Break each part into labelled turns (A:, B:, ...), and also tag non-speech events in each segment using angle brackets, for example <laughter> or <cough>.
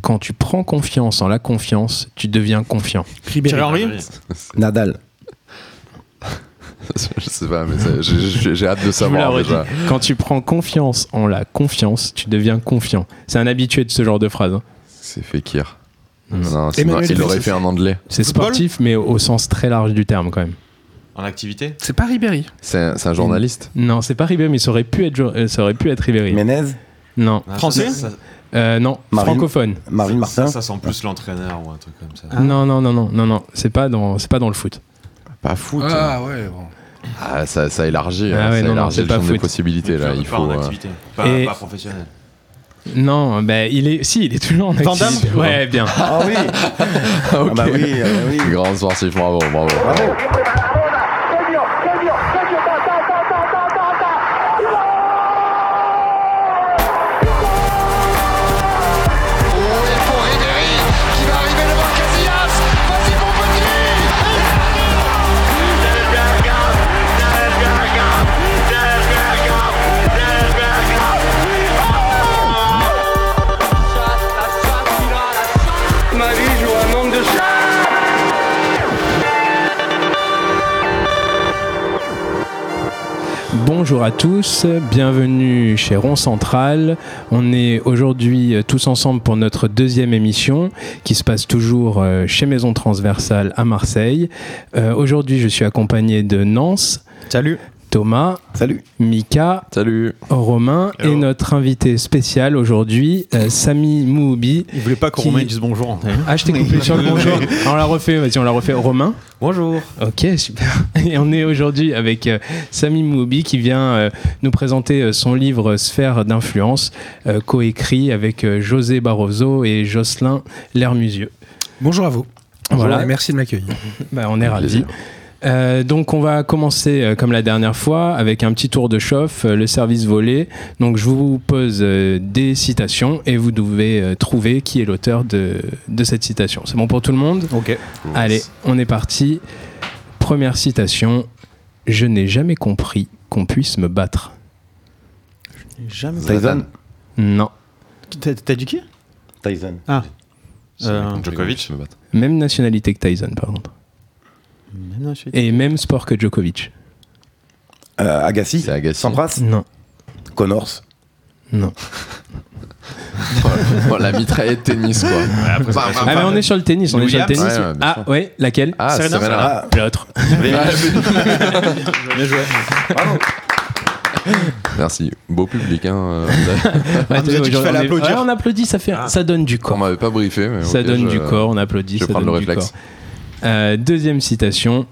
A: quand tu prends confiance en la confiance, tu deviens confiant.
B: Thierry Henry
C: Nadal.
D: <laughs> Je sais pas, mais ça- j'ai- j'ai j'ai hâte
A: <laughs>
D: de
A: Je vous
D: savoir
A: l'aurais
D: déjà.
A: dit. Quand tu prends confiance en la confiance, tu deviens confiant. C'est un habitué de ce genre de phrase. hein.
D: C'est Fekir.
A: Mm.
D: Non, c'est-
B: Emmanuel
D: il aurait
B: Fekir.
D: fait un anglais.
A: C'est
B: Football
A: sportif, mais au, au sens très large du terme quand même.
E: En activité
B: C'est pas Ribéry.
D: C'est un, c'est un journaliste.
A: Non, c'est pas Ribéry, mais ça aurait pu être, jo- euh, ça aurait pu être Ribéry.
C: Menez,
A: Non,
E: Ah, ça,
B: Français
E: ça- ça-
A: Euh, non,
C: Marine.
A: francophone.
C: Marine
E: ça-
C: Martin.
E: Ça sent plus l'entraîneur ou un truc comme ça.
B: Ah.
A: Non, non, non, non, non, non. C'est pas dans, c'est pas dans le foot.
D: Pas foot.
B: Ah ouais, bon.
D: Ah, ça, ça élargit,
A: Ah
D: hein,
A: ouais,
D: ça
A: non, non,
D: élargit
A: c'est
D: le
A: pas
D: champ des
A: foot.
D: possibilités. Là,
E: Pas-
D: il
E: pas
D: faut,
E: en
D: euh,
E: activité, pas,
A: Et-
E: pas professionnel.
A: Non, ben il est, si, il est toujours en
B: Van Damme
A: activité. Ouais, bien.
C: Ah oui Ah bah oui, ah bah oui.
D: euh, Grand sportif, bravo, bravo.
C: Bravo.
F: Ma vie joue un nombre de
A: Bonjour à tous, bienvenue chez Rond Central. On est aujourd'hui euh, tous ensemble pour notre deuxième émission qui se passe toujours euh, chez Maison Transversale à Marseille. Euh, aujourd'hui, je suis accompagné de Nance,
B: Salut.
A: Thomas,
C: Salut.
A: Mika,
D: Salut.
A: Romain et
B: Hello.
A: notre invité spécial aujourd'hui, euh, Samy Moubi.
B: Il voulait pas qu'on
A: Qui-
B: remette dise bonjour.
A: Ah, je t'ai coupé sur le bonjour. On la refait, vas-y, on la refait. Romain
B: Bonjour.
A: Ok, super. <laughs> Et on est aujourd'hui avec euh, Sami Moubi qui vient euh, nous présenter euh, son livre Sphère d'influence, euh, coécrit avec euh, José Barroso et Jocelyn Lermusieux.
B: Bonjour à vous.
A: Voilà.
B: Et merci de m'accueillir.
A: Bah, on est ravis.
D: plaisir.
A: Euh, donc on va commencer euh, comme la dernière fois avec un petit tour de chauffe, euh, le service volé. Donc je vous pose euh, des citations et vous devez euh, trouver qui est l'auteur de, de cette citation. C'est bon pour tout le monde
B: Ok.
A: Allez, on est parti. Première citation. Je n'ai jamais compris qu'on puisse me battre.
B: Jamais.
C: Tyson.
A: Non.
B: T'as t'as dit qui
C: Tyson.
B: Euh,
E: Djokovic.
D: me battre.
A: Même nationalité que Tyson, par contre. Et même sport que Djokovic.
C: Euh, Agassi.
D: C'est Agassi.
C: Sampras.
A: Non.
C: Mm. Connors.
A: Non.
D: Oh, la mitraillette tennis, quoi. Bah, Bam, bam,
A: Ah, mais
D: bam.
A: on est sur le tennis. On est sur le
E: Williams.
A: tennis.
D: Ouais, ouais, bien
A: ah,
D: sûr.
A: ouais, laquelle
D: Ah,
B: Serena.
D: Serena.
C: Ah,
A: L'autre. <laughs>
D: Merci. Beau public,
A: <laughs>
D: hein. euh,
A: Ouais,
B: mais tu
A: aujourd'hui,
B: fallait
A: on est-
B: applaudir.
A: Ouais, on applaudit, ça, fait, ça donne du
D: On
A: corps.
D: m'avait pas briefé, mais.
A: ça
D: Euh, ok,
A: donne
D: je-
A: du corps, on applaudit.
D: je vais
A: ça
D: prendre
A: donne
D: le
A: du
D: réflexe.
A: corps. Euh, deuxième citation.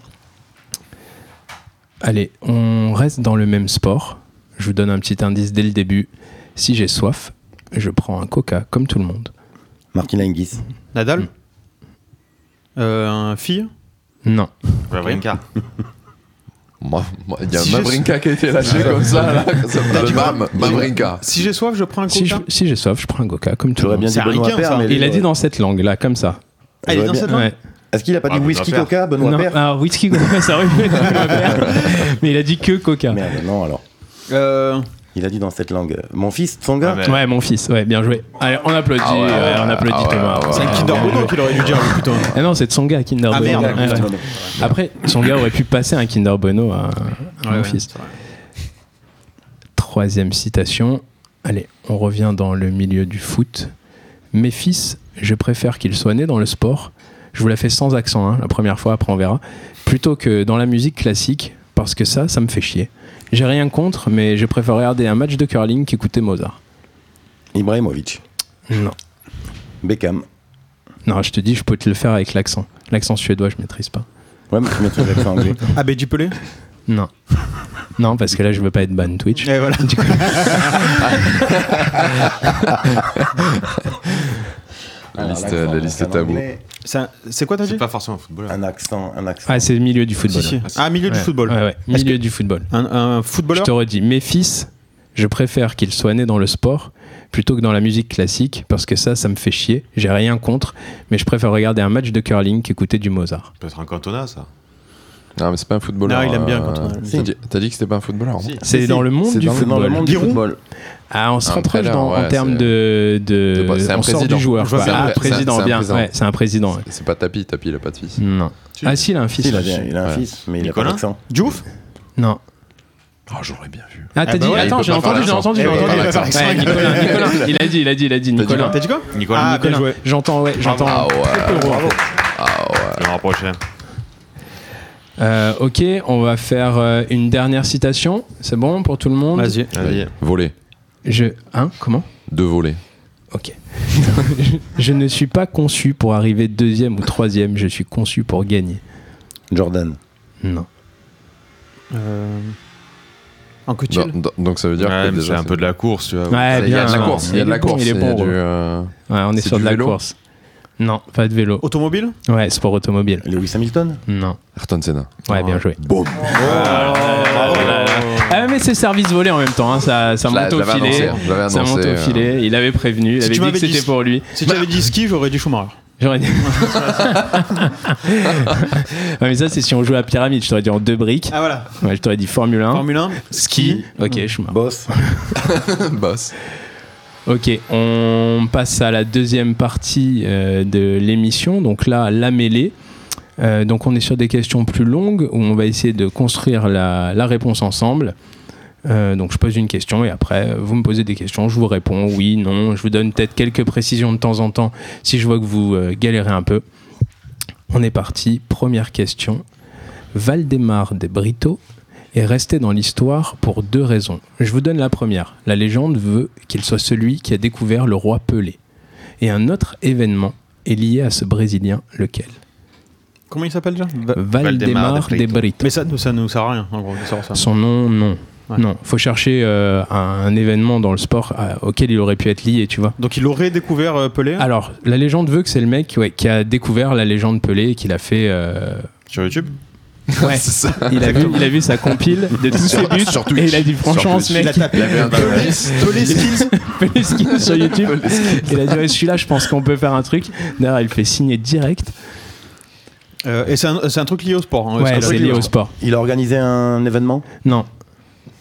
A: Allez, on reste dans le même sport. Je vous donne un petit indice dès le début. Si j'ai soif, je prends un coca comme tout le monde.
C: Martin Hingis.
B: Nadal. Euh, un fille.
A: Non.
E: Wawrinka.
D: Moi, moi, Il y a
B: Si
D: Mabrinka qui a été lâché comme ça, là. Bah, Ça me donne-
B: dit
D: Bam, Mabrinka.
B: Si j'ai soif, je prends un
A: Si je-
B: coca.
A: si j'ai soif, je prends un coca comme tout le
C: J'aurais
A: monde.
C: bien dit
B: C'est un
C: Benoît
B: ricain,
C: Paire,
B: ça.
C: mais
A: Il a
C: j'aurais-
A: dit dans cette langue là, comme ça.
B: Ah, il est
C: j'aurais
B: dans
C: bien-
B: cette langue
A: Ouais.
C: Est-ce qu'il a pas
E: Ah,
C: dit
E: Benoît
C: whisky
E: Paire.
C: coca, Benoît
A: Non,
C: Paire
A: alors whisky, <laughs> coca, ça aurait pu être Benoît
C: <laughs>
A: Paire. Mais il a dit que coca.
C: Merde, non alors.
B: Euh,
C: Il a dit dans cette langue. euh, Mon fils, Tsonga.
E: Ah, mais-
A: Ouais, mon fils, ouais, bien joué. Allez, on applaudit,
D: Ah ouais,
A: ouais, on
D: ouais,
A: applaudit
D: ah ouais,
A: Thomas.
D: ouais, ouais.
B: C'est
D: Ah,
B: un Kinder
A: bien
B: Bueno
A: joué.
B: qu'il aurait dû dire plutôt.
A: Ah non, c'est de son gars, Kinder
B: Ah,
A: Bueno.
B: merde.
A: Ouais, ouais. Après, son gars aurait pu passer un Kinder Bueno à, à mon fils. Troisième citation. Allez, on revient dans le milieu du foot. Mes fils, je préfère qu'ils soient nés dans le sport. Je vous la fais sans accent, hein, la première fois, après on verra. Plutôt que dans la musique classique, parce que ça, ça me fait chier. J'ai rien contre, mais je préfère regarder un match de curling qu'écouter Mozart.
C: Ibrahimovic.
A: Non.
C: Beckham.
A: Non, je te dis, je peux te le faire avec l'accent. L'accent suédois, je maîtrise pas.
C: Ouais, mais tu mets ton accent anglais.
B: Abedi Ah, bah, Pelé.
A: Non. Non, parce que là, je veux pas être ban Twitch.
B: Et voilà.
D: La
C: Alors,
D: liste,
C: l'accent,
D: la liste
C: l'accent
D: est tabou.
C: anglais,
B: C'est un- c'est quoi t'as dit
E: Ah, C'est pas forcément un footballeur.
C: Un accent, un accent.
A: Ah, c'est le milieu du football.
B: Si, si.
A: Ouais.
B: Ah, milieu du
A: Ouais,
B: football.
A: Ouais, ouais.
B: Est-ce
A: Milieu du football.
B: Un, un
A: Je
B: footballeur
A: te redis, mes fils, je préfère qu'ils soient nés dans le sport plutôt que dans la musique classique parce que ça, ça me fait chier. J'ai rien contre, mais je préfère regarder un match de curling qu'écouter du Mozart.
E: Peut-être un cantona, ça.
D: Non, mais c'est pas un footballeur. euh,
B: Non, il aime bien quand on a la
D: t'as
C: musique.
D: dit- T'as dit que c'était pas un footballeur. hein.
E: Si.
A: C'est
C: Si,
A: dans
C: si.
A: le monde
C: C'est
A: du
C: dans, c'est
A: football.
C: dans le monde du
B: Giroud.
C: football.
A: Ah, on se
D: Un
A: rapproche
D: entraîneur,
A: dans- en
D: ouais,
A: termes
D: c'est-
A: de,
D: C'est
A: de
D: pas- c'est un
A: on sort
D: président.
A: du joueur.
B: Je vois
A: quoi.
B: bien.
A: Ah,
D: C'est un-
A: président,
D: c'est un
A: bien.
D: président.
A: Ouais, c'est un président. ouais.
D: C'est- C'est pas Tapi, Tapi il a pas de fils.
A: Non.
E: Si.
A: Ah si, il a un fils.
C: Si, il a, il a un
D: Ouais.
C: fils, mais il a pas
E: Nicolas
C: d'accent.
B: Diouf
A: Non.
D: Ah, j'aurais bien vu.
A: Ah,
B: Ah
A: t'as
B: bah
A: dit.
B: ouais,
A: attends,
D: il
A: j'ai
D: peut pas
A: entendu,
D: faire
A: j'ai
D: l'accent.
A: entendu, j'ai
C: Eh ouais,
A: entendu.
C: il peut
B: pas faire
A: Ouais,
B: l'accent.
A: Nicolas, Nicolas, il a dit, il a dit, il a dit, Nicolas.
B: T'as dit quoi
E: Nicolas
B: Ah, bien
E: Nicolas.
B: joué.
A: J'entends, ouais, j'entends.
D: Ah ouais.
A: très peu le rôle, en fait.
E: Je vais me rapprocher.
A: Euh, ok, on va faire euh, une dernière citation. C'est bon pour tout le monde
B: Vas-y.
E: Vas-y.
D: Voler.
A: Je. Hein Comment
D: Deux volets.
A: Ok. <laughs> je ne suis pas conçu pour arriver deuxième ou troisième, je suis conçu pour gagner.
C: Jordan.
A: Non.
B: Euh, En
D: Non,
B: couture
D: non, donc ça veut dire
E: Ouais,
D: que
E: mais c'est
D: déjà.
E: un peu de la course, euh, tu vois.
A: Ouais,
D: Il y
A: bien,
D: a de la
A: ouais.
D: course. Il y a de
A: Il est
D: la
A: bon,
D: course.
A: il est
D: il y
A: bon,
D: a du,
A: Romain.
D: euh,
A: Ouais, on est,
D: C'est
A: sur
D: du
A: de la
D: vélo
A: course. Non, pas de vélo.
B: Automobile
A: Ouais, sport automobile.
C: Lewis Hamilton
A: Non.
D: Ayrton Senna.
A: Ouais, bien joué.
D: Boum.
B: Oh,
A: Ah, mais c'est service volé en même temps, hein, ça, ça
D: Je l'a-
A: monte
D: je
A: au
D: l'avais
A: filet.
D: annoncé, je l'avais
A: Ça monte
D: annoncé,
A: au
D: euh.
A: filet, il avait prévenu, il
B: Si
A: avait
B: tu
A: dit
B: m'avais
A: que
B: dit-
A: c'était pour lui.
B: Si tu avais dit ski, j'aurais dit Schumacher.
A: J'aurais dit. <laughs> Ouais, mais ça, c'est si on joue à la pyramide, je t'aurais dit en deux briques.
B: Ah voilà.
A: Ouais, je t'aurais dit Formule 1.
B: Formule 1.
A: Ski. Ok, je suis mort.
C: Boss.
D: euh, <laughs> Boss.
A: Ok, on passe à la deuxième partie euh, de l'émission. Donc là, la mêlée. Euh, donc on est sur des questions plus longues où on va essayer de construire la, la réponse ensemble. Euh, donc je pose une question et après euh, vous me posez des questions, je vous réponds oui, non, je vous donne peut-être quelques précisions de temps en temps si je vois que vous euh, galérez un peu. On est parti, première question. Valdemar des Brito est resté dans l'histoire pour deux raisons. Je vous donne la première. La légende veut qu'il soit celui qui a découvert le roi Pelé. Et un autre événement est lié à ce Brésilien, lequel
B: Comment il s'appelle déjà Bah,
A: Valdemar de Brito.
B: Mais ça, nous- ça nous sert à rien, en gros, de savoir ça.
A: Son nom, non.
B: Ouais.
A: Non, faut chercher euh, un, un événement dans le sport euh, auquel il aurait pu être lié, tu vois.
B: Donc il aurait découvert euh, Pelé
A: Alors, la légende veut que c'est le mec ouais, qui a découvert la légende Pelé et qu'il a fait. euh,
E: Sur YouTube
A: <laughs> Ouais,
D: C'est ça.
A: il, a vu, il a vu sa compile de tous ses buts
D: sur Twitch.
A: et il a dit franchement,
D: Sur
A: ce
D: Twitch.
A: mec,
D: Il avait un
B: Pelé
A: <laughs>
B: skills
A: fait les skins sur YouTube. Il a dit ouais, celui-là, je pense qu'on peut faire un truc. D'ailleurs, il fait signer direct.
B: Euh, Et c'est un, c'est un truc lié au sport. hein,
A: Ouais,
B: parce que-
A: c'est lié au sport.
C: Il a organisé un événement
A: Non,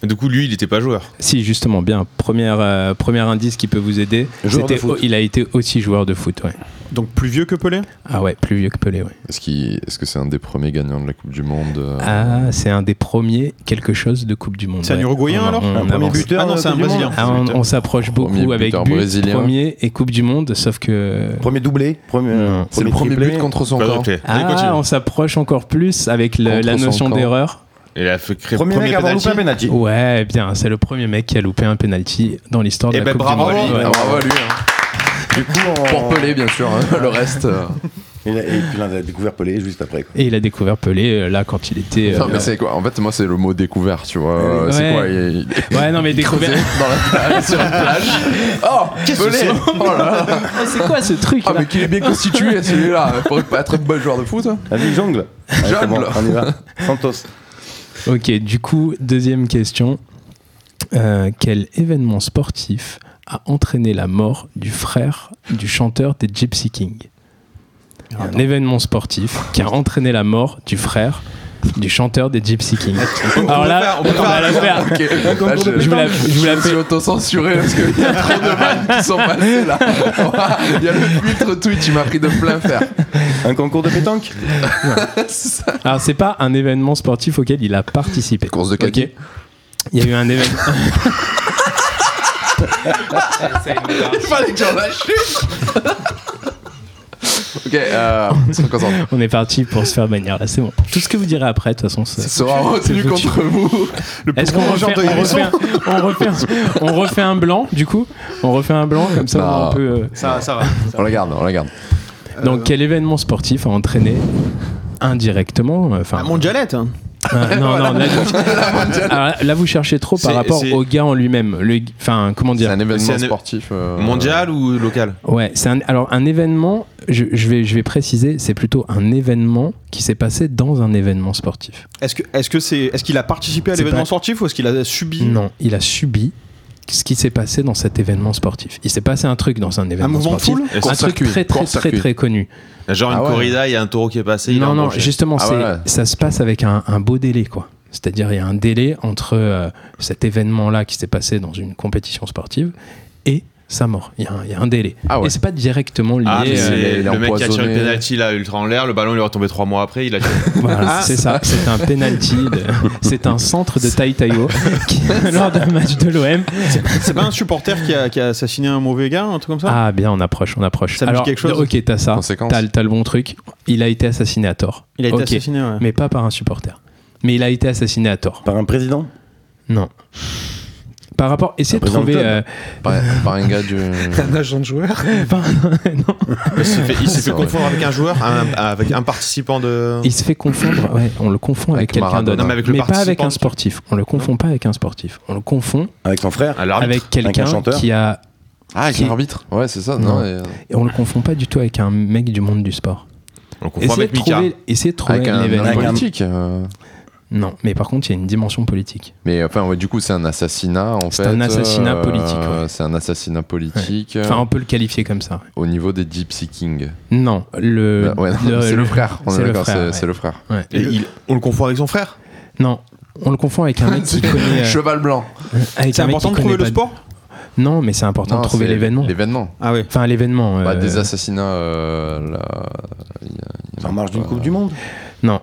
E: Du coup, lui, il était pas joueur.
A: si justement, bien. Première, euh, premier indice qui peut vous aider.
C: Joueur de
A: C'était-
C: foot.
A: il a été aussi joueur de foot. Ouais.
B: Donc plus vieux que Pelé
A: Ah ouais, plus vieux que Pelé. Ouais.
D: Est-ce qu'il- est-ce que c'est un des premiers gagnants de la Coupe du Monde euh,
A: Ah, c'est un des premiers quelque chose de Coupe du Monde.
B: C'est un
A: ouais.
B: Uruguayen
A: On-
B: alors
A: on
C: Un premier
A: avance.
C: buteur
B: Ah non,
C: euh,
B: c'est
C: Coupe
B: un
C: du Monde
B: Brésilien.
A: Ah, on, on s'approche beaucoup
D: Premier
A: avec
D: buteur
A: but,
D: brésilien.
A: premier et Coupe du Monde, sauf que.
C: Premier doublé Premier,
A: Non.
D: C'est le premier
C: triplé.
D: but contre son camp.
E: Quadruplé. Allez,
A: Ah,
E: continue.
A: on s'approche encore plus avec le-
D: Contre
A: la
D: son
A: notion
D: camp.
A: d'erreur.
E: Il a fait créer
C: Premier, mec à avoir
E: penalty.
C: loupé un penalty.
A: Ouais, bien, c'est le premier mec qui a loupé un penalty dans l'histoire de
E: Eh
A: la
E: ben,
A: Coupe
E: bravo
A: du
E: à
A: Monde.
E: lui.
A: Ouais.
D: Ah, bravo à lui. hein.
C: Du coup, on-
D: Pour Pelé, bien sûr. <laughs> hein. Le reste. euh,
C: Il a, et puis, il a découvert Pelé juste après. quoi.
A: Et il a découvert Pelé euh, là quand il était. euh,
D: Non, mais c'est quoi En fait, moi, c'est le mot découvert, tu vois. Euh,
A: Ouais.
D: C'est quoi il- il-
A: Ouais, non, mais
D: il creusait <laughs>
A: découvert. <laughs>
D: dans la plage, sur la plage. Oh, Pelé Oh là là.
A: Ah, C'est quoi ce truc
D: Ah,
A: là
D: mais qu'il est bien constitué, hein, celui-là. Faudrait pas être un bon joueur de foot. hein.
C: Vas-y, jongle. Allez, c'est bon,
D: Jongle.
C: on
D: <laughs>
C: y va. Santos.
A: Ok, du coup, deuxième question. Euh, quel événement sportif a entraîné la mort du frère du chanteur des Gypsy Kings Un événement sportif qui a entraîné la mort du frère du chanteur des Gypsy Kings. Alors là, on
E: peut faire, on peut
A: va la faire.
D: Ok, là,
A: de pétanque. Je vous la- je vous la
D: me suis
A: fais.
D: auto-censuré parce qu'il y a trop de vannes qui sont passées là. Il y a le filtre Twitch, il m'a pris de plein fer.
C: Un concours
D: <laughs>
C: de pétanque
A: Alors, c'est pas un événement sportif auquel il a participé.
D: Course de kaki.
A: Ok. Il y a eu un événement.
D: Il fallait que j'en lâche Ok, euh, on se reconcentre.
A: On est parti pour se faire bannir là, c'est bon. Tout ce que vous direz après, de toute façon,
D: Ce
A: c'est.
D: sera retenu
A: C'est foutu.
D: contre vous.
A: Est-ce qu'on refait, on refait, un- on, refait un, on refait un blanc du coup On refait un blanc comme ça
D: Non.
A: on peut.
B: Ça, ça va.
D: On la garde, on la garde.
A: euh, Donc quel événement sportif a entraîné indirectement euh, Enfin,
B: Ah, Mondialette hein.
A: euh, non, non, là, Alors, là, vous cherchez trop par
E: C'est-
A: rapport
E: c'est-
A: au gars en lui-même. Le, enfin comment
D: C'est
A: dire
D: un
E: C'est
D: événement
E: un é-
D: sportif. euh,
E: Mondial ou local
A: Ouais, c'est un, alors un événement. Je, je vais je vais préciser, c'est plutôt un événement qui s'est passé dans un événement sportif.
B: Est-ce que est-ce que c'est est-ce qu'il a participé à
A: C'est
B: l'événement
A: pas-
B: sportif ou est-ce qu'il a subi
A: Non, il a subi ce qui s'est passé dans cet événement sportif. Il s'est passé un truc dans un événement
B: mouvement de
A: sportif.
B: foule
A: un truc
D: Court-circuit,
A: très très, très
D: court-circuit.
A: très connu.
E: Genre une
D: Ah ouais.
E: corrida, il y a un taureau qui est passé. il a
A: non,
E: un
A: non,
E: brochet.
A: justement,
D: Ah
A: c'est-
D: ouais.
A: ça se passe avec un, un beau délai, quoi. C'est-à-dire, il y a un délai entre euh, cet événement-là qui s'est passé dans une compétition sportive et sa mort. Il y a un, il y a un délai.
D: Ah ouais.
A: Et c'est pas directement lié.
E: Ah, mais
D: euh, il
E: c'est
D: est
E: le mec qui a tiré
D: empoisonné.
E: le penalty là, ultra en l'air, le ballon il est retombé trois mois après, il a
D: <laughs>
E: tiré.
A: Voilà, c'est ça, Ah, c'est un penalty, de- c'est un centre de Tai Taiwo
B: <laughs>
A: qui, lors d'un match de l'OM.
B: <laughs> C'est pas un supporter qui a, qui a assassiné un mauvais gars, un truc comme ça
A: Ah bien, on approche, on approche.
B: Ça me dit
A: Alors,
B: quelque chose
A: ok, t'as ça,
D: Conséquence.
A: t'as, le- t'as le bon truc. Il a été assassiné à tort.
B: Il a été
A: Ok,
B: assassiné, ouais.
A: mais pas par un supporter. Mais il a été assassiné à tort.
C: Par un président
A: Non. Par rapport, essayez de
C: Après, dans le
A: trouver.
C: club.
A: euh,
D: Par, par un gars
F: <laughs>
D: du.
F: Un agent de joueur.
A: par- euh, <laughs> non.
E: Il s'est fait, il s'est fait
D: C'est vrai.
E: confondre avec un joueur, un- avec un participant de.
A: Il se fait confondre. ouais, on le confond avec,
D: Avec
A: quelqu'un
D: Maradona.
A: d'autre.
E: Non, mais avec le
A: pas avec
E: participant.
A: un sportif. On le confond pas avec un sportif. On le confond
C: Avec son frère
E: À l'arbitre.
A: avec
C: Avec un
A: quelqu'un
C: chanteur.
A: qui a.
D: Ah, avec
A: Qui-
D: l'arbitre Ouais, c'est ça.
A: Non.
D: Non, et-
A: Et on le confond pas du tout avec un mec du monde du sport.
E: On le confond
A: Essayez
E: avec
A: de
E: Mika.
A: trouver, essayez de trouver
D: Avec un
A: l'événement.
D: homme
C: Avec un-
D: politique. euh,
A: Non, mais par contre, il y a une dimension politique.
D: Mais enfin, ouais, du coup, c'est un assassinat en
A: C'est
D: fait, euh,
A: un assassinat politique, ouais.
D: C'est un assassinat politique
A: Enfin,
D: euh,
A: on peut le qualifier comme ça.
D: au niveau des Gypsy Kings.
A: Non, le.
D: Ouais, non,
A: le-
D: <laughs> c'est
A: le-
D: le frère. On
A: c'est
D: est
A: le
D: d'accord,
A: frère, ouais.
D: c'est c'est le frère.
A: ouais.
E: Et il- on le confond avec son frère
A: Non, on le confond avec un mec
B: <laughs>
A: qui connaît. euh,
D: Cheval blanc.
A: avec
B: C'est
A: un mec
B: important
A: qui
B: de trouver
A: connaît
B: le
A: pas-
B: sport
A: Non, mais c'est important
D: Non,
A: de trouver
D: c'est
A: l'événement.
D: L'événement.
B: Ah oui.
A: Enfin, l'événement.
D: Bah,
A: euh,
D: des assassinats. euh, là, il y a- il y en a
C: En marge d'une
D: pas.
C: Coupe du Monde
A: Non.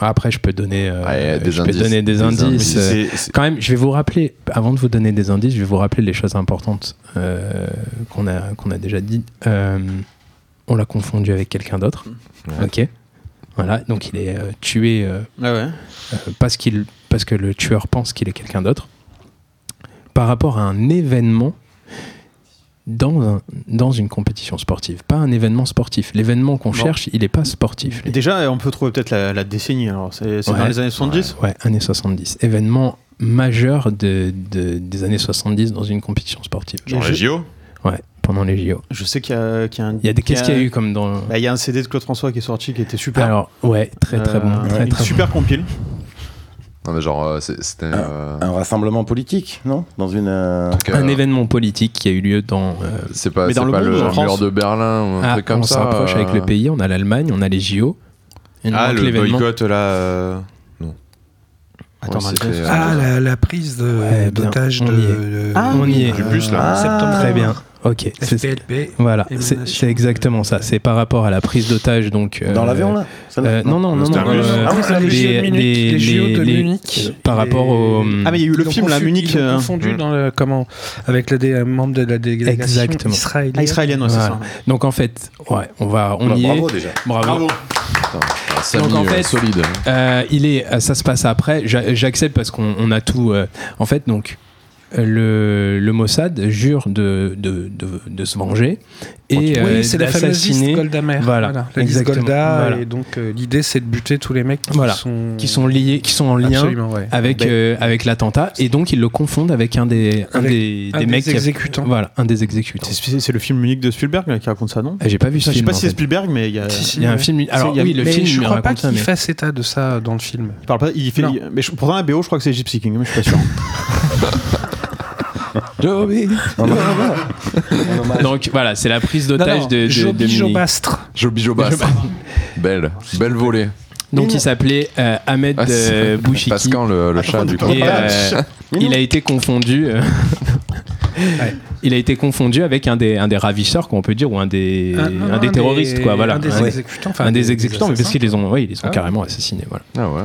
A: Après, je peux donner, euh,
D: Ah, et des
A: je peux
D: indices.
A: donner des,
D: Des
A: indices.
E: Mais c'est-
A: euh,
E: c'est- c'est-
A: Quand même, je vais vous rappeler, avant de vous donner des indices, je vais vous rappeler les choses importantes euh, qu'on a, qu'on a déjà dites. Euh, on l'a confondu avec quelqu'un d'autre. Ok. Voilà, donc il est euh, tué euh,
B: Ah ouais.
A: euh, parce, qu'il parce que le tueur pense qu'il est quelqu'un d'autre. Par rapport à un événement dans, un- dans une compétition sportive, pas un événement sportif. L'événement qu'on cherche, il n'est pas sportif. les-
B: Déjà, on peut trouver peut-être la, la décennie. Alors, c'est c'est dans
A: Ouais.
B: les années 70
A: Ouais, années 70. Événement majeur de, de- des années 70 dans une compétition sportive.
E: Genre les JO
A: Ouais, pendant les JO.
B: Je sais qu'il y a, qu'il y a un.
A: Il y a des, qu'est-ce qu'il y a eu comme dans.
B: bah, Il y a un CD de Claude François qui est sorti qui était super.
A: Alors, ouais, très très
B: Euh,
A: bon. Très,
B: une
A: très
B: super compile.
D: Non, mais genre, euh, c'est- c'était. euh,
C: Un rassemblement politique, non Dans une. euh,
D: truc,
A: bon.
D: euh,
A: Un événement politique qui a eu lieu dans. euh,
D: C'est pas,
B: Mais
D: c'est
B: dans le
D: pas
B: monde ou en
D: le mur
B: France
D: de Berlin ou un
A: ah,
D: truc comme
A: on
D: ça.
A: s'approche
D: euh,
A: avec le pays, on a l'Allemagne, on a les JO. Il nous
E: Ah,
A: manque
E: le
A: l'événement. Bah,
E: boycott là. euh,
B: Attends,
D: ouais,
B: Martin.
D: c'était, euh,
F: Ah, la, la prise de-
A: Ouais, bien,
F: d'otage
A: on
F: de,
A: y est.
F: de-
B: Ah,
A: on y est.
E: Du bus là.
C: Ah,
B: septembre.
A: Très bien. Ok. c'est-
F: FPLP.
A: Voilà,
F: Émanation
A: c'est c'est
F: de-
A: exactement ça. C'est par rapport à la prise d'otage, donc. euh,
C: Dans l'avion, là celle-là
A: euh, non, non, non,
E: C'était
A: non.
E: un bus.
A: euh,
C: Ah oui, c'est
A: les-
F: JO
C: les
A: les-
F: de Munich. Les JO de
A: les-
F: Munich.
A: euh, Par rapport au.
F: Et-
B: Ah, mais il y a eu le
F: Ils ont
B: film, la
F: confondu-
B: Munich.
F: ils ont
B: euh,
F: confondu
E: Mm.
F: dans le, comment, avec le dé- un membre de la délégation
A: Exactement.
F: israélienne.
B: ah, israélienne, ouais, c'est
A: Voilà.
B: ça.
A: Donc en fait, ouais, on va, on
C: Bah,
A: y
C: Bravo
A: est.
C: déjà.
A: Bravo.
D: ah, Samy,
A: Donc, en
D: euh,
A: fait-
D: solide.
A: Euh, il est, euh, ça se passe après. J'a- J'accepte parce qu'on on a tout. euh, en fait, donc euh, le, le Mossad jure de, de, de, de se venger et euh,
F: oui, c'est la fameuse liste
A: d'assassiner
F: Golda Meir.
A: Voilà,
F: la liste
A: exactement.
F: Golda.
A: Voilà.
F: Et donc, euh, l'idée, c'est de buter tous les mecs qui
A: Voilà.
F: sont.
A: qui sont liés, qui sont en lien
F: Absolument, ouais.
A: avec
B: Ben-
A: euh, avec l'attentat et donc ils le confondent avec un des un
F: Avec
A: des,
F: un
A: des
F: des
A: mecs qui a-
F: exécutants.
A: voilà, un des exécutants.
B: C'est c'est le film Munich de Spielberg là, qui raconte ça, non
A: Ah, J'ai pas vu
B: Je
A: ce
B: sais
A: film.
B: pas
A: en
B: si c'est
A: fait.
B: Spielberg, mais
D: Euh,
B: il y a.
F: Si, si,
A: Il y a un
F: ouais.
A: film.
B: C'est-
A: Alors
B: il y a-
A: oui, le
F: mais
A: film.
F: je
A: il
F: crois pas
A: raconte ça,
F: qu'il
A: mais-
F: fasse état de ça dans le film.
B: Il parle pas. Il fait.
F: Non.
B: il- mais je- pourtant la BO, je crois que c'est Gypsy King, mais
E: <laughs>
B: je suis pas sûr.
C: En hommage. En hommage.
A: Donc voilà, c'est la prise
F: Non,
A: d'otage
F: non,
A: de, de,
F: Joe-
A: de
F: Joe
A: Munich.
F: Bastre.
D: Joby Jobas. <laughs> Belle. Belle volée.
A: Donc il s'appelait euh, Ahmed
D: Ah, c'est-
A: euh, Bouchiki.
D: Parce quand le, le chat, du coup.
A: Et,
D: <laughs>
A: euh,
C: Mais
A: il
C: non.
A: a été confondu. euh, <laughs> Il a été confondu avec un des, un des ravisseurs, qu'on peut dire, ou un des,
F: Ah, non,
A: un des terroristes, quoi. Voilà.
F: Un des
A: Ouais.
F: exécutants. enfin,
A: Un des exécutants, mais parce
F: assassins.
A: qu'ils les ont, ouais, ils les ont
F: Ah.
A: carrément assassinés. Voilà.
D: Ah ouais.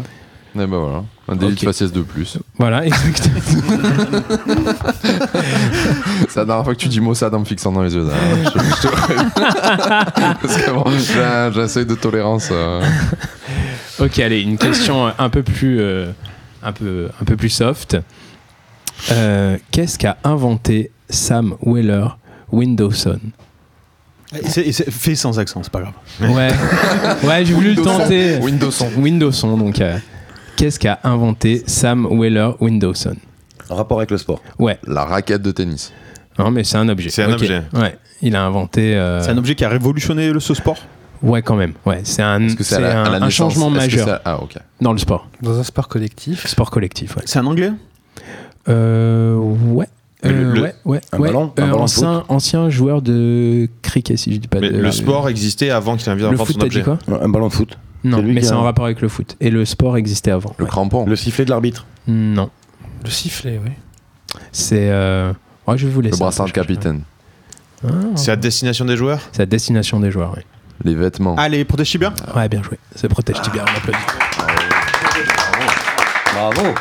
D: Et bah voilà. Un délit
A: Ok.
D: de faciès de plus.
A: Voilà, <laughs> exactement.
D: C'est la dernière fois que tu dis Mossad en me fixant dans
A: <laughs>
D: les yeux. là. Je- je te préviens. Parce que bon, j'ai un- j'ai un seuil de tolérance. euh.
A: ok, allez, une question un peu plus, euh, un peu, un peu plus soft. Euh, Qu'est-ce qu'a inventé Sam Weller Windowson
B: Et c'est- et c'est fait sans accent, c'est pas grave.
A: Ouais,
D: <laughs>
A: ouais j'ai voulu le tenter.
D: Windowson.
A: Windowson, donc. euh, Qu'est-ce qu'a inventé Sam Weller Windowson
C: En rapport avec le sport.
A: Ouais,
D: La raquette de tennis.
A: non mais c'est un objet.
E: C'est un
A: Ok.
E: objet.
A: Ouais, il a inventé. euh,
B: C'est un objet qui a révolutionné le- ce sport.
A: Ouais, quand même. Ouais, c'est un,
D: Est-ce que c'est à
A: c'est
D: la- à
A: un,
D: la
A: un
D: naissance
A: changement
D: Est-ce que
A: majeur
D: c'est à- Ah ok.
A: dans le sport,
F: Dans un sport collectif.
A: sport collectif. Ouais.
B: C'est un anglais
A: Euh, ouais. Euh,
E: le-
A: ouais, ouais,
C: un
A: ouais.
C: ballon, un
A: Euh,
C: ballon de
A: ancien, ancien joueur de cricket, si je dis pas
E: Mais
A: de-
E: le sport existait avant qu'il invite à
A: euh, Le
E: prendre
A: foot,
E: son
A: t'as dit
E: objet.
A: quoi
C: Un ballon de foot.
A: Non,
C: C'est lui
A: mais
C: qui
A: c'est
C: a-
A: en rapport avec le foot. Et le sport existait avant.
D: Le
A: ouais.
D: crampon.
C: Le sifflet de l'arbitre.
A: Non,
F: Le sifflet, oui.
A: c'est. euh, ouais, je vais vous
D: Le
A: laisse.
D: brassard de capitaine.
A: Ah,
E: C'est à destination des joueurs
A: C'est la destination des joueurs. Ouais,
D: Les vêtements.
A: Ah,
E: Allez, protège bien
A: Ouais, bien joué. C'est protège tibia, on applaudit.
C: Bravo.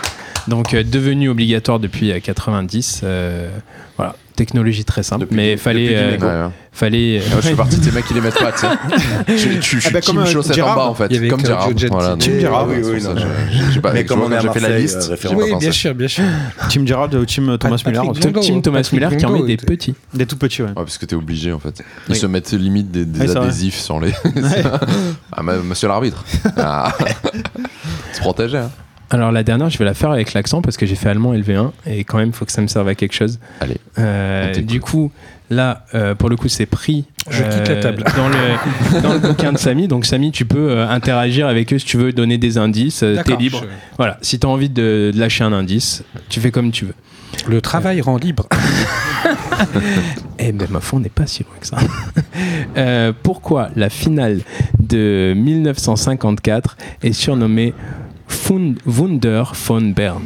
A: Donc euh, devenu obligatoire depuis euh, 90. euh, voilà, technologie très simple,
C: Depuis-
A: mais fallait,
C: depuis
A: euh,
D: Ouais, ouais.
A: fallait. euh,
D: Ah, je fais partie de ces mecs qui les mettent pas, tu sais.
C: <laughs>
D: Je, tu- je suis
E: Ah bah,
D: team
E: comme, euh,
D: chaussette
E: Gérard.
D: en bas, en fait.
F: Il y avait
D: Comme
F: Claudio
D: Gérard.
F: Gentil.
C: Team
D: non,
C: Gérard,
D: c'est
C: oui,
D: pour
C: oui,
D: ça,
C: non.
D: je- je- je sais pas,
C: Mais
D: tu
C: comme
D: vois,
C: on
D: quand
C: est à
D: j'ai fait la
C: Marseille,
D: liste,
C: euh,
D: j'ai pas
C: référence.
F: Oui, bien
D: pensé.
F: sûr, bien sûr.
E: Team Gerald ou team euh, Thomas
F: Patrick
E: Muller
F: Vondel. Gondo,
A: Team Thomas
F: Patrick
A: Müller qui en met
F: Gondo
A: des
F: était-
A: petits.
E: Des tout petits, ouais.
D: Ouais, parce que t'es obligé en fait. Ils
E: Oui.
D: se mettent limite des, des
E: Ouais, c'est vrai.
D: adhésifs sur les. <laughs> ah, mais monsieur l'arbitre. Ah. Se protéger. Hein.
A: Alors la dernière, je vais la faire avec l'accent parce que j'ai fait allemand LV1 et quand même, faut que ça me serve à quelque chose.
D: Allez,
A: Euh,
D: on t'écoute.
A: du coup, là, euh, pour le coup, c'est pris.
F: Je
A: euh,
F: quitte la table.
A: <laughs> Dans le, dans le bouquin de Samy. Donc Samy, tu peux euh, interagir avec eux si tu veux, donner des indices. euh, T'es
F: D'accord,
A: libre.
F: je-
A: Voilà. Si t'as envie de, de lâcher un indice, tu fais comme tu veux.
F: Le travail rend libre.
A: Eh ben, ma foi, on n'est pas si loin que ça. <laughs> Euh, pourquoi la finale de 1954 est surnommée Fund- Wunder von Bern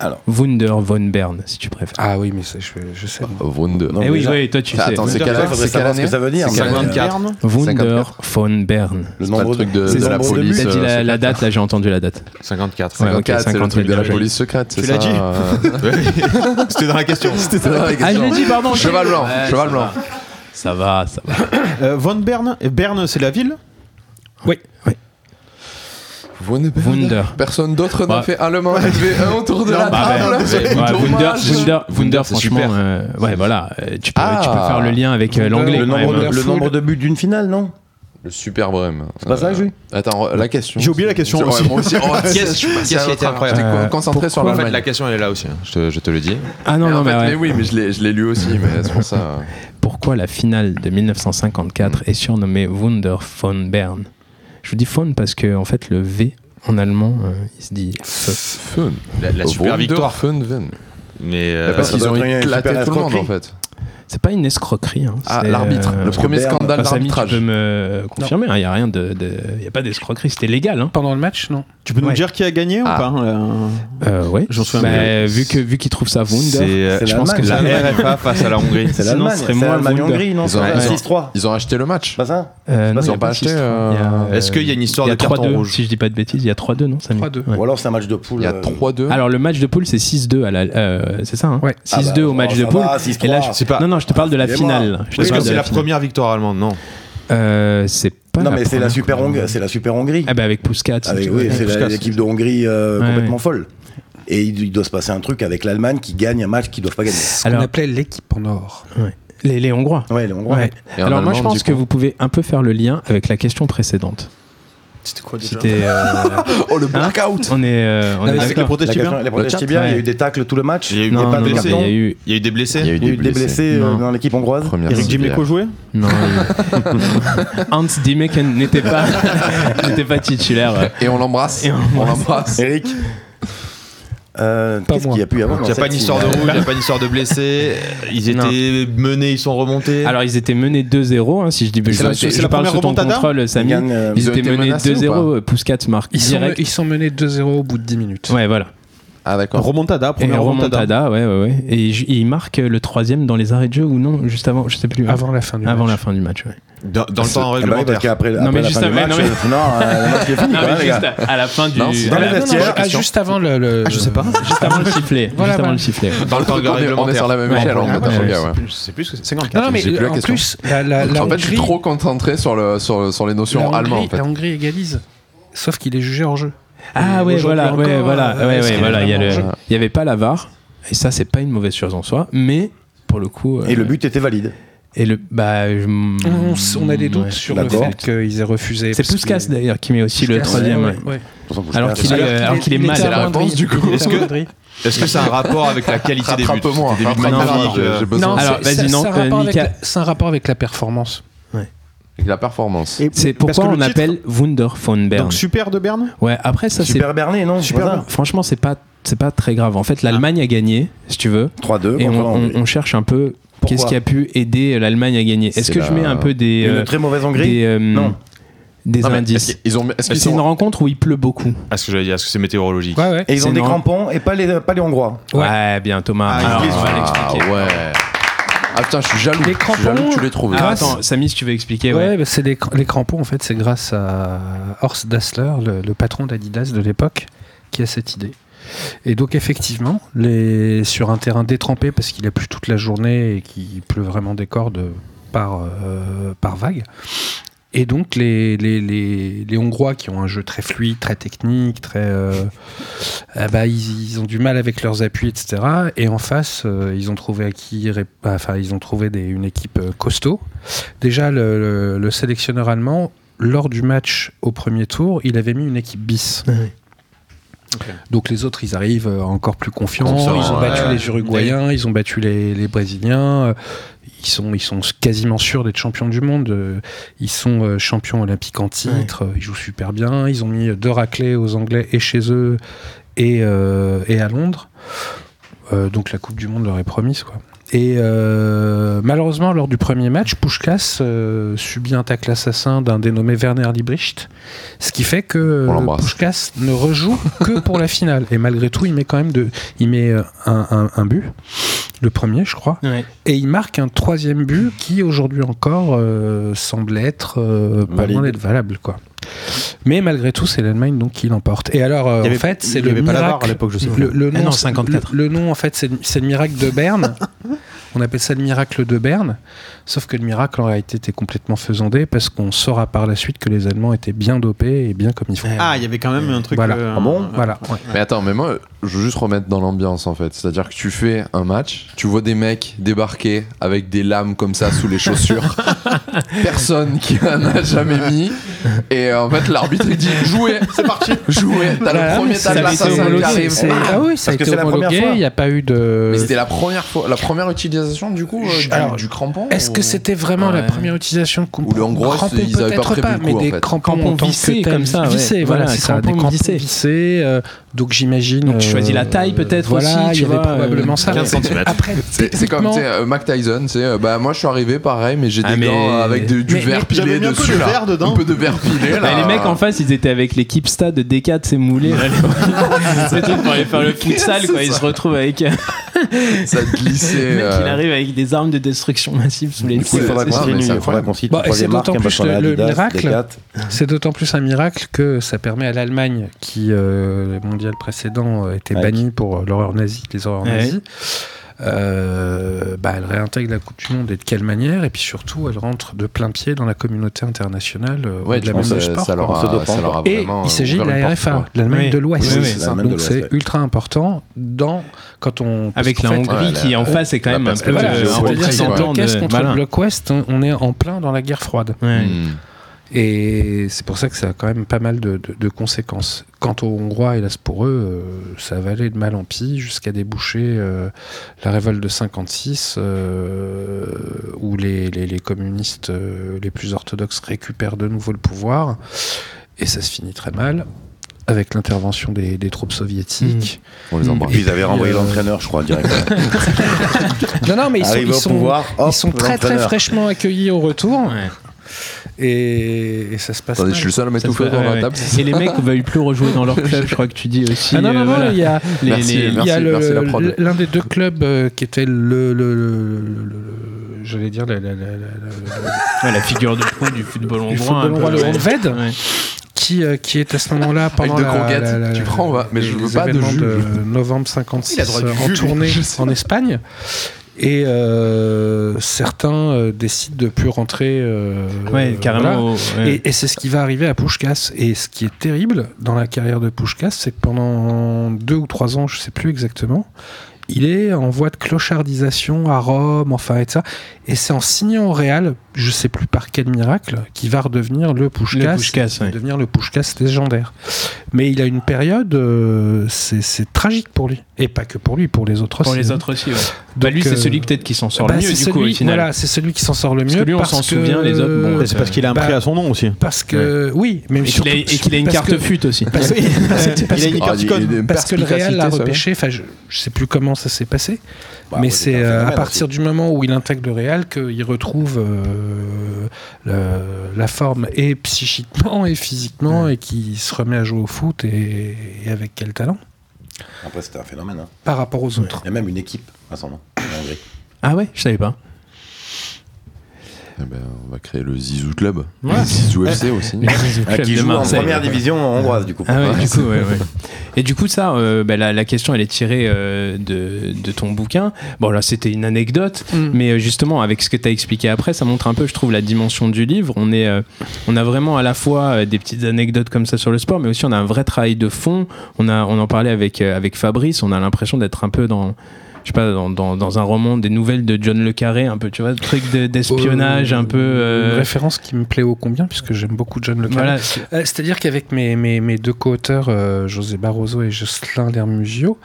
C: Alors.
A: Wunder von Bern, si tu préfères.
F: Ah oui, mais ça, je, je sais.
D: Wonder.
C: Non,
A: eh oui,
C: déjà-
A: oui, toi tu
D: Ah,
A: sais.
D: attends, c'est
C: Déjà,
D: quelle
C: il
D: année
C: faudrait
D: C'est quelle
C: savoir ce que
D: année
C: ça veut dire.
D: C'est
C: mais, euh,
E: 54.
A: Wunder
D: 54.
A: von Bern.
C: Le
D: C'est pas le
C: nombre
D: truc de,
C: c'est
D: de
C: le
D: la
C: nombre de
D: police.
A: T'as dit la,
D: euh,
A: la
D: secrète.
A: date, là j'ai entendu la date.
E: 54.
A: Ouais, ok,
D: 54, c'est le
A: 50,
D: truc de la
A: bien
D: police secrète.
E: Tu
D: c'est
E: l'as
D: ça,
E: dit.
D: euh,
C: <laughs>
A: <laughs>
E: C'était dans la question.
D: c'est la
A: Ah, je l'ai
D: question.
A: dit, pardon. je l'ai
D: Cheval
A: dit.
D: blanc,
A: Ouais,
D: cheval
A: ça
D: blanc.
A: va. Ça va, ça va.
E: Euh, Von Bern, et Berne, c'est la ville
A: Oui, oui.
D: Wunder.
A: Wunder.
D: Personne d'autre n'a
A: Ouais.
D: fait allemand LV1 autour de la
A: Bah,
D: table.
A: ouais,
D: Ah, C'est
A: ouais, Wunder,
D: dommage.
A: Wunder, Wunder,
D: c'est
A: franchement,
D: super.
A: euh, ouais, voilà, euh, tu peux,
D: Ah.
A: tu peux faire le lien avec euh,
F: Wunder,
A: l'anglais.
C: Le
A: quand
C: nombre,
A: même, hein.
C: de, le nombre de buts d'une finale, non Euh,
D: Le super brème.
C: C'est pas ça, Jules
D: Attends, re- la question.
E: J'ai oublié la question
D: Ouais,
E: aussi.
D: moi aussi. Oh,
E: Qu'est-ce-
D: c'est-
E: qu'est-ce
D: c'est
E: qui était
D: un autre
E: incroyable
D: arbre.
A: Euh,
D: J'étais concentré sur
E: En fait, la
D: l'Allemagne.
E: question, elle est là aussi. hein. Je te, je te le dis.
A: Ah non,
D: Mais
A: non,
D: en
A: mais,
D: fait,
A: ouais.
D: mais oui, mais je l'ai, je l'ai lu aussi, mais c'est pour ça.
A: Pourquoi la finale de 1954 est surnommée Wunder von Bern Je vous dis von parce que, en fait, le V en allemand, euh, il se dit feu.
D: Fun.
E: La, la super victoire.
D: Fun, Ven.
E: Mais euh,
D: Parce
C: ça
D: qu'ils
C: doit
D: ont
C: être une
D: éclaté
C: super
D: tout le monde, en
C: escroquerie.
D: fait.
A: C'est pas une escroquerie. hein,
D: Ah,
A: c'est,
D: l'arbitre.
A: euh,
D: Le premier
C: Berne-
D: scandale
A: enfin, Samy, tu peux
D: d'arbitrage.
A: me confirmer, il n'y a rien de, de- y a pas d'escroquerie, c'était légal. Hein.
F: Pendant le match, non
E: tu peux nous
A: Ouais.
E: dire qui a gagné
D: Ah.
E: ou pas hein,
A: Euh, ouais.
E: J'en souviens
A: Bah,
E: plus.
A: vu que vu qu'ils trouvent ça
E: la-
A: Wunder,
E: euh,
C: C'est
A: je pense que
C: l'Allemagne.
A: ça-
E: la RFA face à
A: <laughs>
E: la Hongrie.
C: C'est
A: Sinon,
C: l'Allemagne,
A: ce serait
C: c'est
A: moins
C: l'Allemagne-Hongrie, non
D: Ils
C: C'est
D: ont-
C: pas
D: ils ont-
C: 6-3.
D: Ils ont acheté le match.
C: C'est pas ça
A: Euh, non,
D: Ils
A: y a
D: ont pas acheté,
A: six, trois.
D: euh,
A: Il y a, euh,
E: Est-ce qu'il y a une histoire
A: Il y a
E: de carton
A: 3-2,
E: rouge
A: si je dis pas de bêtises. Il y a 3-2, non Samy
F: 3-2.
A: Ouais.
C: Ou alors c'est un match de poule.
D: Il y a
C: euh,
D: 3-2.
A: Alors, le match de poule, c'est 6-2 à la. euh, c'est ça, hein
F: Ouais.
A: 6-2
C: Ah bah,
A: au match
C: oh,
A: de
C: ça
A: poule.
C: va, 6-3.
A: Et là, je-
E: C'est pas-
A: Non, non, je te parle de la
C: excusez-moi.
A: finale. Je te
E: Est-ce
A: parle
E: que
A: de
E: c'est la
A: finale.
E: première victoire allemande Non.
A: Euh, c'est pas.
C: Non, mais c'est la
A: première,
C: super
A: quoi.
C: Hongrie. C'est la super Hongrie.
A: Ah, bah, avec Puskas.
C: Avec- oui, c'est la-
E: Puskas.
C: l'équipe de Hongrie euh,
A: Ouais,
C: complètement
A: ouais.
C: folle. Et il il doit se passer un truc avec l'Allemagne qui gagne un match qu'ils doivent pas gagner.
F: On
A: Alors,
F: appelait l'équipe en or.
A: les, les Hongrois.
C: Ouais, les Hongrois.
A: Ouais.
D: Et en
A: Alors, moi,
D: allemand,
A: je
D: du
A: pense que
D: coup.
A: vous pouvez un peu faire le lien avec la question précédente.
E: C'était quoi
A: C'était.
C: <laughs>
A: euh,
D: Oh, le blackout
A: on est. euh, on est
E: Avec les
A: d'accord.
C: La
E: protèges
C: question-
E: bien
C: les protèges
D: quatre,
C: tibias, il y a
A: ouais.
C: eu des tacles tout le match.
E: Il y a eu hein.
A: Non,
C: des
A: non,
C: pattes de
A: non, il y
C: carton.
A: a eu.
E: Il y a eu des blessés.
D: Il y a eu
C: Il y a eu des blessés euh,
A: Non.
C: dans l'équipe hongroise.
D: Première
E: Eric
D: civière.
E: Dimeco jouait
A: Non.
C: <laughs>
A: il- Hans Diemeken n'était pas, <laughs> n'était pas titulaire. euh,
D: Et on l'embrasse.
A: Et on
D: On l'embrasse.
C: Eric euh,
F: Pas
C: Qu'est-ce
F: moi.
C: qu'il y a pu y avoir
E: Il n'y a pas une histoire de rouge, il n'y a pas une histoire de blessés. Ils
A: Non.
E: étaient menés, ils sont remontés.
A: Alors ils étaient menés 2-0, hein, si je dis pas
E: C'est la-
A: je-
E: c'est
A: je
E: la
A: parle
E: première
A: sous ton
E: remontada
A: contrôle, Samy.
C: Gagne, euh,
A: Ils
D: Ils ont
A: étaient
D: été
A: menés
D: menacés ou
A: 2-0, Pouscat marque
F: Ils, sont,
A: direct.
F: ils sont menés 2-0 au bout de 10 minutes.
A: Ouais, voilà.
D: Ah, d'accord.
E: Remontada,
A: Et
E: première remontada.
A: remontada, ouais, ouais, ouais. Et ju- il marque le troisième dans les arrêts de jeu ou non, juste avant, je sais plus.
F: Avant la fin du
A: Avant
F: match.
A: la fin du match, ouais.
E: Dans, dans le temps
C: Ah bah oui, parce
E: réglementaire.
C: qu'après
A: Non,
C: après
A: mais
C: la
A: juste
C: fin du
A: avant-
C: match,
A: non, mais-
C: euh, non, euh, le match est fini.
A: Non,
C: quoi,
A: mais
C: hein, les
A: juste
C: gars.
A: à, à la fin du.
D: Non, c'est
A: à
D: dans
A: la-
C: les
A: non, non,
C: vestiaires.
A: non,
F: Ah, juste avant le. le-
A: Juste avant le sifflet. juste
F: Voilà,
A: avant
F: voilà.
A: le sifflet.
E: Dans le temps
D: On est- on est
E: réglementaire.
D: sur la même
A: Ouais.
D: échelle, en
A: Ah,
D: fait.
A: ouais,
D: en
A: ouais,
D: gars, ouais.
E: C'est plus que
F: Non,
E: 54.
F: non, mais
D: J'ai plus la
F: en
D: question.
F: plus, la, la, Euh, la
D: En fait, je suis
F: Hongrie-
D: trop concentré sur, le, sur, sur les
F: la
D: notions
F: Hongrie-
D: allemandes, en fait.
F: La Hongrie égalise. Sauf qu'il est jugé hors jeu.
A: Ah
F: Et
A: ouais,
F: aujourd'hui
A: voilà,
F: encore,
A: ouais,
F: euh,
A: voilà,
F: est-ce
A: ouais,
F: qu'il
A: ouais,
F: y a
A: voilà. Il y, a le-
F: vraiment
A: il y avait pas la VAR, et ça, c'est pas une mauvaise chose en soi, mais pour le coup. euh,
C: Et le but était valide.
A: Et le. Bah. je-
F: On, s- on a des doutes
A: Ouais.
F: sur le
C: D'accord.
F: fait qu'ils aient refusé.
A: C'est
F: parce
A: Pouskas
F: que-
A: d'ailleurs qui met aussi le
F: Puskas,
A: troisième. ouais.
F: ouais, ouais.
A: Alors qu'il
F: Alors
A: est, euh,
F: qu'il
A: alors
F: est-
A: qu'il est
F: il était
A: mal.
D: C'est la
F: avant
D: réponse,
F: Hongrie.
D: du coup.
E: Est-ce que-
F: Hongrie.
E: Est-ce que c'est un rapport avec la qualité des buts
D: Rattrape-moi.
E: C'était des buts
D: rattrape-moi,
E: magnifiques,
D: j'ai-
E: euh,
D: j'ai besoin
F: Non,
D: de-
A: Alors,
F: c'est-
A: vas-y,
F: c'est-
A: non,
F: c'est un
A: euh,
F: rapport avec
A: Mika-
F: la- c'est un rapport avec la performance.
A: Ouais.
D: avec la performance.
B: Et-
A: C'est
B: parce
A: pourquoi
B: que le
A: on
B: titre-
A: appelle Wunder von Bern.
B: Donc super de Berne
A: Ouais, après ça c'est
C: Super Bernet, non
A: Voilà. Franchement, c'est pas c'est pas très grave. En fait, l'Allemagne a gagné, si tu veux,
C: 3-2.
A: et
C: contre
A: on,
C: la
A: on-
C: Hongrie.
A: on cherche un peu
C: Pourquoi
A: qu'est-ce qui a pu aider l'Allemagne à gagner. Est-ce
D: C'est
A: que je mets
D: la-
A: un peu des
C: Une
A: euh,
C: très mauvaise
A: des,
C: Hongrie
A: euh,
C: Non.
A: des
D: Non, mais
A: indices
D: est-ce qu'ils- ils ont, est-ce qu'ils
A: C'est
D: sont-
A: une rencontre où il pleut beaucoup.
E: Ah, ce que j'allais dire, est-ce que c'est météorologique
F: Ouais, ouais.
C: Et ils
A: c'est
C: ont des
A: non.
C: crampons et pas les, pas les Hongrois.
A: Ouais,
F: Ouais.
A: bien Thomas.
B: Ah,
A: Alors,
B: ils les-
A: on va
D: Ah
A: l'expliquer.
D: ouais. Ah putain, je suis jaloux.
F: Les
D: Je suis jaloux que tu l'aies trouvé.
A: Ah,
F: Grâce-
A: attends, Samy, si tu veux expliquer, ouais.
F: Ouais, bah, c'est les, cr- les crampons, en fait, c'est grâce à Horst Dassler, le, le patron d'Adidas de l'époque, qui a cette idée. Et donc, effectivement, les, sur un terrain détrempé, parce qu'il a plu toute la journée et qu'il pleut vraiment des cordes par, euh, par vague. Et donc, les, les, les, les Hongrois, qui ont un jeu très fluide, très technique, très. euh, ah bah, ils, ils ont du mal avec leurs appuis, etc. Et en face, euh, ils ont trouvé, acquis, ré- enfin, ils ont trouvé des- une équipe euh, costaud. Déjà, le, le- le sélectionneur allemand, lors du match au premier tour, il avait mis une équipe bis.
A: Ouais.
F: Donc les autres, ils arrivent euh, encore plus confiants.
D: Confiants,
F: ils ont
D: ouais.
F: battu les Uruguayens, ils ont battu les, les Brésiliens. euh, Ils sont, ils sont quasiment sûrs d'être champions du monde. euh, Ils sont euh, champions olympiques en titre. euh, Ils jouent super bien. Ils ont mis deux raclées aux Anglais et chez eux et, euh, et à Londres. Euh, donc la Coupe du Monde leur est promise. Quoi. Et euh, malheureusement, lors du premier match, Pushkas euh, subit un tacle assassin d'un dénommé Werner Liebricht, ce qui fait que
D: On l'embrasse.
F: Pushkas ne rejoue <laughs> que pour la finale. Et malgré tout, il met quand même de, il met euh, un, un- un but, le premier, je crois,
A: Ouais.
F: et il marque un troisième but qui aujourd'hui encore euh, semble être euh, pas
C: Valide.
F: loin d'être valable, quoi. Mais malgré tout, c'est l'Allemagne donc qui l'emporte. Et alors, euh,
B: Il y avait-
F: en fait, c'est
B: il y
F: le
B: avait pas Eh la barre à
F: miracle
B: l'époque, je sais.
F: le, le
A: Ah
F: nom,
A: non,
F: c'est-
A: 54.
F: Le, le nom, en fait, c'est le- c'est le miracle de Berne. On appelle ça le miracle de Berne. Sauf que le miracle, en réalité, était complètement faisandé parce qu'on saura par la suite que les Allemands étaient bien dopés et bien comme il faut.
B: Ah, il y avait quand même un truc.
F: Voilà.
B: euh,
C: Ah bon
F: Voilà. ouais.
D: Mais attends, mais moi, je veux juste remettre dans l'ambiance en fait. C'est-à-dire que tu fais un match, tu vois des mecs débarquer avec des lames comme ça sous les chaussures. Personne qui en a jamais mis. Et euh, en fait, l'arbitre il dit jouez, c'est parti, jouez. T'as
F: Voilà,
D: le
F: Oh mais
D: premier,
F: ça
D: t'as
F: a été
D: l'assassin qui
F: homologué,
D: arrive.
F: c'est- Ah oui, ça a
C: Parce que
F: été
C: c'est la première
F: homologué.
C: fois.
F: Il n'y a pas eu de.
D: Mais c'était la première fois, la première utilisation du coup euh, du,
F: Alors,
D: du crampon.
F: Est-ce que
D: ou-
F: c'était vraiment la
A: Ouais.
F: première utilisation de crampons
D: Ou le Hongrois,
F: Crampons
D: c'est- ils avaient pas
F: peut-être
D: prévu le
F: mais
D: coup, en
F: des
D: fait.
F: crampons,
A: Crampons
F: en tant que
A: vissés,
F: tels,
A: comme ça, ouais.
F: vissés, voilà,
A: Voilà,
F: c'est ça, des
A: crampons
F: crampons
A: vissés.
F: vissés. euh, donc j'imagine. euh,
A: Donc, tu choisis la taille, peut-être,
F: voilà,
A: aussi,
F: il
A: tu
F: y avait
A: vois,
F: probablement
A: euh,
F: ça.
E: 15 centimètres.
F: Après,
D: <laughs> C'est c'est comme tu sais, euh, Mac Tyson, c'est euh, bah moi je suis arrivé pareil, mais j'ai des
A: Ah, mais-
D: gants avec de- du
F: mais-
D: verre
B: mais- J'avais
D: pilé
B: mis un peu
D: dessus
B: de
D: là.
B: verre dedans.
D: Un peu de verre pilé là.
A: Bah, les mecs en face, ils étaient avec l'équipe stade de D4, c'est moulé. C'était pour aller faire le futsal, quoi. Ils se retrouvent avec. Le
D: ça glissait.
A: mec, il
D: euh,
A: arrive avec des armes de destruction massive sous les
C: Du coup, il
A: pieds.
C: faudra
D: c'est-
C: qu'on
D: c'est
C: se
D: nul,
C: réunisse,
D: ouais.
C: il faudra qu'on cite
F: Bah,
C: les
F: et c'est
C: troisième marque,
F: d'autant
C: hein,
F: plus
C: parce qu'on
F: le-
C: a
F: le
C: Adidas,
F: miracle.
C: Decat.
F: C'est d'autant plus un miracle que ça permet à l'Allemagne, qui euh, le mondial précédent euh, était
C: Ouais.
F: bannie pour l'horreur nazie, les horreurs
A: Ouais.
F: nazies, euh, bah, elle réintègre la Coupe du Monde et de quelle manière Et puis surtout, elle rentre de plein pied dans la communauté internationale euh,
D: Ouais,
F: au-delà même
D: tu penses,
F: du
D: euh,
F: sport.
D: ça leur
F: quoi.
D: a-
C: on se dépend,
D: ça leur a
F: Et
D: vraiment,
F: il
D: euh,
F: s'agit de
D: ouvert une
F: la
D: porte,
F: RFA,
D: quoi.
F: de l'Allemagne
A: Oui.
F: de l'Ouest.
A: Oui, oui,
C: c'est l'Allemagne
F: Donc
C: de l'Ouest,
F: c'est
C: ouais.
F: ultra important dans quand on parce
A: Avec la
F: qu'en fait,
A: Hongrie
D: ouais,
A: qui,
D: la-
A: en face, est quand
D: la
A: même un peu.
D: perspective
F: Voilà,
A: euh,
D: géopolitique,
F: c'est-à-dire c'est
D: ouais.
F: le
A: représentant
F: bloc
A: de-
F: Est contre
A: voilà.
F: le bloc Ouest, on- on est en plein dans la guerre froide.
A: Ouais.
D: hmm.
F: Et c'est pour ça que ça a quand même pas mal de, de- de conséquences. Quant aux Hongrois, hélas pour eux, euh, ça va aller de mal en pis jusqu'à déboucher euh, la révolte de 56, euh, où les, les- les communistes euh, les plus orthodoxes récupèrent de nouveau le pouvoir. Et ça se finit très mal, avec l'intervention des, des troupes soviétiques.
D: On les embrasse.
C: Puis ils avaient renvoyé
F: euh,
C: l'entraîneur, je crois, directement.
F: Non, non, mais ils sont,
C: Arrivé
F: ils
C: au
F: sont-
C: pouvoir, hop,
F: ils sont très très
C: l'entraîneur.
F: fraîchement accueillis au retour. Et, et ça se passe
D: Attendez,
F: mal.
D: je suis le seul
A: Ça
D: à
A: se
D: m'étouffer
A: fait-
D: dans
A: ouais,
D: la table.
A: ouais. Et les mecs veulent plus rejouer dans leur club, je crois que tu dis aussi.
F: Ah non,
A: euh,
F: non, non,
A: voilà.
F: il y a,
A: Les-
D: Merci,
A: les-
D: merci.
F: il y a le-
D: la prod.
F: l'un des deux clubs euh, qui était le, le- le- le- le- j'allais dire la- la- la- la- la- la-
A: Ouais, la figure de proue du football hongrois.
F: football
A: un peu,
F: hongrois, le
A: ouais.
F: Honved.
A: Ouais.
F: qui euh, qui est à ce moment-là pendant
D: deux
F: la-
D: croquettes,
F: la- la-
D: tu
F: la-
D: prends, va, mais je
F: les
D: veux pas de
F: événements
D: jus.
F: novembre 56 euh, en tournée en Espagne et euh, certains euh, décident de plus rentrer euh,
A: Ouais,
F: euh,
A: carrément.
F: voilà.
A: au- ouais.
F: Et, et c'est ce qui va arriver à Pushkas. Et ce qui est terrible dans la carrière de Pushkas, c'est que pendant deux ou trois ans, je sais plus exactement, il est en voie de clochardisation à Rome, enfin et tout ça. Et c'est en signant au Real, je sais plus par quel miracle, qui va redevenir le
A: Le
F: Puskás,
A: Pushkas, ouais.
F: devenir le Pushkas légendaire. Mais il a une période, euh, c'est c'est tragique pour lui, et pas que pour lui, pour les autres.
A: Pour
F: aussi,
A: les
F: hein.
A: autres aussi, ouais. Bah, lui,
F: Donc,
A: c'est
F: euh,
A: celui peut-être qui s'en sort
F: Bah,
A: le mieux,
F: c'est
A: du coup, au
F: celui-
A: final.
F: Voilà, c'est celui qui s'en sort le
A: Parce
F: mieux.
A: que lui, on s'en
F: que-
A: souvient, les autres, bon,
B: Mais C'est parce qu'il a un
F: bah,
B: prix à son nom aussi.
F: Parce que oui, mais
A: Et qu'il
F: surtout-
A: a, et qu'il a une
F: parce
A: carte
F: que-
A: fut aussi.
F: <laughs> parce que-
B: Il a une
D: Ah, il- il
B: hyperticone.
D: est
F: parce que le Real l'a
D: perspicacité, ça,
F: repêché. Enfin, je, je sais plus comment ça s'est passé,
C: Bah,
F: mais
C: ouais,
F: c'est
C: un
F: euh, à
C: phénomène
F: partir
C: aussi.
F: du moment où il intègre le Real qu'il retrouve euh, le- la forme et psychiquement et physiquement et qu'il se remet à jouer au foot et, et avec quel talent
C: Après, c'était un phénomène. hein.
F: par rapport aux autres.
C: Il y a même une équipe à son nom, en Hongrie.
A: Ah ouais, je savais pas.
D: ouais. Eh ben, on va créer le Zizou Club.
A: Ouais.
D: Le Zizou FC aussi.
C: Ah,
A: Club
C: qui
A: de
C: joue en
A: Marseille.
C: première division hongroise, du coup.
A: Ah ouais,
C: Ouais.
A: du coup, ouais, ouais. <laughs> Et du coup, ça, euh, bah, la, la question, elle est tirée euh, de, de ton bouquin. Bon, là, c'était une anecdote, mais euh, justement, avec ce que tu as expliqué après, ça montre un peu, je trouve, la dimension du livre. On, est, euh, on a vraiment à la fois euh, des petites anecdotes comme ça sur le sport, mais aussi on a un vrai travail de fond. On, a, on en parlait avec, euh, avec Fabrice, on a l'impression d'être un peu dans. Je sais pas, dans, dans, dans un roman des nouvelles de John Le Carré, un peu, tu vois, truc de- d'espionnage, un peu. euh,
F: Une référence qui me plaît ô combien puisque j'aime beaucoup John Le Carré.
A: voilà,
F: Euh, C'est-à-dire qu'avec mes, mes- mes deux co-auteurs, euh, José Barroso et Jocelyn Lermusio,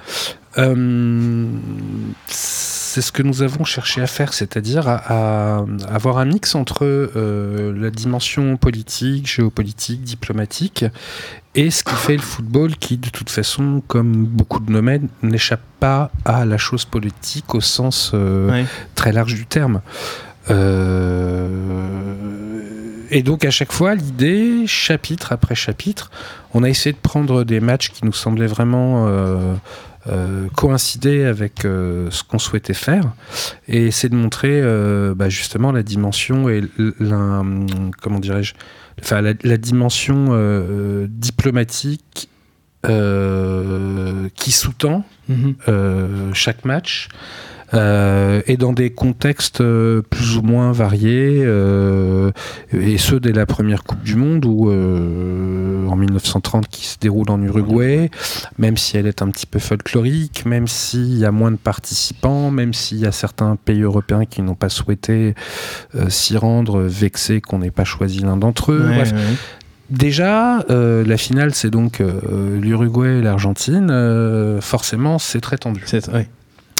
F: euh, c'est ce que nous avons cherché à faire, c'est-à-dire à, à avoir un mix entre euh, la dimension politique, géopolitique, diplomatique, et ce qui fait le football, qui de toute façon, comme beaucoup de domaines, n'échappe pas à la chose politique au sens euh,
A: Ouais.
F: très large du terme. Euh, Et donc à chaque fois, l'idée, chapitre après chapitre, on a essayé de prendre des matchs qui nous semblaient vraiment euh, euh, coïncider avec euh, ce qu'on souhaitait faire, et essayer de montrer euh, bah, justement la dimension et l- l'un- comment dirais-je, enfin la, la dimension euh, diplomatique euh, qui sous-tend
A: Mhm.
F: euh, chaque match euh, et dans des contextes euh, plus ou moins variés euh, et ce dès la première Coupe du Monde ou euh, en 1930 qui se déroule en Uruguay même si elle est un petit peu folklorique même s'il y a moins de participants même s'il y a certains pays européens qui n'ont pas souhaité euh, s'y rendre vexés qu'on n'ait pas choisi l'un d'entre eux
A: Ouais,
F: Bref,
A: ouais.
F: Déjà, euh, la finale, c'est donc euh, l'Uruguay et l'Argentine. Euh, forcément, c'est très tendu.
A: C'est- ouais.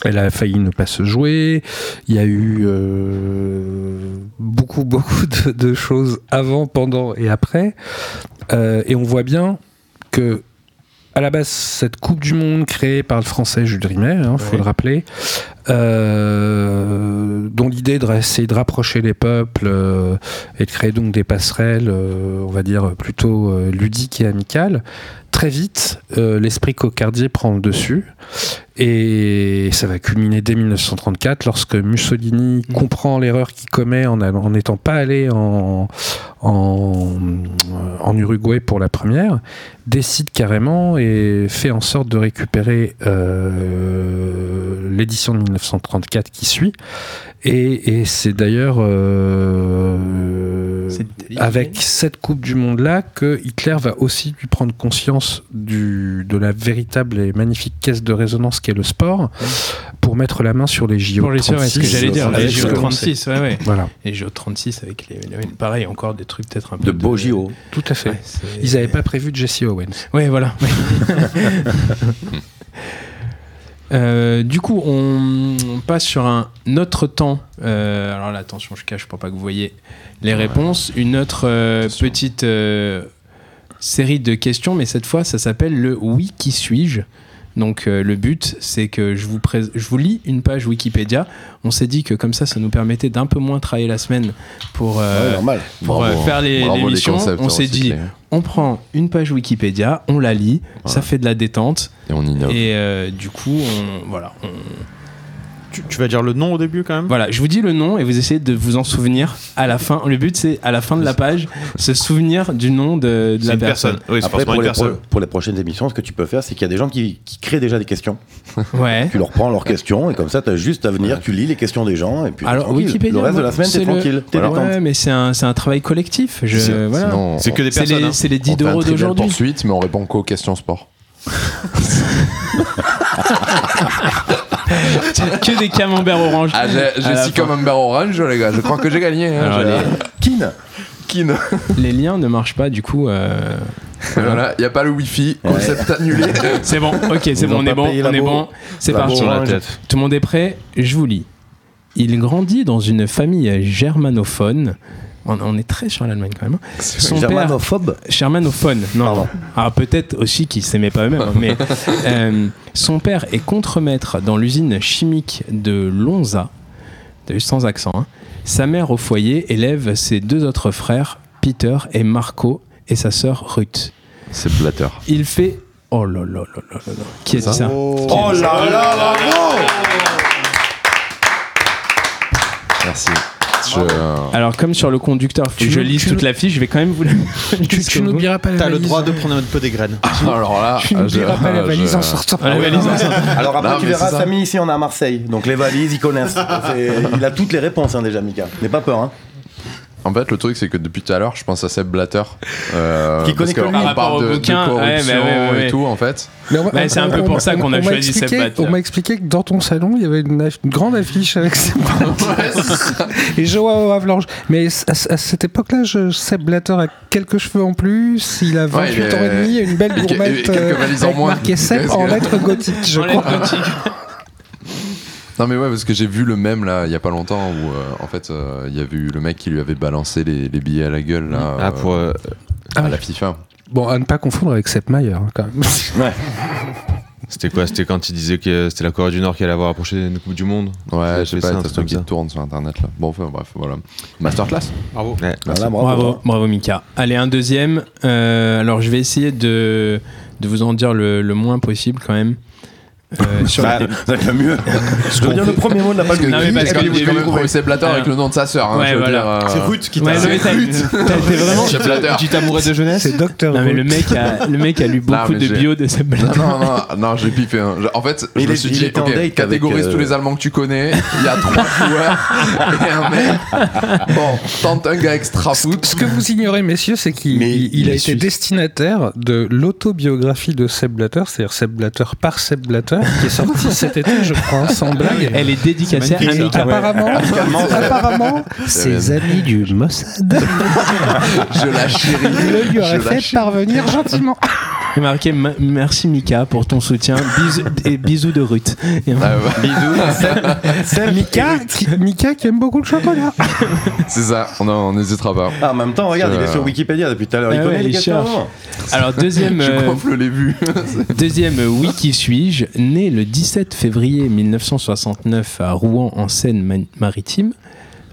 F: Elle a failli ne pas se jouer. Il y a eu euh, beaucoup, <laughs> beaucoup de, de choses avant, pendant et après. Euh, et on voit bien que, à la base, cette Coupe du Monde créée par le Français Jules Rimet, il faut
A: Ouais.
F: le rappeler, euh, dont l'idée de essayer de rapprocher les peuples euh, et de créer donc des passerelles, euh, on va dire plutôt euh, ludiques et amicales. Très vite, euh, l'esprit cocardier prend le dessus. Et ça va culminer dès 1934 lorsque Mussolini comprend l'erreur qu'il commet en allant- en n'étant pas allé en, en, en Uruguay pour la première, décide carrément et fait en sorte de récupérer euh, l'édition de 1934 qui suit. Et, et c'est d'ailleurs euh,
A: C'est-
F: avec cette Coupe du Monde-là que Hitler va aussi lui prendre conscience du, de la véritable et magnifique caisse de résonance qu'est le sport pour mettre la main sur les JO.
A: Pour les sœurs, ouais, ce que
F: 36,
A: j'allais dire,
F: euh,
A: les
C: avec
A: JO
C: ce
F: que l'on
A: 36, ouais, ouais.
F: Voilà,
A: Les JO 36 avec les. les- Pareil, encore des trucs peut-être un peu.
C: De beaux JO.
F: tout à fait.
A: Ouais, c'est-
F: Ils n'avaient pas prévu de Jesse Owens.
A: Ouais, voilà. <laughs> ouais. Euh, du coup, on, on passe sur un autre temps. Euh, alors là, attention, je cache pour pas que vous voyez les réponses. Une autre euh, petite euh, série de questions, mais cette fois, ça s'appelle le Oui, qui suis-je donc euh, le but, c'est que je vous, prés- je vous lis une page Wikipédia. On s'est dit que comme ça, ça nous permettait d'un peu moins travailler la semaine pour, euh,
C: Ouais, normal.
A: pour
D: Bravo,
A: euh, faire les-
D: bravo,
A: l'émission.
D: concepts
A: On s'est dit,
D: recyclés.
A: on prend une page Wikipédia, on la lit, ça fait de la détente.
D: Et on innove.
A: Et euh, du coup, on, voilà, on-
B: Tu, tu vas dire le nom au début quand même
A: voilà, je vous dis le nom et vous essayez de vous en souvenir à la fin. Le but, c'est à la fin de la page, se souvenir du nom de, de
E: C'est
A: la
E: une
A: personne.
E: personne. Oui, c'est forcément
C: Après, pour
E: une
C: les,
E: personne.
C: pro- pour les prochaines émissions, ce que tu peux faire, c'est qu'il y a des gens qui, qui créent déjà des questions.
A: Ouais.
C: Tu leur prends leurs questions et comme ça, tu as juste à venir, tu lis les questions des gens et puis t'es
A: Alors,
C: tranquille.
A: Wikipédia,
C: le reste de la
A: moi,
C: semaine,
A: c'est
C: t'es
A: le-
C: tranquille. T'es
A: Voilà.
C: détente.
A: Ouais, mais c'est un, c'est un travail collectif. Je,
D: Sinon-
A: voilà.
D: sinon,
E: C'est que des
A: C'est
E: personnes.
A: les,
E: hein.
A: c'est les
D: on
A: 10
D: fait un
A: euros
D: trivial
A: d'aujourd'hui.
D: poursuite, mais on répond qu'aux questions sport.
A: <laughs> que des camemberts orange.
D: Ah, j'ai
A: À
D: j'ai
A: la
D: si
A: fin.
D: comme un beurre orange, les gars. Je crois que j'ai gagné. hein.
A: Alors,
D: J'ai-
C: Kin
D: Kin.
A: Les liens ne marchent pas, du coup. euh,
D: Voilà, y a pas le wifi. Concept annulé.
A: C'est bon, ok, c'est
C: Ils
A: bon,
C: ont
A: on est
C: pas
A: bon,
C: payé la
A: on est
C: bourre.
A: bon. C'est
C: La
A: parti.
C: bourre
E: sur la tête.
A: Tout le monde est prêt Je vous lis. Il grandit dans une famille germanophone. On, on est très sur l'Allemagne quand même. hein. Son père,
C: Germanophobe
A: germanophone. Non,
C: Pardon.
A: Ah, peut-être aussi qu'ils s'aimaient pas eux-mêmes, hein,
E: <laughs>
A: mais euh, son père est contremaître dans l'usine chimique de Lonza, T'as vu, sans accent. hein. Sa mère au foyer élève ses deux autres frères, Peter et Marco, et sa sœur Ruth.
D: <laughs> C'est flatteur.
A: Il fait. Oh là là là là là là. Qui a dit ça
C: Oh là là, bravo
D: Merci. Je-
A: Alors, comme sur le conducteur, faut
F: Tu
A: que je
F: nous-
A: lise
F: tu
A: toute
F: nous-
A: la fiche, je vais quand même <laughs> vous la.
F: Tu, tu n'oublieras pas la
B: T'as le
F: valise.
B: droit de prendre un peu des graines.
D: Ah, Alors là,
F: Tu
D: je-
F: n'oublieras pas la
D: je-
F: valise en sortant.
A: Ah, la valise, hein.
C: Alors après,
D: Non,
C: tu
D: mais
C: verras,
D: c'est ça.
C: Samy, ici, on est à Marseille. Donc les valises, ils connaissent. C'est- Il a toutes les réponses, hein, déjà, Mika. N'aie pas peur. Hein.
D: En fait, le truc, c'est que depuis tout à l'heure, je pense à Seb Blatter. euh,
C: Qui
D: parce
C: connaît que lui.
D: qu'on
A: Par rapport
D: parle
A: au
D: de, de
A: bouquin,
D: corruption
A: ouais, mais ouais, ouais, ouais.
D: et tout, en fait.
F: Mais on va-
A: Ouais, c'est un
F: on-
A: peu
F: on-
A: pour ça
F: on-
A: qu'on a
F: on m'a
A: choisi Seb
F: expliqué-
A: Blatter.
F: On m'a expliqué que dans ton salon, il y avait une, af- une grande affiche avec
D: <laughs>
F: Seb Blatter. et Joao Avalanche. Mais à, à cette époque-là, je- Seb Blatter a quelques cheveux en plus, il a 28
D: il est-
F: ans et demi, et une belle
D: et que- et
F: gourmette
D: quelques
F: euh,
D: valises en
F: avec
D: moins.
F: marqué Seb
D: Parce que-
F: en lettres gothiques, je
A: Dans les
F: crois.
A: boutiques.
D: Non mais ouais parce que j'ai vu le même là il y a pas longtemps où euh, en fait euh, il y avait eu le mec qui lui avait balancé les, les billets à la gueule là
A: Ah,
E: Ah,
D: euh, à
F: Ah oui.
D: la FIFA.
F: Bon, à ne pas confondre avec Seb Mayer, hein, quand même.
E: C'était quoi C'était quand il disait que c'était la Corée du Nord qui allait avoir approché une Coupe du Monde
D: Ouais
E: J'ai
D: je sais
E: fait
D: pas
E: ça, un
D: t'as
E: truc
D: ce truc qui
E: comme ça.
D: tourne sur internet là. Bon enfin bref voilà masterclass.
E: Bravo.
C: Voilà,
A: Bravo, bravo Mika. Allez, un deuxième. Euh, alors, je vais essayer de, de vous en dire le, le moins possible quand même. Euh, sur la-
C: Bah, ça va être
A: <laughs>
C: le mieux. Je veux dire, le premier mot n'a pas
D: Parce que
C: le
A: Non, mais parce
D: parce
A: que j'ai
D: que j'ai quand
A: vu
D: même trouvé Seb Blatter
A: Alors.
D: avec le nom de sa sœur. hein,
A: Ouais,
D: je veux
A: voilà.
D: dire, euh,
B: C'est Ruth qui
A: Ouais,
B: t'a
A: non, mais t'as t'as été vraiment.
D: Seb Blatter.
B: Petit amoureux de jeunesse.
F: C'est Docteur
A: Non, mais le mec a, le mec a lu
D: Non,
A: beaucoup
D: mais
A: de
D: j'ai-
A: bio de Seb Blatter.
D: Non, non, non, non, j'ai pipé. hein. Je- En fait, je
C: Mais il
D: me
C: est-
D: suis
C: il
D: dit,
C: était en
D: ok,
C: date avec,
D: catégorise
C: euh,
D: tous les Allemands que tu connais. Il y
A: <laughs>
D: a trois joueurs et un mec. Bon, tente un gars extra
F: Ce
D: foot.
F: ce que vous ignorez, messieurs, c'est qu'il
C: Mais
F: il- il a
C: il est
F: été
C: suisse.
F: destinataire de l'autobiographie de Seb Blatter, c'est-à-dire Seb Blatter par Seb Blatter, qui est <laughs> sortie cet été, je crois, hein, sans blague.
A: Elle est dédicacée
B: C'est
A: à
B: magnifique,
A: Mika.
F: Et apparemment, apparemment, ses amis du Mossad
D: Je la chéris.
F: le lui auraient
D: Je la
F: fait
D: chéris.
F: parvenir <laughs> gentiment.
A: Il y a marqué "Ma- Merci Mika pour ton soutien.
D: <laughs>
A: Bisous, et bisous de Ruth. Et-
D: Ah ouais,
F: Mika, qui, Mika qui aime beaucoup le chocolat.
D: C'est ça, on en- on n'hésitera pas.
C: Ah, en même temps, regarde,
D: C'est,
C: il est
D: euh,
C: sur Wikipédia depuis tout à l'heure. Il
A: Ah ouais,
C: connaît les
A: il
C: questions.
A: cherche. Alors, deuxième.
D: <laughs> Je
A: euh,
D: gonfle les vues.
A: Deuxième, euh, oui, qui suis-je Né le 17 février 1969 à Rouen, en Seine-Maritime.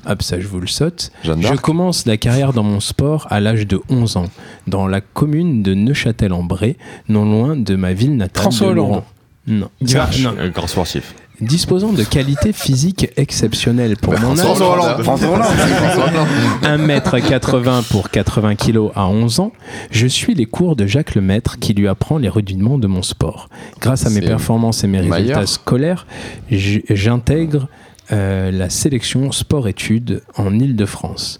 A: Hop, ça, je vous le saute.
D: Jeanne
A: Je
D: d'Arc.
A: commence la carrière dans mon sport à l'âge de 11 ans, dans la commune de Neuchâtel-en-Bray, non loin de ma ville natale.
F: François
A: de
F: Hollande.
A: Laurent. Non. Non.
E: Grand sportif.
A: Disposant de qualités physiques exceptionnelles pour mon âge,
D: Bah, François Hollande.
C: François Hollande.
D: François Hollande.
A: 1m80 pour 80 kg à 11 ans, je suis les cours de Jacques Lemaître qui lui apprend les rudiments de mon sport. Grâce à mes
D: C'est
A: performances et mes
D: Maillard.
A: résultats scolaires, j- j'intègre euh, la sélection sport-études en Île-de-France.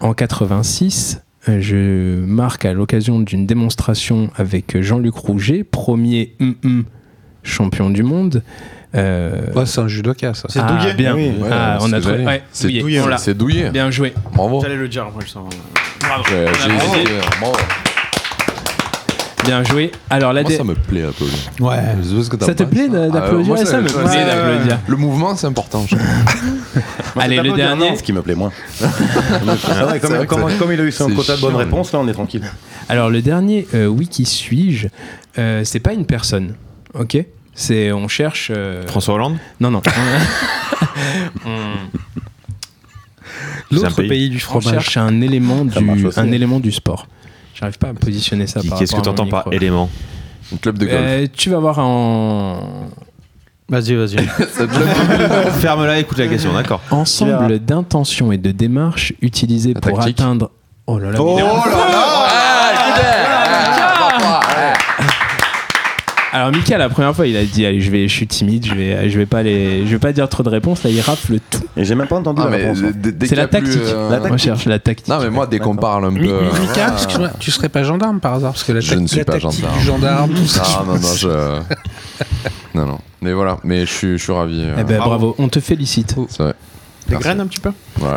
A: En 86, euh, je marque à l'occasion d'une démonstration avec Jean-Luc Rouget, premier MM champion du monde. Euh,
F: bah, c'est un judoka, ça.
B: C'est
A: Ah,
B: douillet.
A: bien.
B: Oui.
D: Ouais,
A: Ah, on
D: c'est
A: a trouvé.
D: douillet.
A: Ouais,
D: C'est
A: douillet,
D: douillet,
A: on l'a.
D: C'est douillet.
A: bien joué.
D: Bravo.
B: J'allais le dire, moi, je sens. euh,
A: Bravo.
D: J'ai j'ai hésité. Bravo.
A: Bien joué. Alors la
D: Moi,
A: dé-
D: ça me plaît d'applaudir.
F: Ouais.
D: Je sais pas ce que t'en
A: Ça te
D: penses.
A: plaît d'a-
D: Ah,
A: d'applaudir
D: moi,
A: ça, me
D: ça-
A: plaît
D: ça-
A: d'applaudir.
D: Le mouvement, c'est important. je crois.
C: Moi,
A: Allez,
C: c'est
A: le
C: pas bien,
A: dernier.
C: non, Ce qui me plaît moins. C'est vrai,
D: C'est vrai
C: comme,
D: que
C: comme- comme il a eu son
D: c'est
C: quota de
D: chiant,
C: bonnes
D: mais-
C: réponses, là, on est tranquille.
A: Alors le dernier euh, oui qui suis-je euh, C'est pas une personne, ok C'est on cherche. euh,
E: François Hollande
A: Non non. <laughs> on,
E: C'est un
F: L'autre
E: pays.
F: pays. du
A: on
F: fromage.
A: cherche un élément
C: Ça
A: du
C: marche aussi.
A: un élément du sport. J'arrive pas à positionner ça.
E: Qui-
A: par
E: Qu'est-ce que
A: rapport à mon
E: t'entends par
A: micro.
E: élément
D: Un club de golf.
A: Euh, Tu vas voir en
B: Vas-y, vas-y.
D: Un club de-
E: Ferme-la, écoute la question, d'accord.
A: ensemble d'intentions et de démarches utilisées
D: La
A: pour
D: tactique.
A: atteindre. Oh là là. mais-
D: Ah, écoutez, ah, ah, ah.
A: Alors Mika la première fois il a dit allez je vais je suis timide je vais je vais pas les je vais pas dire trop de réponses là il rafle tout.
C: Et j'ai même pas entendu
D: Ah,
C: la
D: mais
C: réponse.
D: dès- dès
A: C'est
D: qu'il y a
A: la
D: plus,
A: tactique.
D: euh,
C: La tactique.
A: On cherche la tactique.
D: Non, mais moi, dès qu'on parle un peu.
F: Mi-
D: euh,
F: Mika,
D: voilà.
F: tu serais- tu serais pas gendarme par hasard Parce que la,
D: Je
F: tac-
D: ne suis
F: la
D: pas
F: tactique
D: gendarme.
F: du gendarme, tout ça.
D: Non, non, non, je. Non, non. Mais voilà, mais Oh. je suis, je suis ravi. euh,
A: Eh ben,
B: Bravo.
A: bravo, on te félicite.
D: C'est vrai.
B: Des
D: Merci.
B: graines un petit peu
D: Voilà.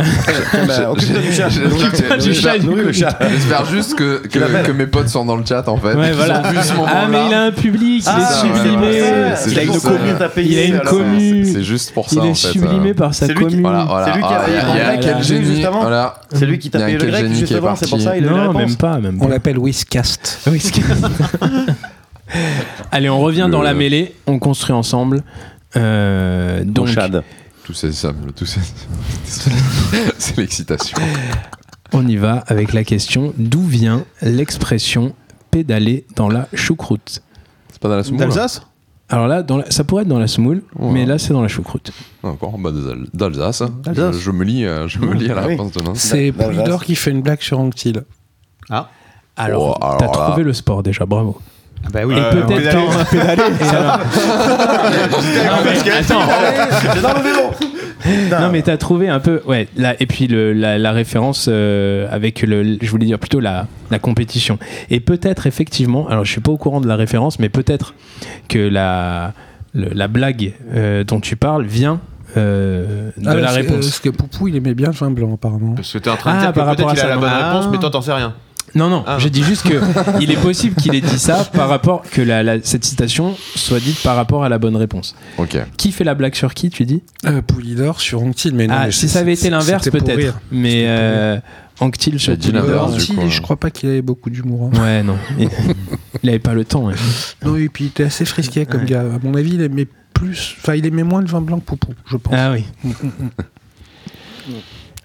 C: Bah, occupe-toi du chat.
D: j'ai- j'ai-
C: Occupe-toi
D: j'ai-
C: du chat.
A: j'ai-
C: Nourris le chat.
D: J'espère juste que, que,
C: l'appelles.
D: que mes potes sont dans le chat en fait.
A: Ouais,
D: Ils
A: voilà.
D: ont vu ce
A: Ah, mais
D: moment-là.
A: il a un public, il est
D: Ah, ouais,
A: sublimé.
D: ouais, ouais.
C: Il a une
D: juste,
C: commune
D: euh,
C: à payer.
A: il a une
C: alors.
A: commune. commu.
D: C'est c'est juste pour ça
A: il est
D: en fait.
A: sublimé
D: euh,
A: par sa
C: C'est lui qui-
A: commune.
D: Voilà, voilà.
C: C'est lui qui a
D: Ah, il y
A: payé
D: il y
A: le
D: a
A: grec,
D: quel
A: là,
D: génie.
C: juste avant.
D: Voilà.
C: C'est lui qui
D: Il y a
C: tapait
D: un
C: le
D: quel
C: grec
D: génie
C: juste
D: qui est
C: avant, c'est pour
D: parti.
C: ça, il a eu la
A: Non,
C: réponse.
A: même pas, même pas.
F: On l'appelle Whizcast.
A: <laughs>
D: <laughs>
A: Allez, on revient
D: Le-
A: dans la mêlée, on construit ensemble. Euh,
C: Ton
A: donc,
C: Chad.
D: Tout c'est ça, le- tout c'est. <laughs> c'est l'excitation.
A: on y va avec la question d'où vient l'expression pédaler dans la choucroute
D: C'est pas dans la soumoule
B: D'Alsace
A: Alors là, dans la- ça pourrait être dans la semoule,
D: Ouais.
A: mais là, c'est dans la choucroute.
D: hein. Encore en bas des Al- d'Alsace. hein.
B: D'Alsace.
D: Je, je me lis, euh, je me lis à la
C: Ah oui.
D: réponse de Nancy.
F: C'est
C: D'Alsace.
F: Polydor qui fait une blague sur Anctil.
A: Alors,
D: Oh, alors
A: t'as
D: là.
A: trouvé le sport déjà, bravo.
B: Bah oui.
A: Et peut-être.
B: pédaler.
A: en- Et <laughs> alors- Non, mais attends,
C: C'est dans le vélo.
A: Non, mais t'as trouvé un peu. Ouais, là, et puis le- la, la référence euh, avec le. le- Je voulais dire plutôt la, la compétition. Et peut-être, effectivement, alors je suis pas au courant de la référence, mais peut-être que la, le- la blague euh, dont tu parles vient euh, de la réponse.
F: Ah, Parce que Poupou, il aimait bien le vin blanc, apparemment.
E: Parce que t'es en train
A: Ah,
E: de
A: par
E: dire que
A: rapport
E: peut-être
A: à
E: il
A: ça,
E: a la bonne
B: non.
E: réponse, mais toi t'en sais rien.
A: Non, non,
E: Ah.
A: je dis juste
F: <laughs>
A: que il est possible qu'il ait dit ça par rapport. que la- la- cette citation soit dite par rapport à la bonne réponse.
D: Ok.
A: Qui fait la blague sur qui, tu dis
F: Euh, Poulidor sur Anctil, mais non.
A: Ah,
F: mais
A: si
F: c'est-
A: ça avait été
F: c'est-
A: l'inverse,
F: c'était pour
A: peut-être.
F: rire.
A: Mais. Euh, Anctil sur
D: J'ai dit
A: Poulidor.
D: l'inverse, du
F: Anctil,
D: coup,
F: et je
D: hein.
F: crois pas qu'il avait beaucoup d'humour. hein.
A: Ouais, non. Il, il avait pas le
F: <laughs>
A: temps. hein.
F: Non, et puis il était assez frisquet comme
A: Ouais.
F: gars. À mon avis, il aimait plus. Enfin, il aimait moins le vin blanc que Poupou, je pense.
A: Ah oui.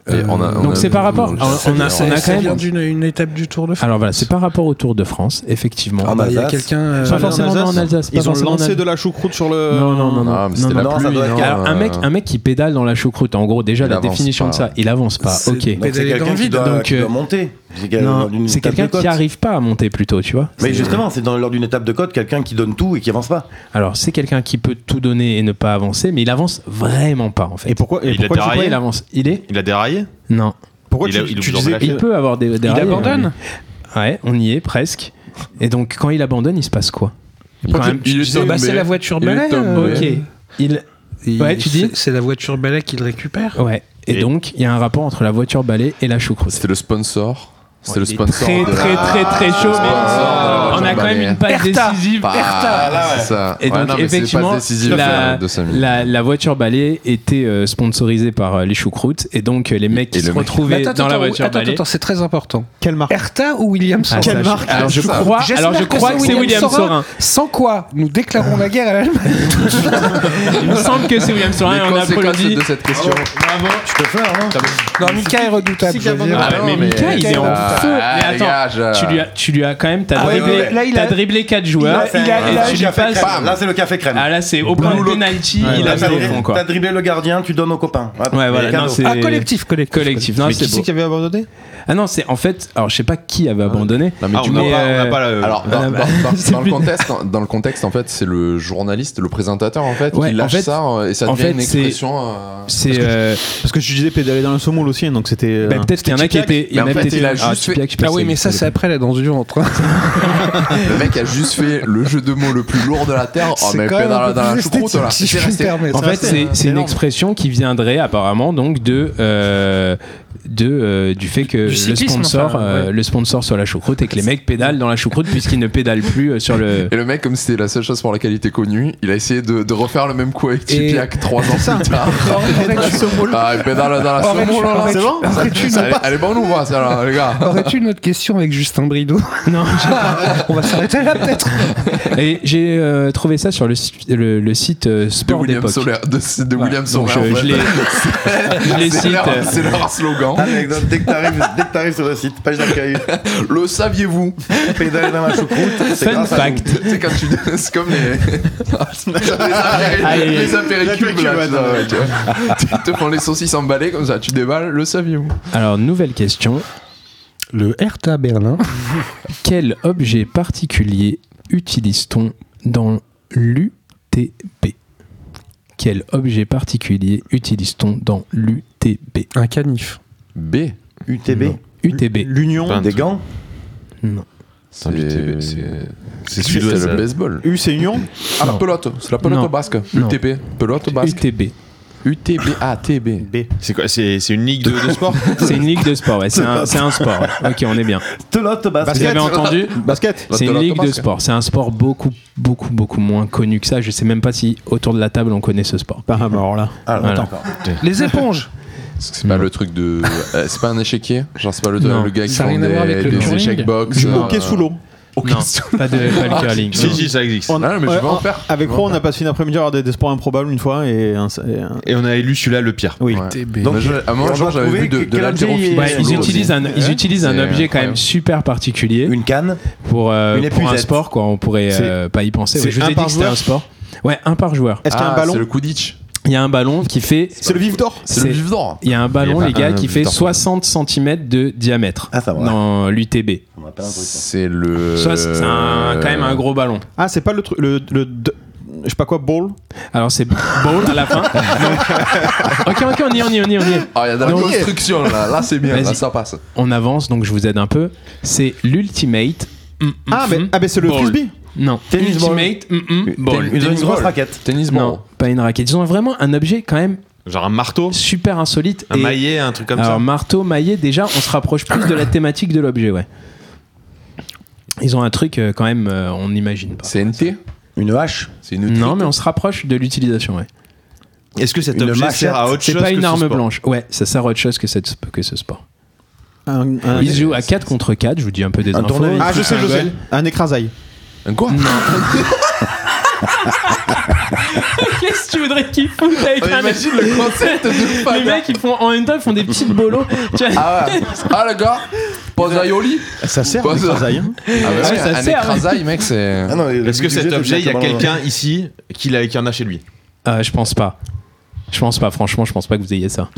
D: Et on a- on
A: Euh, donc
D: a Ah,
A: c'est par rapport-
D: on a-
A: on a- on a-
D: Alors,
A: on a-
F: Ça
A: quand même-
F: vient d'une une étape du Tour de France.
A: Alors voilà, c'est par rapport au Tour de France, effectivement.
C: Ah,
F: Bah, Il y a
C: Alsace.
F: quelqu'un. euh,
A: pas
B: en
A: forcément non,
B: Alsace.
A: en Alsace. pas
B: Ils ont
A: forcément en
B: lancé
A: Alsace.
B: de la choucroute sur le.
A: Non, non, non, non.
D: Ah, mais c'était
A: non,
D: la
A: non.
C: non, ça
D: pluie,
C: doit être
D: non,
A: Alors un
D: euh,
A: mec, un mec qui pédale dans la choucroute. En gros, déjà
D: Il
A: la
D: avance
A: définition de
D: pas.
A: ça, il avance pas.
F: C'est-
A: Ok.
C: Donc, C'est
F: Pédaler dans
C: quelqu'un
F: le
C: qui
F: vide.
C: doit,
A: Donc,
C: qui
A: euh,
C: doit monter. C'est quel-
A: Non,
C: lors d'une
A: C'est
C: étape de
A: quelqu'un qui
C: côte.
A: arrive pas à monter plutôt, tu vois.
C: Mais
A: C'est-
C: justement, c'est dans- lors d'une étape de côte, quelqu'un qui donne tout et qui avance pas.
A: Alors c'est quelqu'un qui peut tout donner et ne pas avancer, mais il avance vraiment pas en fait.
B: Et pourquoi, et
E: Il a
B: pourquoi, tu-
E: déraillé.
A: Pourquoi il avance Il est
E: Il a déraillé
A: Non.
B: pourquoi
E: Il a-
B: tu,
E: il
B: tu
E: vous en
B: disais
E: relâche.
A: Il peut avoir des. des rails,
F: abandonne
A: mais- Ouais, on y est presque. Et donc quand il abandonne, il se passe quoi
D: il-
A: quand même,
D: il est
F: Bah, c'est
D: tombé.
F: la voiture
D: Il est
F: balai.
D: tombé.
F: euh,
A: Ok. Il
F: il-
A: Ouais, tu dis
F: c'est- C'est la voiture balai qu'il récupère.
A: Ouais. Et,
E: Et-
A: donc, il y a un rapport entre la voiture balai et la choucroute.
D: C'était le sponsor. C'était le
A: Il est
D: sponsor.
A: Très,
D: de la-
A: très, très, très chaud. mais
D: Ah,
A: on a
D: Jean
A: quand même
D: Ballet.
A: une passe
F: Bertha.
A: décisive.
D: Bah, c'est ça.
A: Et
D: Ouais,
A: donc,
D: non, mais c'est
A: effectivement,
D: pas décisif,
A: la,
D: euh, de cinq minutes.
A: la, la voiture balai était euh, sponsorisée par euh, les choucroutes. Et donc, euh, les mecs qui
D: Et
A: se
D: le mec.
A: retrouvaient
F: Mais attends,
A: dans la
F: attends,
A: voiture
F: attends,
A: balai.
F: attends, c'est très important.
B: quelle marque
F: Erta ou Williamson
A: Ah, ça, je- Alors, je crois, alors, je crois que c'est William Sorin.
F: Sans quoi nous déclarons la guerre à l'Allemagne.
A: Il me semble que c'est William Sorin.
D: Les
A: et on
D: conséquences
A: applaudit.
D: de cette question.
A: Ah,
C: Tu peux faire, hein
F: Non, Mika est redoutable. je veux dire.
A: Ah, mais Mika, il est en feu. Mais
D: Ah, les
A: attends,
D: gars, je-
A: Tu lui, as, tu lui as quand même, t'as
C: Ah ouais,
A: dribblé,
C: ouais, ouais.
F: Là, il
A: t'as
F: a-
A: dribblé 4 joueurs.
F: il a-
A: et
F: il a-
A: tu
C: le
A: lui
C: café
A: passes.
C: crème. Là, c'est le café crème.
A: Ah là, c'est au point de
C: Lock.
A: penalty,
B: Ouais,
A: il
C: Là,
A: a
C: t'as
A: mis au
C: dribblé-
A: fond quoi.
C: T'as dribblé le gardien, tu donnes aux copains.
A: Ouais, voilà.
C: cadeau.
A: Non, c'est-
F: Ah, collectif, collectif.
A: Collectif. Non,
B: Mais qui
A: c'est
B: c'est
A: beau.
B: qui avait abandonné
A: Ah non, c'est en fait. Alors, je sais pas qui avait abandonné.
D: Non, mais
E: Ah,
D: tu
E: on n'a
A: mais,
E: pas, on n'a
A: euh,
E: pas la-
D: Alors, dans,
A: Ah,
D: dans-
A: bah, <laughs>
D: dans-
A: c'est
D: dans le
A: plus-
D: contexte, en- dans le contexte, en fait, c'est le journaliste, le présentateur, en fait,
A: Ouais,
D: qui
A: en
D: lâche
A: fait-
D: ça euh, et ça
A: en
D: devient
A: fait,
D: une
A: c'est-
D: expression. euh,
A: C'est. euh,
B: Parce que tu disais pédaler dans le saumon aussi, hein, donc c'était. euh,
A: bah, peut-être qu'il y en a qui
D: Tupac.
A: étaient. Il y en
D: Mais
A: a
D: en fait,
A: peut-être-
D: il a
A: Ah,
D: juste fait-
A: Tupac, je sais pas
F: Ah
A: si
F: oui,
A: elle
F: mais ça,
A: était-
F: c'est après la danse du ventre.
D: Le mec a juste fait le jeu de mots le plus lourd de la terre. Oh, mais dans, la- dans la choucroute, là.
F: Si
D: C'est
F: je puis me
D: resté.
F: permettre.
A: En fait, c'est c'est une
B: énorme.
A: expression qui viendrait apparemment donc de. euh, de, euh, du fait que
F: Du cyclisme,
A: le, sponsor,
F: enfin,
A: euh,
F: ouais.
A: le sponsor soit la choucroute et que les mecs pédalent dans la choucroute puisqu'ils ne pédalent plus euh, sur
F: <laughs>
A: le.
D: Et le mec, comme c'était la seule chose pour laquelle il était connu, il a essayé de, de refaire le même coup avec
F: Et-
D: Tipiak trois ans plus
A: <laughs>
D: tard.
A: Oh,
D: Ah, il pédale dans la saumon, là.
F: C'est bon
D: Elle est- Elle est bonne ou pas, celle-là, les
A: Oh,
D: gars
F: Aurais-tu une autre question avec Justin Brideau
A: Non,
F: On va s'arrêter là peut-être.
A: Et j'ai euh, trouvé ça sur le, si- le, le site euh,
D: de
A: Sport
D: William
A: d'époque.
D: Soler, de, de
A: Voilà.
D: William
A: Donc,
D: Soler.
A: je-
D: en
A: je
D: fait.
A: les- Ah. je les
D: <laughs> C'est
A: cite,
D: leur-
A: euh.
D: C'est leur slogan.
C: Anecdote, dès que t'arrives, dès que t'arrives sur le site, page d'accueil,
D: Le saviez-vous
C: pédale dans la choucroute, c'est
A: Fun
C: grâce à
A: fact.
C: nous.
D: C'est quand tu c'est comme les
A: Allez.
D: les, les apéricubes
C: L'apéricube,
D: là, tu vois,
C: attends.
D: ouais, tu vois. Tu te prends les saucisses emballées comme ça, tu déballes. Le saviez-vous
A: Alors, nouvelle question.
F: Le Hertha Berlin.
A: Quel objet particulier utilise-t-on dans l'UTB Quel objet particulier utilise-t-on dans l'UTB
F: Un canif.
D: B.
C: UTB,
A: UTB.
B: L'union.
E: Enfin,
C: des gants,
D: C'est
E: Putain, c'est- C'est sud-ouest.
D: c'est le
E: ça.
D: baseball.
B: U, c'est Union
D: Ah, la
A: Non.
D: pelote, c'est la pelote
A: Non.
D: basque.
A: Non.
D: UTP, pelote basque.
A: UTB.
D: UTB, ah, TB.
B: B.
E: C'est quoi C'est c'est une ligue de, de sport
A: C'est une ligue de sport, ouais. c'est un, c'est un sport. ouais. Ok, on est bien.
C: Telote basket.
A: Vous avez entendu
B: Basket
A: C'est une
D: L'auto-
A: ligue de
D: l'automasque.
A: sport. C'est un sport beaucoup, beaucoup, beaucoup moins connu que ça. Je sais même pas si autour de la table on connaît ce sport.
B: Pas mort là.
C: Ah,
A: Voilà.
C: d'accord.
F: Les éponges
D: Parce que C'est pas le truc de. euh, C'est pas un échiquier Genre, c'est pas le,
A: Non.
D: le gars qui
F: Ça a
D: font
F: rien à voir
D: des,
F: avec le
D: des
A: curling.
D: échecs euh, box.
A: Je
B: Joue
A: Non,
B: au quai sous l'eau.
A: Non, pas de pas le curling.
E: Si,
A: non.
E: si, ça existe.
B: On-
D: Ah, mais je
B: ouais,
D: vais en faire.
B: Avec Ro, on a passé une après-midi à regarder des sports improbables une fois et un. et un-
E: Et on a élu celui-là le pire.
B: Oui.
D: Ouais.
F: TB.
D: Donc,
C: Donc,
D: je- à
C: et
D: moi,
C: on
D: genre,
C: va
D: j'avais
C: trouver
D: vu de,
C: quel-
D: de
C: quel
D: l'haltérophilie.
C: objet
A: Ouais,
C: Et
A: ils
C: l'eau
A: utilisent un, ils utilisent un
D: C'est
A: objet quand même
D: incroyable.
A: super particulier
C: Une canne.
A: pour, euh,
C: une
A: pour un
C: épuisette.
A: sport quoi. On pourrait euh, pas y penser. Ouais,
B: c'est
A: je vous
B: un
A: ai dit
B: par
A: que c'était
B: joueur
A: un sport. Ouais, un par joueur.
B: Est-ce qu'il y a un
D: Ah, C'est
B: ballon
D: le Kudich.
A: Il y a un ballon qui fait.
B: C'est le vif d'or
D: C'est le
A: c'est-
D: vivant.
A: Il y a un ballon,
E: Il y a
A: les
E: pas
A: gars,
E: un
A: qui
E: but
A: fait
E: en fait.
A: 60 cm de diamètre
C: Ah, ça va.
A: dans l'UTB.
C: On m'a pas un truc.
D: C'est
E: Euh.
D: le.
A: Ça, c'est un- quand même un gros ballon.
B: Ah, c'est pas le truc. Le, le de- je sais pas quoi, ball
A: Alors c'est ball à la
E: <laughs>
A: fin. Donc- ok, ok, on y est, on y est, on y est, on y est.
D: Ah, il y a de la
A: Non.
D: construction là. Là, c'est bien.
A: Vas-y.
D: Là, ça passe.
A: On avance, donc je vous aide un peu. C'est l'ultimate. mm, mm,
B: Ah,
D: Mm-hmm.
B: mais,
A: mm.
B: ah, mais c'est le
A: Ball.
B: frisbee
A: Non,
C: Tennis ball.
A: ultimate mm, mm, ball.
C: Ils ont une
D: Tennis
C: grosse
D: ball.
C: raquette.
D: Tennis ball.
A: Non, pas une raquette. Ils ont vraiment un objet quand même
E: Genre un marteau,
A: super insolite.
E: un
A: et-
E: maillet, un truc comme
A: Alors,
E: ça.
A: marteau, maillet, déjà, on se rapproche plus de la thématique de l'objet, ouais. Ils ont un truc euh, quand même, euh, on n'imagine pas.
D: C'est une T.
C: Une hache.
D: C'est une
A: Non, mais on se rapproche de l'utilisation, ouais.
E: Est-ce que cet
C: Une
E: objet
C: machette.
E: sert à autre chose
A: C'est pas
E: que
A: une
E: ce
A: arme
E: sport
A: blanche. Ouais, ça sert à autre chose que, cette, que ce sport.
B: un, un-
A: Ils jouent à 4 contre 4, je vous dis un peu des
C: Un
A: infos.
C: tournevis.
B: Ah, je sais, je sais. Un écrasaille.
D: Un quoi
A: Qu'est-ce que tu voudrais qu'ils foutent
D: Ah,
A: avec un
D: Imagine le concept de
A: Les
D: fan.
A: mecs, ils font en même temps, ils font des petites bolos. Tu vois,
D: Ah ouais. Ah, le gars. Ah, Pose à Yoli.
B: Ça sert,
D: Pas
B: un
D: ça.
B: écrasaille. hein.
D: Ah, bah,
A: Ouais,
D: ouais,
A: ça
D: un
A: sert.
D: écrasaille, mec, c'est.
C: Ah non, le
E: Est-ce que
C: budget,
E: cet
C: c'est
E: objet, il y a
C: exactement la même.
E: quelqu'un ici qui, l'a- qui en a chez lui
A: Euh, je pense pas. Je pense pas, franchement, je pense pas que vous ayez ça.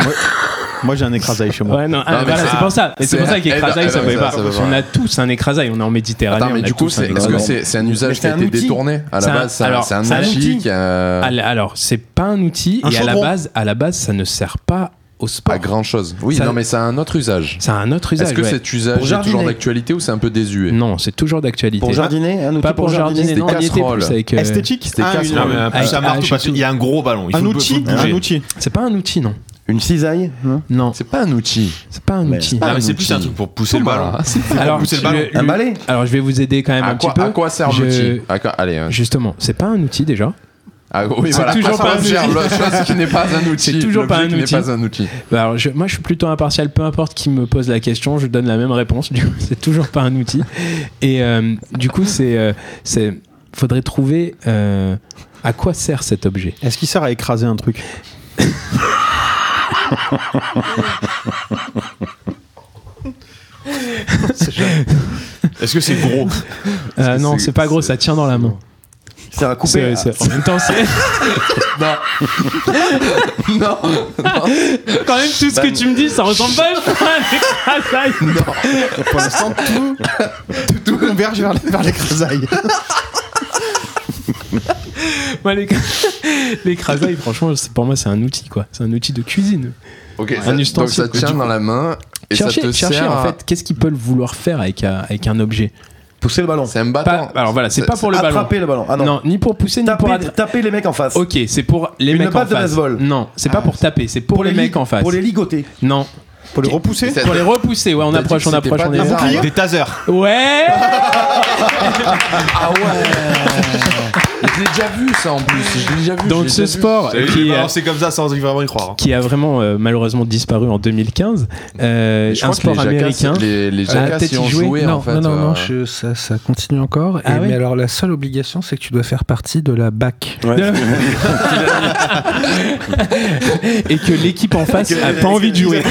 B: Moi, j'ai un écrasaille chez moi.
A: Ouais, non, ah,
D: mais
A: voilà,
D: c'est-
A: c'est pour ça. Mais c'est
D: c'est-
A: pour ça qu'écrasaille,
D: eh,
A: ça
D: eh,
A: pouvait
D: ça,
A: pas.
D: ça veut pas.
A: On a tous un écrasaille, on est en Méditerranée.
D: Attends, mais
A: on a
D: du coup,
A: tous un
D: c'est- est-ce que
A: écrasaille.
D: c'est c'est un usage qui
C: c'est
D: a
C: un
D: été
C: outil.
D: détourné À
A: C'est
D: la
A: un-
D: base, c'est un-
A: alors,
D: c'est un euh,
A: c'est un
D: outil
A: outil.
D: qui a.
A: Al- Alors, c'est pas un outil,
B: Un
A: et à la,
B: chaudron.
A: base, à la base, ça ne sert pas au sport.
D: Pas grand chose. Oui,
A: Ça-
D: non, mais c'est un autre usage.
A: C'est un autre usage.
D: Est-ce que
A: ouais.
D: cet usage
C: Pour
D: est toujours
C: jardiner.
D: d'actualité ou c'est un peu désuet
A: Non, c'est toujours d'actualité.
C: Pour jardiner un outil
A: Pas pour jardiner,
D: des
A: non, on y était
D: casseroles.
A: plus avec, euh,
B: Esthétique
D: c'était
B: Ah,
D: casse-
B: une-
D: Non, mais
E: un,
A: plus un marteau, parce qu'il
E: y a un gros ballon.
B: Un outil Un outil.
A: C'est pas un outil, non.
C: Une cisaille. non
A: Non,
D: C'est pas un outil.
A: c'est pas un
C: Mais-
A: outil.
E: Non, mais c'est plus un truc pour pousser le ballon.
D: Voilà.
A: Alors,
E: pousser le ballon.
C: Un balai
A: Alors, je vais vous aider quand même
D: À
A: un
D: quoi,
A: petit peu.
D: à quoi sert
A: Je-
D: l'outil À quoi- Allez, hein.
A: Justement, c'est pas un outil déjà.
D: Ah, oui,
A: C'est
D: voilà.
A: toujours pas
D: Ça va
A: un
D: faire
A: outil.
D: la chose qui n'est pas
A: <laughs>
D: un outil.
A: C'est toujours pas
D: L'objet
A: un
D: qui n'est
A: outil.
D: pas un outil.
A: Bah, alors, je- moi, je suis plutôt impartial. Peu importe qui me pose la question, je donne la même réponse. Du coup, <laughs> c'est toujours pas un outil. Et euh, du coup, c'est, euh, c'est, faudrait trouver euh, à quoi sert cet objet.
B: Est-ce qu'il sert à écraser un truc
E: Est-ce que c'est gros
A: Euh,
D: que
A: non,
D: c'est-
A: c'est pas gros, ça tient dans la main.
C: C'est un
A: C'est-
C: coupé.
A: c'est- en même temps, c'est
D: Non.
A: <laughs>
D: non.
A: quand même tout ce que tu me dis, ça ressemble pas à un écrasaille.
B: Pour l'instant, tout, tout converge vers, vers l'écrasaille.
A: <laughs> Moi, <laughs> l'éc- L'écrasaille, franchement, c'est- pour moi, c'est un outil, quoi. C'est un outil de cuisine.
D: Ok. ça-
A: ustensile,
D: donc ça
A: quoi.
D: tient dans la main et
A: cherchez,
D: ça te
A: cherchez,
D: sert.
A: en
D: à-
A: fait, qu'est-ce qu'ils peuvent vouloir faire avec un, avec un objet
C: Pousser le ballon.
D: C'est un
A: Pas-
D: bâton.
A: Alors voilà, c'est pas pour le ballon.
C: Attraper le ballon. Ah
A: Non.
C: non.
A: ni pour pousser, ni pour
C: Taper,
A: attraper.
C: taper les mecs en face.
A: Ok, c'est pour les
C: Une
A: mecs en
C: batte de
A: face.
C: baseball.
A: Non, c'est pas pour taper, c'est pour, les,
C: li-
A: mecs en face.
C: Pour les ligoter.
A: Non,
B: Pour le repousser
D: C'est-
A: pour les repousser. Ouais, on
D: T'as
A: approche,
D: dit que
A: on
D: c'était
A: approche,
D: pas
A: on
D: des
A: est.
D: armes.
E: Des tasers.
A: Ouais.
D: <laughs> Ah ouais. Je l'ai déjà vu ça en plus. Je l'ai déjà vu. je
A: Donc
D: l'ai
A: ce
D: déjà vu.
A: sport qui,
D: euh,
A: a-
E: C'est comme ça sans vraiment y croire. hein.
A: qui a vraiment euh, malheureusement disparu en 2015, euh,
D: Mais je
A: un
D: crois que les
A: sport
D: jacasses-
A: américain.
D: Les, les
A: Ah,
D: jacasses
A: peut-être
D: y
A: y
D: ont
A: jouer.
D: joué
F: non,
D: en fait.
F: Ah, non, non,
D: euh,
F: non, je- ça, ça continue encore.
A: Ah
F: Et-
A: ouais
F: Mais alors, la seule obligation, c'est que tu dois faire partie de la BAC.
A: <laughs> et que l'équipe en face
C: que-
A: a pas envie de
D: <laughs>
A: jouer.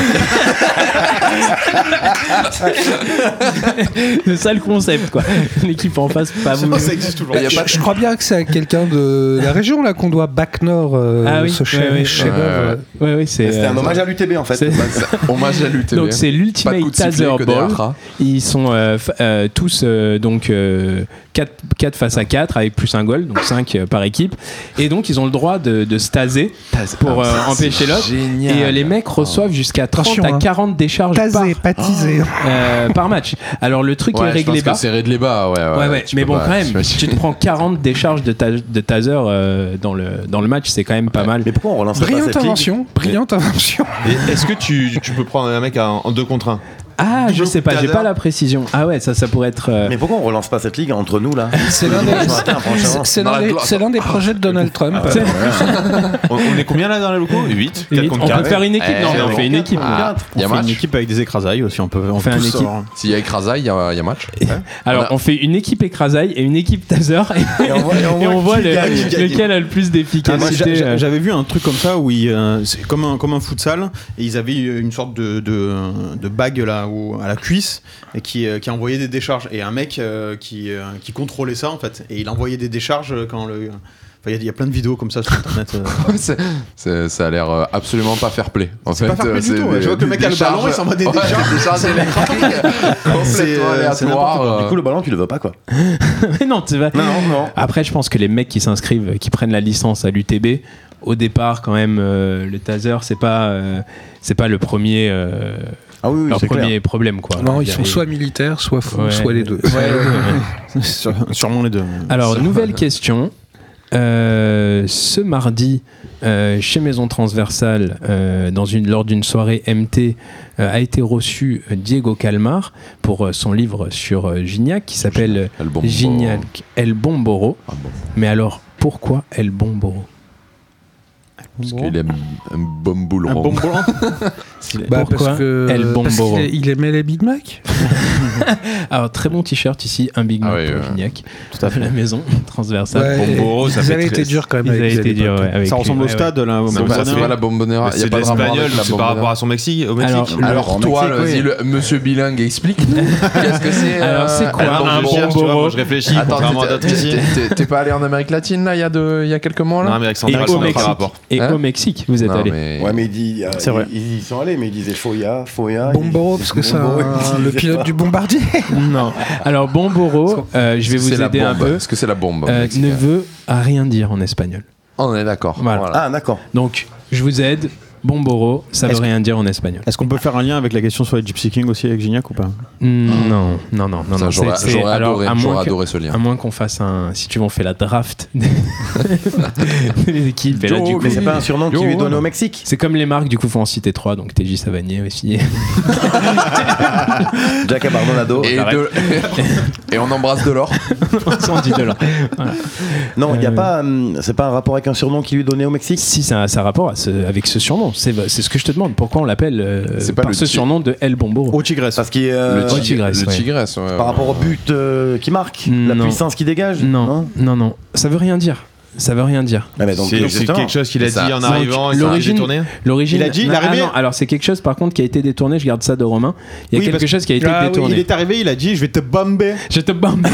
A: c'est ça le concept quoi. L'équipe en face pas voulu.
B: existe toujours.
D: Et Bah, y a pas-
F: Je crois bien que c'est c'est à quelqu'un de
D: <laughs>
F: la région là qu'on doit Bac Nord euh,
A: Ah oui,
F: ce chef,
A: oui, oui.
D: euh,
F: chef-d'œuvre.
A: Oui, oui, c'est.
C: C'était un
A: euh,
C: hommage à l'UTB en fait. Bah,
A: c'est-
D: Hommage à l'UTB.
A: euh. Donc c'est
D: pas de
A: l'Ultimate
D: coup de sifflet,
A: Taser
D: que des
A: Ball.
D: haras.
A: Ils sont euh, f- euh, tous euh, donc 4, face à 4 avec plus un goal, donc 5 par équipe. Et donc ils ont le droit de, de se taser pour euh, empêcher l'autre. Et euh, les mecs
D: Oh.
A: reçoivent jusqu'à 30
F: Attention,
A: à
F: hein.
A: 40 décharges par,
F: Tasé, pâtisé.
D: Ah,
A: euh, par match. Alors le truc est
D: Ouais, je
A: réglé
D: pense
A: bas.
D: que c'est réglé bas, ouais. ouais,
A: Ouais, ouais,
D: tu
A: mais
D: peux
A: bon,
D: pas-
A: quand même,
D: tu-
A: tu te prends 40 décharges de, ta- de taser euh, dans, le, dans le match, c'est quand même pas mal.
C: Mais pourquoi on relance pas cette
F: Brillante
C: ligue
F: invention, brillante
D: <laughs>
F: invention.
E: Et Est-ce que tu, tu peux prendre un mec à- en 2 contre 1
A: Ah, je
E: Double
A: sais pas, j'ai
E: taser.
A: pas la précision. Ah ouais, ça, ça pourrait être. euh,
C: Mais pourquoi on relance pas cette ligue entre nous là
F: C'est l'un des,
C: Dimanche matin, franchement.
F: c'est l'un
D: Dans la
F: des-
D: gloire. Ah,
F: c'est l'un des projets de Donald Trump.
A: tu sais,
E: on, on est combien là dans les locaux 8 4
A: limite, on
E: contre
A: peut
E: 4
A: faire une équipe.
D: Eh,
A: Non, mais on
E: c'est
A: fait une équipe.
D: Ah,
B: On
D: y a
B: fait une
D: match.
B: équipe avec des écrasailles aussi, on peut.
A: On fait un
B: tous,
A: équipe.
B: euh,
D: S'il y a écrasaille, il y, a- il y
A: <laughs>
D: a match.
A: Alors,
D: Voilà.
A: on fait une équipe écrasaille et une équipe taser <laughs> et,
C: Et on voit, et
A: et on voit
C: qui
A: le-
C: gagne, qui gagne.
A: lequel a le plus
B: Ah, moi, j'a-
A: d'efficacité.
B: j'a-
A: euh.
B: J'avais vu un truc comme ça où ils, euh, c'est comme un comme un futsal et ils avaient une sorte de, de, de bague là au- à la cuisse et qui euh, qui envoyait des décharges et un mec euh, qui euh, qui contrôlait ça en fait et il envoyait des décharges quand le enfin, il y a- il y, a plein de vidéos comme ça sur internet. euh. <laughs>
D: <laughs> C'est- c'est- ça a l'air euh, absolument pas fair play. En fait,
B: pas fair play
D: euh,
B: du
D: c'est
B: tout, ouais.
D: des-
B: Je vois que le
D: des
B: mec a le ballon,
D: décharges-
B: il s'en va des
D: Ouais,
B: décharges.
D: décharges électriques.
B: C'est,
D: Complètement
B: euh, c'est n'importe
D: aléatoire.
C: Du coup, le ballon, tu le veux pas quoi
A: Mais euh. <laughs> non, tu vas.
C: Non, non.
A: Après, je pense que les mecs qui s'inscrivent, qui prennent la licence à l'UTB, au départ, quand même, euh, le taser, c'est pas, euh, c'est pas le premier, euh,
C: Ah oui, oui,
A: leur
C: c'est clair.
A: premier problème, quoi.
F: Non, ils
D: Ah,
A: y a-
F: sont soit militaires, soit fous,
A: Ouais.
F: soit les deux.
C: <laughs>
B: Sûre- Sûrement les deux.
A: Alors, nouvelle question. Euh, ce mardi, euh, chez Maison Transversale, euh, dans une, lors d'une soirée MT, euh, a été reçu euh, Diego Calmar pour euh, son livre sur euh, Gignac qui s'appelle
D: Elle bombe.
A: Gignac El Bomboro.
D: Ah bon.
A: Mais alors, pourquoi El Bomboro
D: Parce qu'il aime un bon boule
B: un bon
D: rond.
B: blanc.
F: Bah,
A: Pourquoi
F: parce que,
A: El
F: parce
A: Bomboro.
F: qu'il est- il aimait les Big Mac
A: Alors, très bon t-shirt ici, un Big Mac
D: Ah oui,
A: pour
D: ouais.
A: Gignac,
B: Tout à
A: de <laughs> la Maison Transversale.
F: Ouais,
E: Bomboro, ça
F: Ils
E: fait
F: avaient
E: très-
F: été durs quand même.
A: Ils
F: avec
A: avaient
F: les
A: été
F: Big
A: durs,
F: Mac.
A: ouais, avec
B: Ça
A: lui,
B: ressemble
A: ouais,
B: au stade là. au
D: C'est pas,
B: Bombonera.
D: c'est pas la bombonera. Il y a
E: C'est
D: pas de rapport
E: l'espagnol,
D: avec la
E: c'est par rapport
D: bombonera.
E: à son Mexique, au
A: ouais.
E: Mexique.
A: Alors,
D: Alors toi, vas-y,
B: Mexique,
D: le monsieur bilingue, explique.
A: <laughs>
D: Qu'est-ce que c'est euh,
A: Alors, c'est quoi
E: Alors,
A: un
E: je cherche, tu vois,
A: Bomboro
E: moi, je réfléchis, contrairement à
D: Attends,
E: d'autres
D: t'es-
E: ici.
D: t'es- t'es- t'es pas allé en Amérique latine là il y a deux- il y a quelques mois là
E: Non, mais avec
A: Et
E: Sandra,
A: au
E: Sandra,
A: Mexique.
E: par rapport.
A: Et
D: Hein
A: au Mexique, vous êtes
D: Non,
A: allé.
D: mais-
C: Ouais, mais il dit, euh,
B: C'est vrai.
C: Ils, ils y sont allés, mais ils disaient Foya, Foya.
F: Bomboro, parce que c'est
C: Bomboro,
F: un-
C: ils
F: le
C: disaient
F: pilote
C: pas.
A: <laughs>
F: du bombardier.
A: Non. Alors, Bomboro, euh, je vais vous
D: C'est la
A: aider un
D: bombe.
A: peu.
D: Est-ce que c'est la bombe
A: Euh,
D: mexicaine
A: ne veut à rien dire en espagnol.
D: On est d'accord.
A: Voilà.
C: Ah, d'accord.
A: Donc, je vous aide. Bomboro, ça veut
B: Est-ce
A: rien dire en espagnol.
D: Ah.
B: Est-ce qu'on peut faire un lien avec la question sur les Gypsy King aussi avec Gignac ou pas
A: Non, non, non, non.
D: Ça,
A: non,
D: J'aurais
A: c'est- c'est-
D: j'aurais
A: alors,
D: adoré,
A: à
D: j'aurais
A: moins que-
D: adoré hein. ce lien.
A: à moins qu'on fasse un. Si tu veux, on fait la
D: <laughs>
A: draft des des équipes. Et là, du coup,
C: Mais c'est pas un surnom qui
A: Yo,
C: lui est donné
A: ouais.
C: au Mexique.
A: c'est comme les marques, du coup, faut en citer trois. Donc, TJ Savanier <laughs> aussi.
C: Jack Abardonado.
D: Et,
A: <laughs>
D: de- et on embrasse de l'or.
A: on dit de là. Voilà.
C: Non, il n'y a
A: Euh.
C: pas. hum, C'est pas un rapport avec un surnom qui lui est donné au Mexique
A: Si ça a ça a rapport à ce- avec ce surnom, c'est c'est ce que je te demande. Pourquoi on l'appelle euh,
D: C'est pas
A: par
D: le
A: ce
D: ti-
A: surnom de El Bomboro
B: Au Tigresse.
C: Parce qu'il est. euh,
D: le
A: tigre,
D: tigresse.
A: ouais.
D: Le tigresse, ouais,
C: Par
D: ouais.
C: rapport au but euh, qui marque, la
A: Non.
C: puissance qui dégage
D: Hein
A: Non, non, non. Ça veut rien dire. Ça veut rien dire.
C: Ah, mais donc,
E: C'est
C: donc,
E: c'est
C: justement.
E: quelque chose qu'il a
D: C'est ça.
E: dit en
A: Donc,
E: arrivant, il s'est arrêté
A: l'origine-
E: de tourner.
A: L'origine.
B: Il a dit, il
A: Non,
B: est arrivé.
A: non, alors c'est quelque chose par contre qui a été détourné. Je garde ça de Romain. Il y a
B: Oui,
A: quelque
B: parce-
A: chose qui a été
B: Ah oui,
A: détourné.
B: il est arrivé, il a dit Je vais te bomber. <laughs>
A: Je te bombe.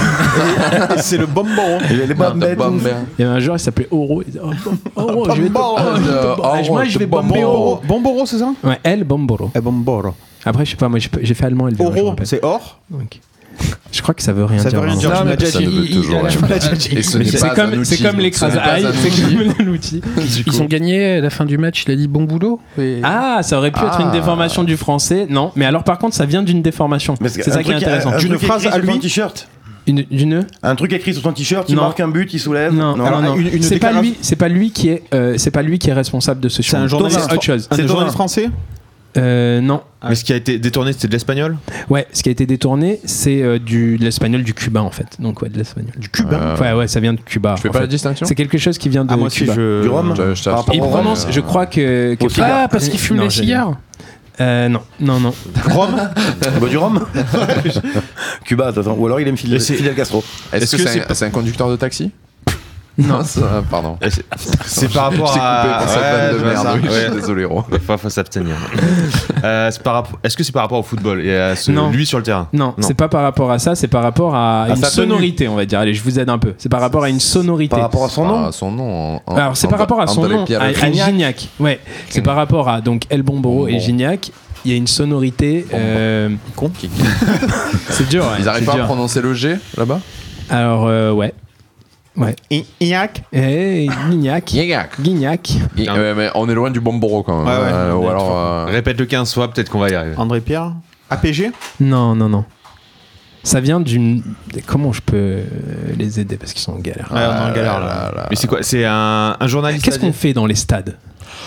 B: c'est le bonbon.
C: Il est
A: Oh,
D: Non, t'as
C: bombes.
D: bombé, hein.
A: Il y a un joueur qui s'appelait Oro. Il disait, Oh, bom- Oro, je vais te-
B: Bomboro.
A: Ah, je te-
D: Euh,
A: ah, je- moi,
D: Oro,
A: je vais
D: te
A: bomber
D: bombe.
A: Oro.
B: Bomboro, Bomboro, c'est ça
A: Ouais, El Bomboro.
B: Eh, Bomboro.
A: Après, je sais pas, moi j'ai j'ai fait allemand, LV1, je me
B: Oro,
A: rappelle.
B: c'est or.
A: Donc, Je crois que ça veut rien
B: Ça
A: dire.
B: veut rien
A: vraiment.
B: dire.
D: Non,
B: Tu
D: mais
B: l'as déjà
D: ça
B: dit,
D: ne veut
F: il-
D: toujours
F: il-
D: rien
F: tu me l'as
D: dire.
F: déjà dit.
D: Et ce
A: Mais
D: n'est
A: C'est
D: pas un
A: comme,
D: outil,
A: c'est comme
D: donc
A: les
D: ce n'est
A: crasses.
D: pas
A: Ah,
D: un
A: c'est
D: outil.
A: comme l'outil.
F: Ils ont gagné à la fin du match, il a dit bon boulot. et-
A: Ah, ça aurait pu être
D: Ah.
A: une déformation du français. Non, mais alors par contre, ça vient d'une déformation.
C: Mais
A: C'est ça qui est
C: un truc-
A: intéressant.
C: un
B: D'une
C: truc
B: phrase
C: écrit
B: à
C: sur ton
B: lui.
C: t-shirt.
A: Une- D'une
C: Un truc écrit sur son t-shirt, il
A: Non.
C: marque un but, il soulève.
A: Non, non,
B: alors,
A: non.
B: une- une
A: c'est pas
B: déclaration-
A: lui, c'est pas lui qui est, euh, c'est pas lui qui est responsable de ce surnom.
B: un journaliste.
A: C'est autre chose.
B: Un
C: C'est
B: des journalistes
C: Thomas.
B: français
A: Euh, non.
E: Mais ce qui a été détourné, c'était de <laughs> l'espagnol
A: Ouais, ce qui a été détourné, c'est euh, du de l'espagnol du cubain en fait. Donc ouais, de l'espagnol. Du
D: cubain
A: Ouais, ouais, ça vient de Cuba.
D: Tu fais
A: en
D: pas
A: fait.
D: la distinction
A: C'est quelque chose qui vient de
B: Ah, moi aussi,
A: Cuba.
B: je. Ah,
C: Du rhum
D: Je- je-
C: Par rapport
A: Il
C: au rhum.
A: prononce, je crois que. que-
F: Ah, parce qu'il fume
A: Non,
F: les
A: je-
F: cigares.
A: Euh, non, non, non.
B: Rome
C: Bah, du rhum <laughs> Cuba, de toute façon. Ou alors il aime Fidel,
E: Et c'est-
C: Fidel Castro.
D: Est-ce
E: Est-ce
D: que
E: que
D: c'est
E: c'est
D: un-
E: pas-
D: c'est un conducteur de taxi Non, ça, pardon.
E: Et c'est-
B: C'est par rapport
D: Je t'ai coupé
B: à.
D: pour cette vanne de merde.
B: Ouais, c'est
D: oui,
B: ça.
D: Je suis
E: Ouais.
D: désolé, Ro.
E: Faut, faut s'abstenir. <laughs> Euh, c'est par rapport- Est-ce que c'est par rapport au football et à ce-
A: Non.
E: lui sur le terrain
A: Non, c'est pas par rapport à ça, c'est par rapport à, une
B: sa tenue.
A: sonorité, on va dire. Allez, je vous aide un peu. C'est par rapport à une sonorité.
C: Par rapport à son nom
D: Ah, son nom. en- en-
A: Alors, c'est
D: en-
A: par rapport à son
D: entre les
A: nom, Ah,
D: pieds
A: à,
D: avec
A: à
D: lui.
A: Gignac. Ouais, c'est par rapport à donc El Bomboro et
D: Bomboro.
A: Gignac. Il y a une sonorité.
D: Bomboro.
A: euh, <laughs> c'est dur. ouais,
D: Ils arrivent
A: c'est
D: pas à
A: dur.
D: prononcer le G là-bas
A: Alors, euh, ouais.
B: I- Iac
A: Et Gignac.
D: Gignac.
A: Gignac.
D: Gig- Ouais, mais on est loin du Bomboro quand même.
B: Ouais, ouais,
D: Euh,
B: on
D: ou
B: est
D: alors. euh,
E: Répète le 15 fois, peut-être qu'on va y arriver.
B: André Pierre APG
A: Non, non, non. Ça vient d'une. Comment je peux euh, les aider parce qu'ils sont en galère.
B: Ah, Ouais, on est en galère là.
E: Mais c'est quoi C'est un, un journaliste
A: Qu'est-ce qu'on
E: allemand
A: fait dans les stades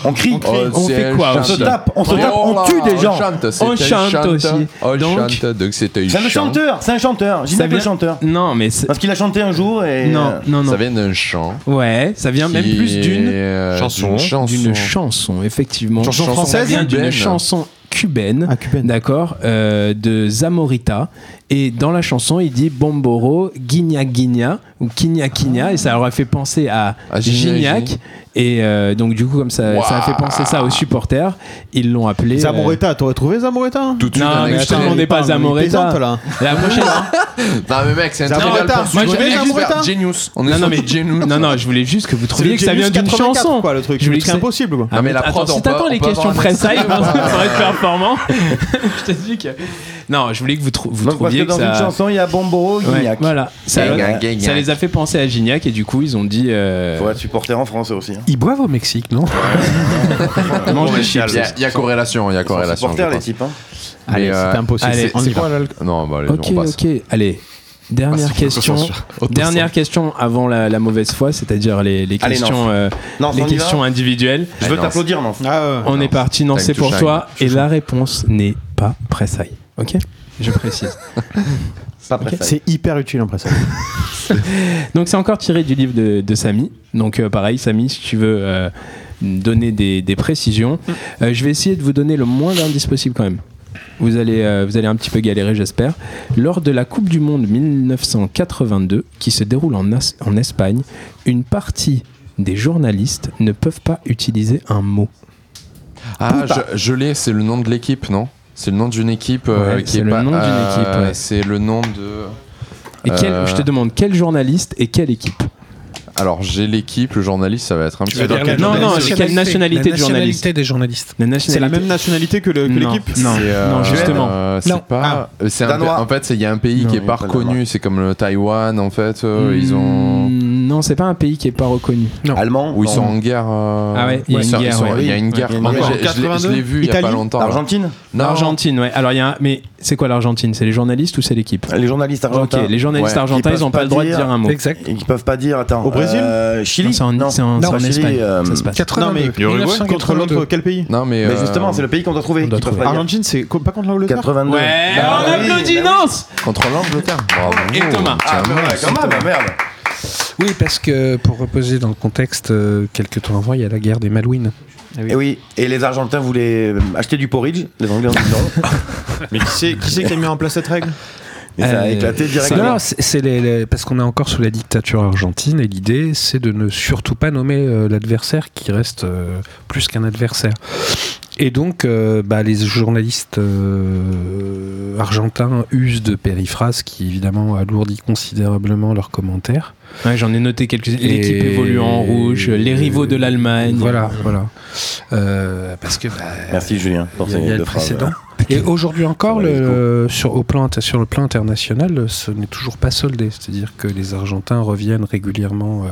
C: On crie. Euh,
D: Oh,
A: On
D: c'est
A: fait quoi,
D: un
A: on se
D: chante.
C: tape, on se tape,
D: Oh
C: on
D: là,
C: tue des gens.
D: chante, c'était
A: On chante aussi.
D: On
A: Donc-
D: chante, donc c'était
C: C'est un
D: chant.
C: chanteur, c'est un chanteur. J'ai
A: Ça
C: dit le
A: vient-
C: chanteur.
A: Non, mais. c'est-
C: Parce qu'il a chanté un jour et.
A: Non, non, non.
D: Ça vient d'un chant.
A: Ouais, ça vient même
D: qui
A: plus d'une.
D: est, euh,
E: chanson.
D: D'une chanson.
A: D'une chanson, effectivement.
D: Chanson
A: Ça
D: française
A: vient d'une
D: Cubaine.
A: chanson cubaine,
B: Ah, Cubaine.
A: d'accord, euh, de Zamorita. Et dans la chanson, il dit Bomboro, Guigna Guigna, ou Quigna Quigna, et ça aurait fait penser à
D: À Gignac.
A: Gignac. Et euh, donc, du coup, comme ça,
D: Waouh.
A: ça a fait penser ça aux supporters, ils l'ont appelé. euh,
B: Zamoretta, t'aurais trouvé Zamoretta
D: Tout de suite,
A: Non,
D: un
A: mais
D: extrait.
A: attends, on est pas Zamoretta.
B: Zamoretta là.
A: la prochaine-
D: <laughs> Non, mais mec, c'est un
B: Ça
D: très
B: va
D: bel
B: retard.
D: poursuite.
A: Moi, je vais
D: On est
A: les
D: juste
B: retards.
D: vers Genius. On est
A: Non, non,
D: sur
A: mais-
D: du Genius.
A: non, non, je voulais juste que vous trouviez que ça vient d'une chanson.
B: quoi le truc.
A: Je voulais que
B: c'est
A: ça-
B: impossible quoi.
A: Ah,
D: Non, mais la
A: attends,
D: prod, on
A: si
D: peut-
A: t'attends
D: on
A: les
D: peut
A: questions
D: avoir un hein.
A: presse, ça
D: extrait ou pas
A: va être
D: <laughs>
A: performant. je te dis que. Non, je voulais que vous, trou- vous
C: Donc, parce que
A: trouviez que,
C: dans
A: ça.
C: une chanson, il y a Bomboro,
A: Ouais,
C: Guignac.
A: voilà. Ça,
D: Gignac,
A: ça
D: Gignac.
A: les a fait penser à Gignac et du coup ils ont dit. euh,
C: Faut être supporter en français aussi. hein.
F: Ils boivent au Mexique, non
E: Bon,
D: Il
E: mais
D: y, a- il y a corrélation, il y a
C: Ils sont
D: corrélation.
C: supporters,
D: je
C: les
D: pense.
C: types. hein.
D: Mais, euh,
B: impossible.
A: allez,
D: on
A: c'est
D: y
A: quoi
D: Non, bah, allez,
A: Ok,
D: on passe.
A: ok. Allez,
D: Ah,
A: dernière question. <laughs> Dernière question avant la, la mauvaise foi, c'est-à-dire les, les
C: Allez,
A: questions, euh,
C: Non,
A: les
C: on y va
A: questions individuelles.
C: Je veux
D: Ah, non,
C: t'applaudir, non
B: Ah ouais.
A: On est parti, non,
D: Time
A: c'est
D: to
A: pour
D: shine.
A: toi. Et la réponse n'est pas pressaille. Ok Je précise.
C: Pas prêt.
B: C'est hyper utile après <laughs> ça.
A: Donc c'est encore tiré du livre de, de Samy. Donc euh, pareil, Samy, si tu veux euh, donner des, des précisions, Euh, je vais essayer de vous donner le moins d'indices possible quand même. Vous allez, euh, vous allez un petit peu galérer, j'espère. Lors de la Coupe du Monde 1982, qui se déroule en, As- en Espagne, une partie des journalistes ne peuvent pas utiliser un mot.
D: Ah, je, je l'ai, c'est le nom de l'équipe, non C'est le nom d'une équipe euh,
A: Ouais,
D: qui
A: c'est
D: est
A: le
D: pas.
A: nom d'une
D: euh,
A: équipe, ouais.
D: C'est le nom de.
A: Et quel-
D: Euh.
A: je te demande quel journaliste et quelle équipe
D: Alors, j'ai l'équipe, le journaliste, ça va être un petit
B: vas
D: peu.
B: dire quel
A: Non,
B: journaliste
A: non, c'est quelle nationalité
F: La
A: de
F: nationalité
A: journaliste
F: des journalistes.
A: La
B: C'est la
A: nationalité-
B: même nationalité que le- que
A: Non,
B: l'équipe
A: non,
D: C'est, euh,
A: non, justement.
D: euh, c'est
F: Non.
D: pas. euh, c'est un
C: Danois.
D: pa- en fait, c'est- il y a un pays
A: Non,
D: qui est
C: il
D: pas
C: est pas
D: reconnu.
C: danois.
D: C'est comme le Taïwan, en fait.
A: Hmm.
D: euh, Ils ont.
A: Mm, Non, c'est pas un pays qui est pas reconnu.
C: Allemand
D: Où ils sont
C: non.
D: en guerre. euh,
A: Ah ouais, il y a
D: ils
A: une
D: sont- ils
A: guerre,
D: sont-
A: ouais.
D: Il y a une guerre.
C: Ouais, il y a une
D: Moi,
C: guerre.
D: j'ai- je l'ai- je
B: 82,
D: l'ai vu il y a pas
B: Italie,
D: longtemps. là.
C: Argentine
D: Non,
A: L'Argentine, ouais. Alors, il y a un- mais c'est quoi l'Argentine C'est les journalistes ou c'est l'équipe
C: Les journalistes
A: Ok,
C: argentins.
A: les journalistes
D: Ouais,
A: argentins,
C: ils
A: ils n'ont
C: peuvent
A: pas,
C: pas
A: le droit de
C: dire-
A: dire un mot.
F: Exact.
C: Et qui peuvent pas dire. Attends.
B: Au Brésil
C: euh, Chili
A: Non, c'est en, c'est en- c'est en
C: pas Chili,
A: Espagne.
C: euh,
A: ça se passe.
F: 82.
B: Non mais Uruguay contre l'autre, quel pays
D: Non, mais.
C: Mais
D: euh,
C: justement, c'est le pays qu'on doit trouver.
A: on doit
C: qui peuvent
A: trouver.
C: pas dire.
B: Argentine, c'est co- pas contre l'Angleterre
C: 82.
A: Ouais,
C: Bah
A: on
C: oui,
A: applaudit
C: bah oui.
A: Nance
D: Contre l'Angleterre. Bravo.
A: Et Thomas.
D: Tiens,
C: Ah, ouais, quand même, merde.
F: Oui, parce que pour reposer dans le contexte, euh, quelques temps avant, il y a la guerre des Malouines.
C: Et oui, et les Argentins voulaient euh, acheter du porridge, les Anglais ont dit non,
B: <laughs> Mais qui c'est qui, c'est qui a mis en place cette règle
C: et ça a
A: Euh,
C: éclaté
F: Non,
C: directement.
F: non, c'est c'est les, les- parce qu'on est encore sous la dictature argentine et l'idée c'est de ne surtout pas nommer euh, l'adversaire qui reste euh, plus qu'un adversaire. Et donc, euh, bah, les journalistes euh, argentins usent de périphrases qui évidemment alourdit considérablement leurs commentaires.
A: Ouais, j'en ai noté quelques-unes. L'équipe
F: Et-
A: évolue en rouge, les rivaux de l'Allemagne.
F: Voilà, voilà. Euh, parce que bah,
C: Merci Julien pour
F: il y a,
C: ces
F: il y a
C: deux
F: le
C: phrases.
F: précédent. Et aujourd'hui encore,
C: Ouais,
F: le, sur, au plan, inter- sur le plan international, ce n'est toujours pas soldé. C'est-à-dire que les Argentins reviennent régulièrement. euh,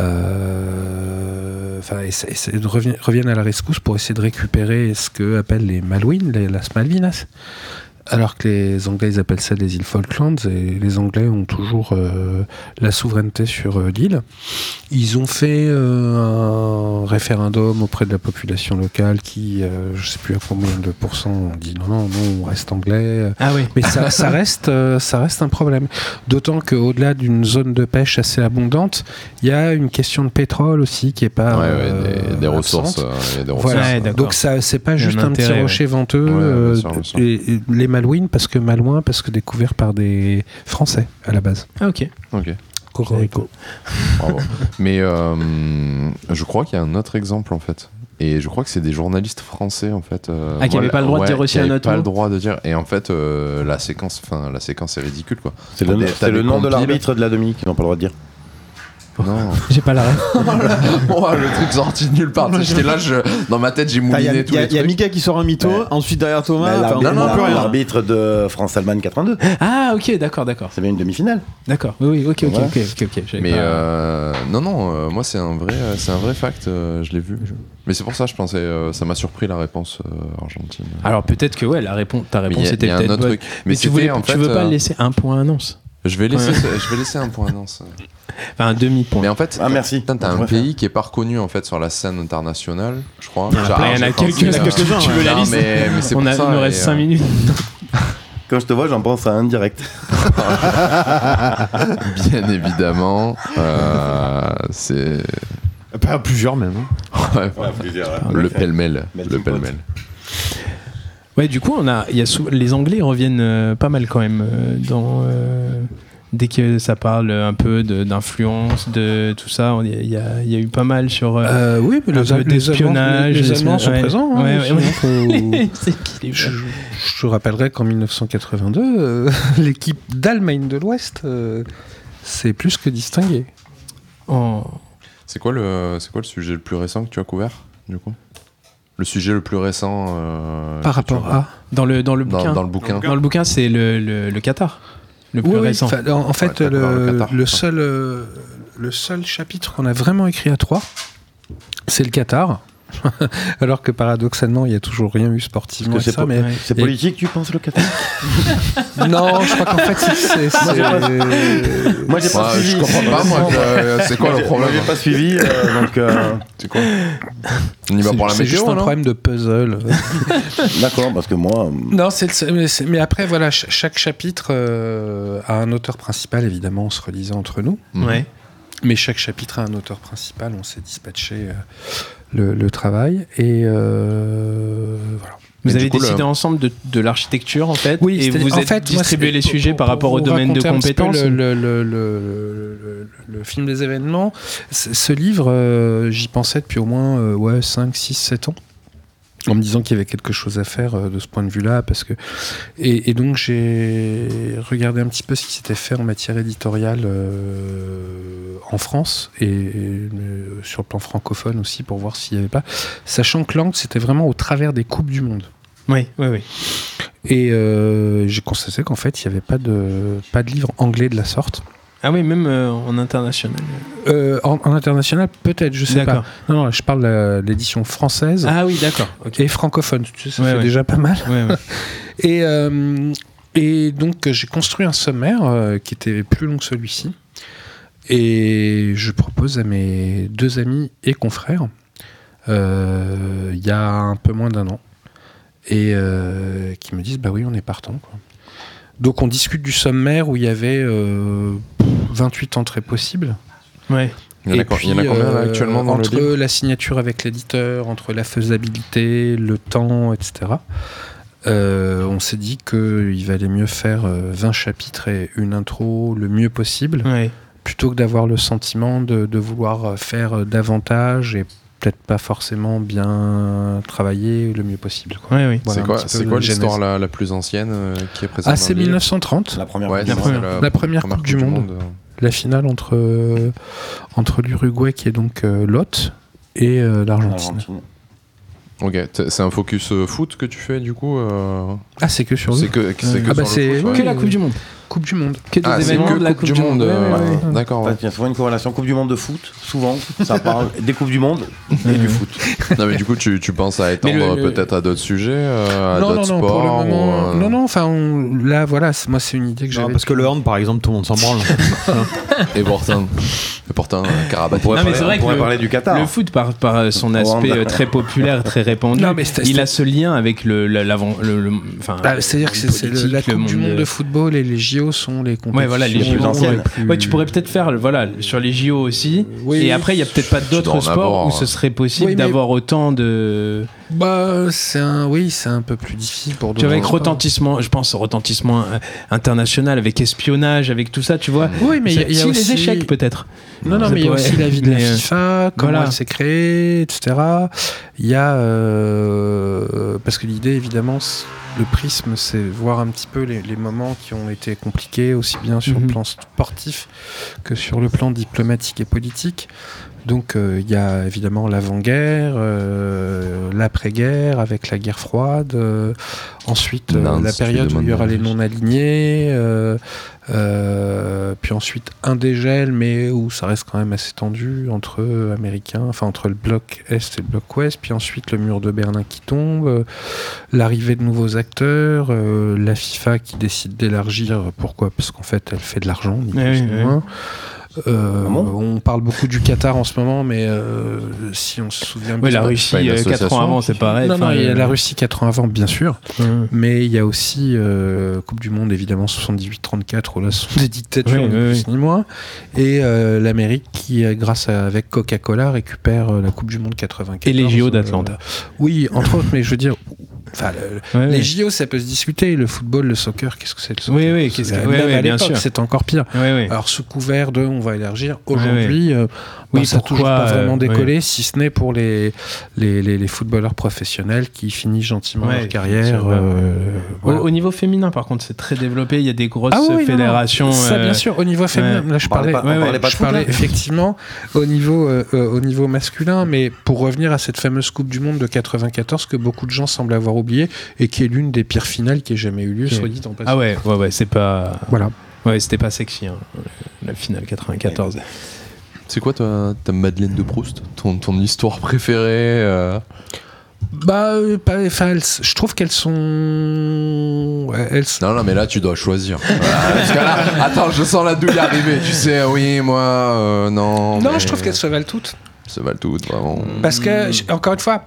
F: euh, Enfin, essa- essa- de revien- reviennent à la rescousse pour essayer de récupérer ce que appellent les Malouines, les Las Malvinas. Alors que les Anglais ils appellent ça les îles Falklands et les Anglais ont toujours euh, la souveraineté sur euh, l'île. Ils ont fait euh, un référendum auprès de la population locale qui, euh, je sais plus à combien de pourcents, ont dit non, non, non, on reste anglais.
A: Ah oui.
F: Mais ça,
A: <laughs>
F: ça reste, euh, ça reste un problème. D'autant qu'au-delà d'une zone de pêche assez abondante, il y a une question de pétrole aussi qui est pas
D: Ouais, ouais,
F: euh,
D: des- des ressources.
F: absente.
D: euh, il y a des
F: Voilà.
D: ressources.
A: Ouais, d'accord.
F: Donc ça, c'est pas
A: Il y a
F: juste
A: un
F: un, petit
A: intérêt, ouais.
F: rocher venteux.
D: Ouais, bien
F: euh,
D: sûr, bien sûr.
F: et- et les Malouines parce que Malouins parce que découvert par des Français à la base.
A: Ah, ok.
D: Ok.
F: Cocorico.
D: Bravo. Mais euh, je crois qu'il y a un autre exemple en fait. Et je crois que c'est des journalistes français en fait. euh,
A: Ah, qui avaient pas le droit de dire
D: ouais,
A: aussi
D: qui
A: un
D: avaient
A: autre
D: pas
A: mot
D: le droit de dire. Et en fait, euh, la séquence, enfin la séquence est ridicule quoi.
C: C'est le,
D: T'as
C: c'est
D: des
C: le nom de
D: compiles.
C: l'arbitre de la demi qui n'ont pas le droit de dire.
A: Oh. <laughs>
D: Non.
A: J'ai pas la ref.
D: <laughs> Oh, le truc sorti de nulle part. Tu sais, J'étais là, je- dans ma tête, j'ai
B: Il y a,
D: mouliné tous
B: y a-
D: les
B: y a
D: trucs. Bah,
B: Mika qui sort un mytho,
C: Ouais.
B: ensuite derrière Thomas,
C: Mais
B: enfin,
C: l'arbitre-
B: on n'en peut
C: l'arbitre-
B: rien.
C: L'arbitre de France-Allemagne 82.
A: Ah, ok, d'accord, d'accord.
C: C'est bien une demi-finale.
A: D'accord. Oui, oui, ok, ok,
C: Voilà.
A: ok, ok. ok, j'avais
D: Mais
A: pas-
D: euh, non, non, euh, moi c'est un vrai, euh, c'est un vrai fact. euh, je l'ai vu. Mais c'est pour ça, je pensais, euh, ça m'a surpris la réponse euh, argentine.
A: Alors peut-être que ouais, la réponse, ta
D: Mais il y
A: réponse
D: a- il
A: était
D: y a un
A: peut-être
D: autre
A: bonne.
D: truc. Mais,
A: Mais tu,
D: c'était,
A: voulais,
D: en
A: tu
D: fait,
A: veux pas
D: euh,
A: laisser un point à Nantes
D: Je vais laisser,
A: <laughs>
D: ce- je vais laisser un point. Non, ça.
A: Enfin, un demi-point.
D: Mais en fait,
C: Ah, merci.
D: Putain, t'as
C: Je
D: un
C: préfère.
D: pays qui est pas reconnu en fait sur la scène internationale, je crois.
A: Il y en a
D: Genre,
A: plein, il y en a
D: j'ai
A: quelques-
D: pensé,
A: quelques-uns,
D: euh,
A: tu veux la
D: non,
A: liste
D: mais, mais c'est
A: On
D: pour
A: a,
D: ça,
A: il nous
D: et,
A: reste
D: euh,
A: 5 minutes.
C: Quand je te vois, j'en pense à un direct.
D: Bien évidemment, euh, c'est
B: Pas plusieurs même. hein.
D: ouais, le pêle-mêle, le
C: Melting pot.
D: pêle-mêle.
A: Ouais, du coup, on a, il y a sou- les Anglais reviennent euh, pas mal quand même euh, dans. euh, Dès que ça parle un peu de- d'influence, de, tout ça, on- il y, a- il y a eu pas mal sur. euh,
F: Euh, oui,
A: Un
F: mais les,
A: peu
F: Allemands- les Allemands,
A: d'espionnage,
F: les
A: les-
F: Allemands sont
A: ouais.
F: présents. hein,
A: Ouais, ouais,
F: sinon,
A: ouais.
F: faut-
A: <laughs> c'est qu'il est
F: Euh, <laughs> Je,
A: bon.
F: je te rappellerai qu'en 1982, euh, <laughs> l'équipe d'Allemagne de l'Ouest euh, s'est plus que distinguée.
A: En-
D: C'est quoi le, c'est quoi le sujet le plus récent que tu as couvert du coup Le sujet le plus récent euh,
F: Par
D: que tu
F: rapport
D: as-
F: à.
A: dans, le, dans le
D: dans,
A: bouquin.
D: dans le bouquin.
A: Dans le bouquin, c'est le, le, le Qatar, le plus
F: Oui, oui,
A: récent.
F: enfin, en, en fait,
D: Ouais, par
F: le,
D: le Qatar,
F: le
D: quoi.
F: seul, euh, le seul chapitre qu'on a vraiment écrit à trois, c'est le Qatar. <laughs> Alors que paradoxalement, il n'y a toujours rien eu sportivement.
C: Parce que
F: et
C: c'est
F: ça,
C: pas-
F: mais...
A: Ouais.
C: C'est politique, tu penses, le Qatar
F: <laughs> Non, je crois qu'en
C: <laughs>
F: fait, c'est- c'est. c'est-
C: Moi, j'ai pas
D: Ouais,
C: suivi.
D: je comprends pas moi. euh, c'est quoi le
C: Moi, <laughs>
D: problème
C: j'ai
D: hein
C: pas suivi, euh, donc euh,
D: C'est quoi On y va
F: c'est-
D: pour la
F: c'est juste
D: météo
F: un
D: non
F: problème de puzzle.
C: <laughs> d'accord, parce que
F: <laughs>
C: moi, euh,
F: Non, c'est le seul- mais, c'est- mais après, voilà, ch- chaque chapitre euh, a un auteur principal, évidemment, on se relisait entre nous.
D: Mhm.
A: Ouais.
F: Mais chaque chapitre a un auteur principal, on s'est dispatché euh, le, le travail. Et euh, voilà.
A: Vous
D: Mais du
A: avez
D: coup, le-
A: décidé ensemble de, de l'architecture en fait, et
F: c'est-à-dire-
A: vous
F: en
A: êtes
F: fait, moi,
A: distribué
F: c'est-
A: les
F: pour-
A: sujets
F: pour-
A: par
F: pour
A: rapport au
F: vous
A: domaine de
F: raconter un petit peu
A: compétences.
F: Le, le- le- le- le- le- le film des événements, c- ce livre, euh, j'y pensais depuis au moins euh, ouais, 5, 6, 7 ans. En me disant qu'il y avait quelque chose à faire euh, de ce point de vue-là, parce que et, et donc j'ai regardé un petit peu ce qui s'était fait en matière éditoriale euh, en France et, et, euh, sur le plan francophone aussi pour voir s'il n'y avait pas, sachant que l'angle c'était vraiment au travers des coupes du monde.
A: Oui, oui, oui.
F: Et euh, j'ai constaté qu'en fait, il n'y avait pas de, pas de livre anglais de la sorte.
A: Ah oui, même euh, en international.
F: Euh, en, en international, peut-être, je sais pas.
A: D'accord.
F: Non, non, je parle de l'édition française
A: Ah oui, d'accord. Ok.
F: et francophone. Tu sais, ça
A: Ouais,
F: fait
A: ouais.
F: déjà pas mal. <laughs>
A: Ouais, ouais.
F: Et, euh, et donc, euh, j'ai construit un sommaire euh, qui était plus long que celui-ci. Et je propose à mes deux amis et confrères, euh, il y a un peu moins d'un an, et euh, qui me disent Bah oui, on est partant. quoi. Donc, on discute du sommaire où il y avait euh, 28 entrées possibles.
A: Ouais.
D: Il y en a
F: Et
D: co- il y en a
F: puis,
D: combien là,
F: euh,
D: actuellement dans le
F: Entre
D: livre
F: la signature avec l'éditeur, entre la faisabilité, le temps, etc. euh, on s'est dit qu'il valait mieux faire euh, 20 chapitres et une intro le mieux possible,
A: Ouais.
F: plutôt que d'avoir le sentiment de, de vouloir faire euh, davantage et peut-être pas forcément bien travailler le mieux possible. quoi.
A: Ouais, oui.
F: Voilà
D: c'est
F: un
D: quoi,
F: petit peu
D: c'est quoi
F: la genèse.
D: l'histoire la, la plus ancienne euh, qui est présente
F: Ah,
D: dans
F: c'est
D: le livre
F: 1930,
C: la première
D: Ouais,
C: fois,
D: c'est
A: première.
D: ça,
F: La première Coupe du Monde. la finale entre, euh, entre l'Uruguay qui est donc euh, l'hôte et euh,
C: en
F: l'Argentine.
C: Argentine.
D: Ok, t- c'est un focus euh, foot que tu fais du coup euh,
F: Ah, c'est que sur
D: C'est
F: le
D: que, que c'est que
F: Ah bah
D: sur le
F: c'est-
D: foot, ouais.
A: Que la Coupe du Monde.
F: Coupe du Monde.
A: Que des
D: Ah, c'est
A: événements
D: que
A: de la
D: Coupe du Monde. euh,
A: Ouais, ouais, ouais.
D: ouais. D'accord,
C: Ouais, <laughs>
D: ouais.
C: Il y a souvent une corrélation Coupe du Monde de foot, souvent, ça parle des Coupes du Monde et du foot. <laughs>
D: Non, mais du coup, tu, tu penses à
A: Mais le-
D: étendre
A: le-
D: peut-être à d'autres sujets, euh, à
F: non, non,
D: d'autres
F: non, pour le
D: sports
F: moment.
D: ou, euh,
F: Non, non, enfin, on- là, voilà, c'est- moi, c'est une idée que
B: Non,
F: j'avais.
B: parce que le Horn, par exemple, tout <laughs> le monde s'en branle.
D: Et pourtant, et pourtant euh, Karabatic.
A: Non, mais c'est vrai
C: On pourrait
A: que
C: parler du Qatar.
A: Le foot, par, par euh, son
C: Rwanda.
A: aspect euh, très populaire, très répandu,
F: Non, mais c'est-
A: il
F: c'est-
A: a ce lien avec le, la- l'avant, le, le- enfin,
F: Ah, C'est-à-dire que
A: le
F: c'est c'est le- la
A: politique, le
F: Coupe du
A: monde,
F: Monde
A: euh,
F: de football et les JO sont les compétitions
A: Ouais, voilà, les
C: plus
A: JO.
C: anciennes.
A: ouais. Ouais, tu pourrais peut-être faire, le- voilà, sur les JO aussi.
F: Oui,
A: et
F: oui.
A: après, il n'y a peut-être pas
D: dois en
A: d'autres sports
D: avoir,
A: où
D: hein.
A: ce serait possible
F: Oui, mais-
A: d'avoir autant de.
F: Bah, c'est un, oui, c'est un peu plus difficile pour
A: Tu vois,
F: d'autres
A: avec
F: sports.
A: retentissement, je pense, retentissement euh, international, avec espionnage, avec tout ça, tu vois.
F: Oui, mais il y a, il y a
A: Si,
F: aussi
A: les échecs peut-être.
F: Non, non,
A: C'est
F: mais il y a
A: pas-
F: aussi la vie de la
A: Mais, euh,
F: FIFA, comment
A: voilà.
F: elle s'est créée, etc. Il y a. euh, parce que l'idée, évidemment, c'est- le prisme, c'est voir un petit peu les, les moments qui ont été compliqués, aussi bien sur
A: Mhm.
F: le plan sportif que sur le plan diplomatique et politique. Donc, euh, il y a évidemment l'avant-guerre, euh, l'après-guerre, avec la guerre froide. euh, ensuite, euh,
D: Mince,
F: la
D: tu
F: période où il y
D: demandes
F: aura
D: bien.
F: les non-alignés. euh, euh, puis ensuite un dégel, mais où ça reste quand même assez tendu entre euh, Américains, enfin entre le bloc Est et le bloc Ouest, puis ensuite le mur de Berlin qui tombe, euh, l'arrivée de nouveaux acteurs, euh, la FIFA qui décide d'élargir, pourquoi Parce qu'en fait elle fait de l'argent, ni
A: Oui,
F: plus
A: Eh oui,
F: ni
A: oui.
F: moins. Euh,
C: Vraiment
F: on parle beaucoup du Qatar en ce moment, mais euh, si on se souvient
A: Oui,
F: bien-
A: la Russie,
D: pas une
A: 4 ans
D: association.
A: avant, c'est pareil.
F: Non, non,
A: Enfin,
F: il y a
A: euh,
F: la Russie 4 ans avant, bien sûr.
A: hum.
F: Mais il y a aussi euh, Coupe du Monde, évidemment, 78-34, où là, ce sont des dictatures,
A: Oui,
F: ni
A: oui,
F: plus ni moins. Et euh, l'Amérique qui, euh, grâce à, avec Coca-Cola, récupère euh, la Coupe du Monde 94.
A: Et les JO
F: euh,
A: d'Atlanta.
F: oui, entre autres, mais je veux dire, enfin, le-
A: Ouais,
F: les
A: ouais.
F: JO, ça peut se discuter. Le football, le soccer, qu'est-ce que c'est le soccer
A: Oui, oui, qu'est-ce que-
F: Même
A: oui, oui,
F: à
A: bien
F: l'époque,
A: sûr.
F: c'est encore pire.
A: Ouais, ouais.
F: Alors, sous couvert de on va élargir, aujourd'hui, euh,
A: Oui,
F: bah, ça
A: pourquoi,
F: n'a toujours pas
A: euh,
F: vraiment
A: ouais.
F: décollé, si ce n'est pour les, les, les, les footballeurs professionnels qui finissent gentiment
A: Ouais,
F: leur carrière.
A: c'est vrai.
F: euh,
A: Au,
F: voilà.
A: au niveau féminin, par contre, c'est très développé. Il y a des grosses
F: Ah oui, oui, non, non.
A: fédérations.
F: Ça,
A: euh,
F: bien sûr, au niveau féminin. Là, je
C: On parlait
F: parlais,
C: pas- on
F: ouais,
C: parlait
F: ouais,
C: pas de
F: je
C: foot, là.
F: parlais <laughs> effectivement au niveau, euh, euh, au niveau masculin, mais pour revenir à cette fameuse Coupe du Monde de 94 que beaucoup de gens semblent avoir oubliée et qui est l'une des pires finales qui ait jamais eu lieu,
A: Ok.
F: soit dit en passant.
A: Ah ouais, ouais, ouais, c'est pas.
F: Voilà.
A: Ouais, c'était pas sexy, hein, la finale 94.
D: C'est quoi ta, ta Madeleine de Proust ton, ton histoire préférée euh,
F: Bah, euh, pas, enfin, elles- je trouve qu'elles sont. ouais, Elles sont-
D: Non, non, mais là, tu dois choisir. Voilà, parce que là, attends, je sens la douille arriver. Tu sais, oui, moi, euh, non.
F: Non,
D: mais
F: je trouve qu'elles se valent toutes.
D: Ça va le tout, vraiment.
F: Parce que, j- encore une fois,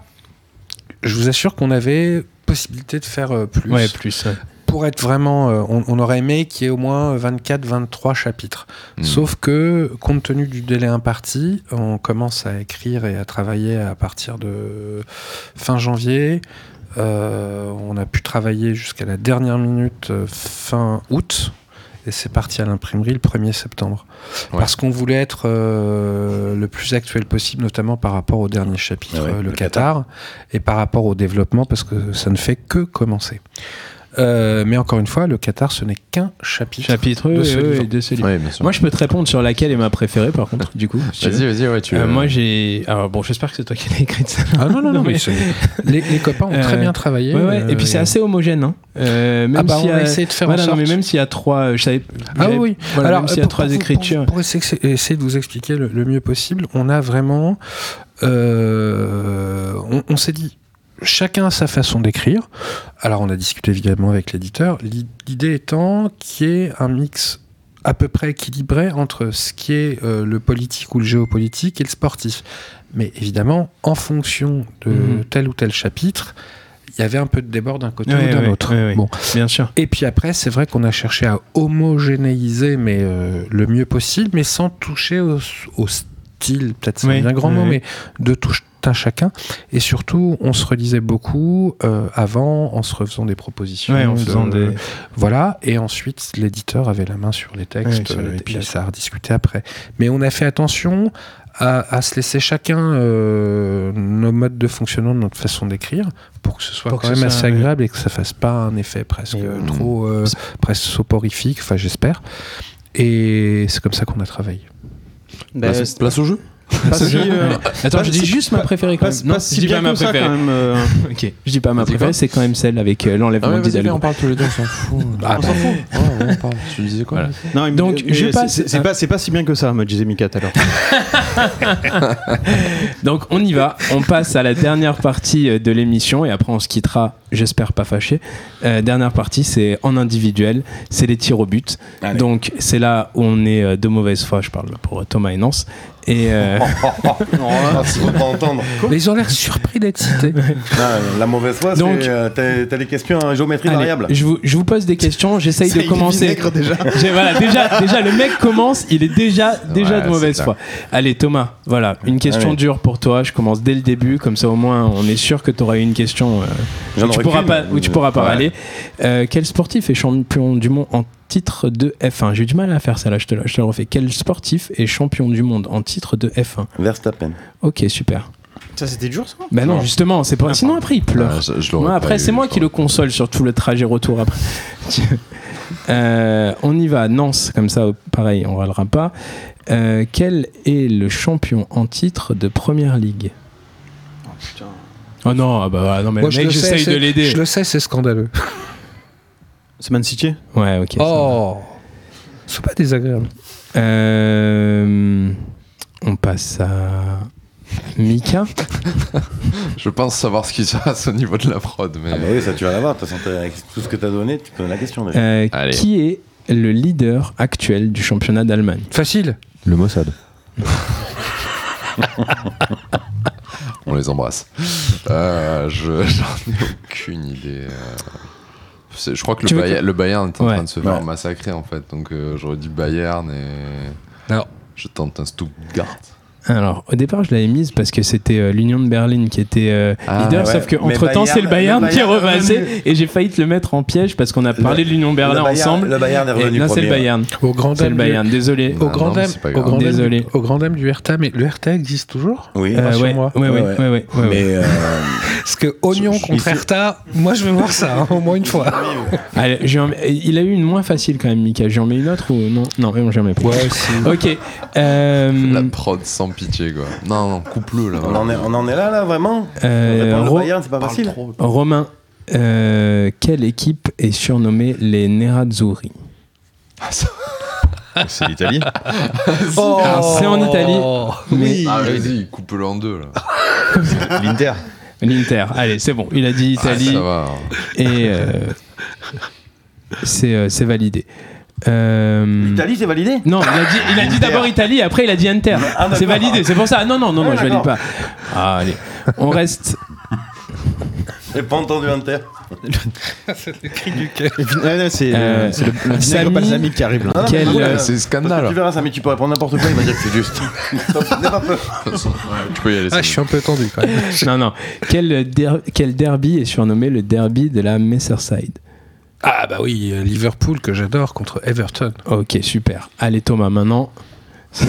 F: je vous assure qu'on avait possibilité de faire euh, plus.
A: Ouais, plus. hein. ouais.
F: pour être vraiment, euh, on, on aurait aimé qu'il y ait au moins 24-23 chapitres.
D: Mm.
F: Sauf que, compte tenu du délai imparti, on commence à écrire et à travailler à partir de fin janvier. Euh, on a pu travailler jusqu'à la dernière minute euh, fin août. Et c'est parti à l'imprimerie le 1er septembre.
D: Ouais.
F: Parce qu'on voulait être euh, le plus actuel possible, notamment par rapport au dernier chapitre,
C: Ouais,
F: euh, le
C: le
F: Qatar, et par rapport au développement, parce que ça ne fait que commencer. Euh, mais encore une fois, le Qatar, ce n'est qu'un chapitre.
A: Chapitre
F: De
A: oui,
F: ce
A: oui,
F: livre.
A: de ce livre.
D: Ouais, bien sûr.
A: Moi, je peux te répondre sur laquelle est ma préférée, par contre, du coup. si tu
D: Vas-y,
A: veux.
D: vas-y, ouais, tu.
A: Euh,
D: euh,
A: moi, j'ai. Alors, bon, j'espère que c'est toi qui l'as écrite, ça.
F: Ah
A: <laughs>
F: non, non,
A: Non,
F: non, mais
A: mais-
F: c'est- les, les copains ont très
A: Euh,
F: bien travaillé.
A: Ouais, ouais. Et puis, c'est
F: euh,
A: assez homogène. Hein. Euh, même
F: Ah bah,
A: si
F: on a essayé de faire en
A: Voilà, non, mais
F: sorte.
A: même s'il y a trois. euh, Je savais...
F: Ah
A: j'avais-
F: oui,
A: voilà, même s'il y a
F: euh, pour-
A: trois
F: pour- pour-
A: écritures.
F: Pour, essayer, essayer de vous expliquer le, le mieux possible, on a vraiment. euh, on on s'est dit, chacun a sa façon d'écrire. Alors, on a discuté évidemment avec l'éditeur. L'i- L'idée étant qu'il y ait un mix à peu près équilibré entre ce qui est euh, le politique ou le géopolitique et le sportif. Mais évidemment, en fonction de
A: Mhm.
F: tel ou tel chapitre, il y avait un peu de débord d'un côté
A: Ouais,
F: ou d'un
A: ouais,
F: autre.
A: ouais, ouais.
F: Bon.
A: Bien sûr.
F: Et puis après, c'est vrai qu'on a cherché à homogénéiser, mais euh, le mieux possible, mais sans toucher au, au style, peut-être c'est
A: Oui,
F: un grand
A: oui,
F: mot,
A: oui.
F: mais de tout à chacun. Et surtout, on se relisait beaucoup euh, avant, en se refaisant des propositions.
A: Ouais, en
F: de-
A: faisant des.
F: Voilà, et ensuite, l'éditeur avait la main sur les
A: Ouais,
F: textes,
A: sur les
F: euh, et puis
A: textes.
F: ça a rediscuté après. Mais on a fait attention à, à se laisser chacun euh, nos modes de fonctionnement, notre façon d'écrire, pour que ce soit
A: Pour
F: quand
A: que ce
F: même assez
A: soit, ouais.
F: agréable et que ça fasse pas un effet presque
A: Et,
F: euh, trop euh, presque soporifique, enfin j'espère. Et c'est comme ça qu'on a travaillé.
A: Bah,
B: Bah,
D: place, place au jeu
B: Pas si, euh,
A: Attends,
B: pas-
A: je dis
B: c'est-
A: juste ma préférée quand
B: pas-
A: même.
B: pas
A: Non, je
B: si
A: dis pas
B: bien
A: ma
B: que ça,
A: préférée.
B: quand même. euh,
A: Ok, je dis pas ma
D: Vas-y,
A: préférée,
D: quoi
A: c'est quand même celle avec euh,
D: Ah
A: l'enlèvement
D: ouais, vas-y, viens, on
A: d'Hidalgo.
D: parle tous les deux, on s'en
A: <laughs>
D: fout.
F: Ah,
D: on s'en fout. Ouais, ouais, on parle. Tu disais quoi
A: Voilà.
B: Non, il me-
A: Donc,
B: mais
A: je
B: c'est-
A: passe-
B: c'est- C'est pas, c'est pas si bien que ça, me disait Mika tout à l'heure.
A: Donc on y va, on passe à la dernière partie euh, de l'émission et après on se quittera j'espère pas fâché. Euh, dernière partie, c'est en individuel, c'est les tirs au but.
C: Allez.
A: Donc c'est là où on est euh, de mauvaise foi, je parle pour euh, Thomas et Nance. Et euh,
C: Oh, oh, oh. Ah, tu peux pas entendre.
F: Mais ils ont l'air surpris d'être cités.
C: Ah, la mauvaise foi, c'est
A: Donc-
C: euh, t'as t'as des questions à géométrie
A: allez,
C: variable.
A: je, vous, je vous pose des questions, j'essaye
B: Ça y
A: de
B: est,
A: commencer.
B: vinaigre, déjà.
A: <laughs> J'ai- voilà, déjà, déjà, le mec commence, il est déjà, déjà
D: Ouais,
A: de mauvaise
D: c'est
A: foi. Allez, Thomas, voilà, une question
C: Allez.
A: dure pour toi. Je commence dès le début, comme ça au moins on est sûr que tu auras une question euh,
C: J'en
A: où, tu
C: aurais
A: pourras
C: qu'une,
A: pas,
C: mais-
A: où tu pourras pas
C: Ouais.
A: aller. quel sportif est champion du monde en titre de F1 J'ai eu du mal à faire ça là, je te, la- je te le refais. Quel sportif est champion du monde en titre de F1
C: Verstappen.
A: Ok, super.
B: Ça, c'était dur, ça
A: Bah non,
C: Non.
A: justement, c'est pas. Sinon après il pleure.
D: Ah, je- je l'aurais
A: Moi,
D: pas
A: après,
D: eu,
A: c'est moi
D: je
A: qui le console sur tout le trajet retour <laughs> après. Euh, on y va, Nance, comme ça, pareil, on râlera pas. Euh, quel est le champion en titre de Première Ligue
B: Oh, putain.
A: Oh non, ah bah, ah non mais
F: Moi,
A: le
F: je
A: mec,
F: le sais,
A: j'essaye de
F: c'est-
A: l'aider.
F: Je le sais, c'est scandaleux.
B: C'est Man City
A: Ouais, ok. ça va.
F: Oh C'est pas désagréable.
A: Euh, on passe à Mika.
D: Je pense savoir ce qui se passe au niveau de la prod, mais.
C: Ah bah oui, ça tu vas l'avoir. De toute façon, t'as- avec tout ce que t'as donné, tu connais la question déjà.
A: Euh,
D: Allez.
A: qui est le leader actuel du championnat d'Allemagne
F: Facile
E: Le Mossad.
D: On les embrasse. Euh, je <laughs> j'en ai aucune idée. euh. C'est- Je crois que
A: Tu
D: le,
A: veux
D: Bayer- le Bayern est en
A: Ouais.
D: train de se faire
C: Ouais.
D: massacrer en fait, donc euh, j'aurais dit Bayern et.
F: Alors.
D: Je tente un Stuttgart.
A: Alors, au départ, je l'avais mise parce que c'était euh, l'Union de Berlin qui était euh,
D: Ah,
A: leader,
C: ouais.
A: sauf que
C: Mais
A: entre temps,
C: Bayern-
A: c'est le Bayern
C: le
A: qui est
C: Bayern est
A: repassé
C: revenu.
A: et j'ai failli te le mettre en piège parce qu'on a
C: Le-
A: parlé de l'Union Berlin
C: le Bayern-
A: ensemble.
C: Le Bayern est
A: Et
C: revenu
A: non, c'est
C: premier. hein.
A: le Bayern.
F: Au grand
A: C'est le
F: dame du,
A: Bayern, désolé.
F: au
D: Bah non,
F: grand
D: mais
F: dame,
D: c'est pas
F: au
D: grave.
F: grand dame-
A: Désolé.
F: au grand dame du RTA, mais le RTA existe toujours
C: Oui.
A: Euh, ouais,
F: rassure-moi.
A: ouais, ouais,
C: Ouais,
A: ouais, ouais, ouais.
C: Mais euh,
F: Parce que oignon
C: Je- je-
F: contre
C: je-
F: RTA, moi je veux voir ça, hein, au moins une fois.
A: Allez, j'en- il a eu une moins facile quand même, Mika. J'en mets une autre ou non Non, mais bon, j'en mets pas. Ok. euh,
D: La prod sans pitié quoi. Non, non, coupe-le là.
C: on, en est, on en est là, là, vraiment
A: euh,
C: Répondre le
A: Ro-
C: Bayern, c'est pas facile.
A: Romain, euh, quelle équipe est surnommée les Nerazzurri
E: Ah, C'est
B: <laughs>
E: l'Italie.
C: Oh
F: Ah, Oh.
A: c'est en Italie. Mais
D: Ah, vas-y, coupe-le en deux là.
E: L'Inter.
A: l'Inter. Allez, c'est bon. Il a dit Italie.
D: Ah, ça va.
A: Et euh, c'est euh, c'est validé. Euh,
C: L'Italie, c'est validé
A: Non, il a dit, il a dit d'abord Italie, après il a dit Inter.
C: Ah, d'accord.
A: c'est validé, c'est pour ça. Non, non, non, non,
C: Ah,
A: je valide
C: d'accord.
A: pas. Ah, allez, on reste.
C: J'ai pas entendu Inter.
B: <laughs> Et puis- ouais, ouais, C'est
A: Euh,
B: euh, c'est le, le vinaigre
A: Samy-
B: balsamique qui arrive là.
C: Non, non, mais
A: Quel,
C: écoute,
A: euh,
D: Ah,
C: euh,
D: C'est
C: parce que
D: scandale.
C: tu verras, Samy, tu peux répondre n'importe quoi, il va dire que c'est juste. <laughs> N'aie pas peur.
D: Tu peux y aller.
F: Ah, je suis un peu tendu quand même.
A: Non, non. Quel, der- quel derby est surnommé le derby de la Messerside
F: Ah bah oui, euh, Liverpool que j'adore contre Everton.
A: Ok, super. Allez, Thomas, maintenant.
D: c'est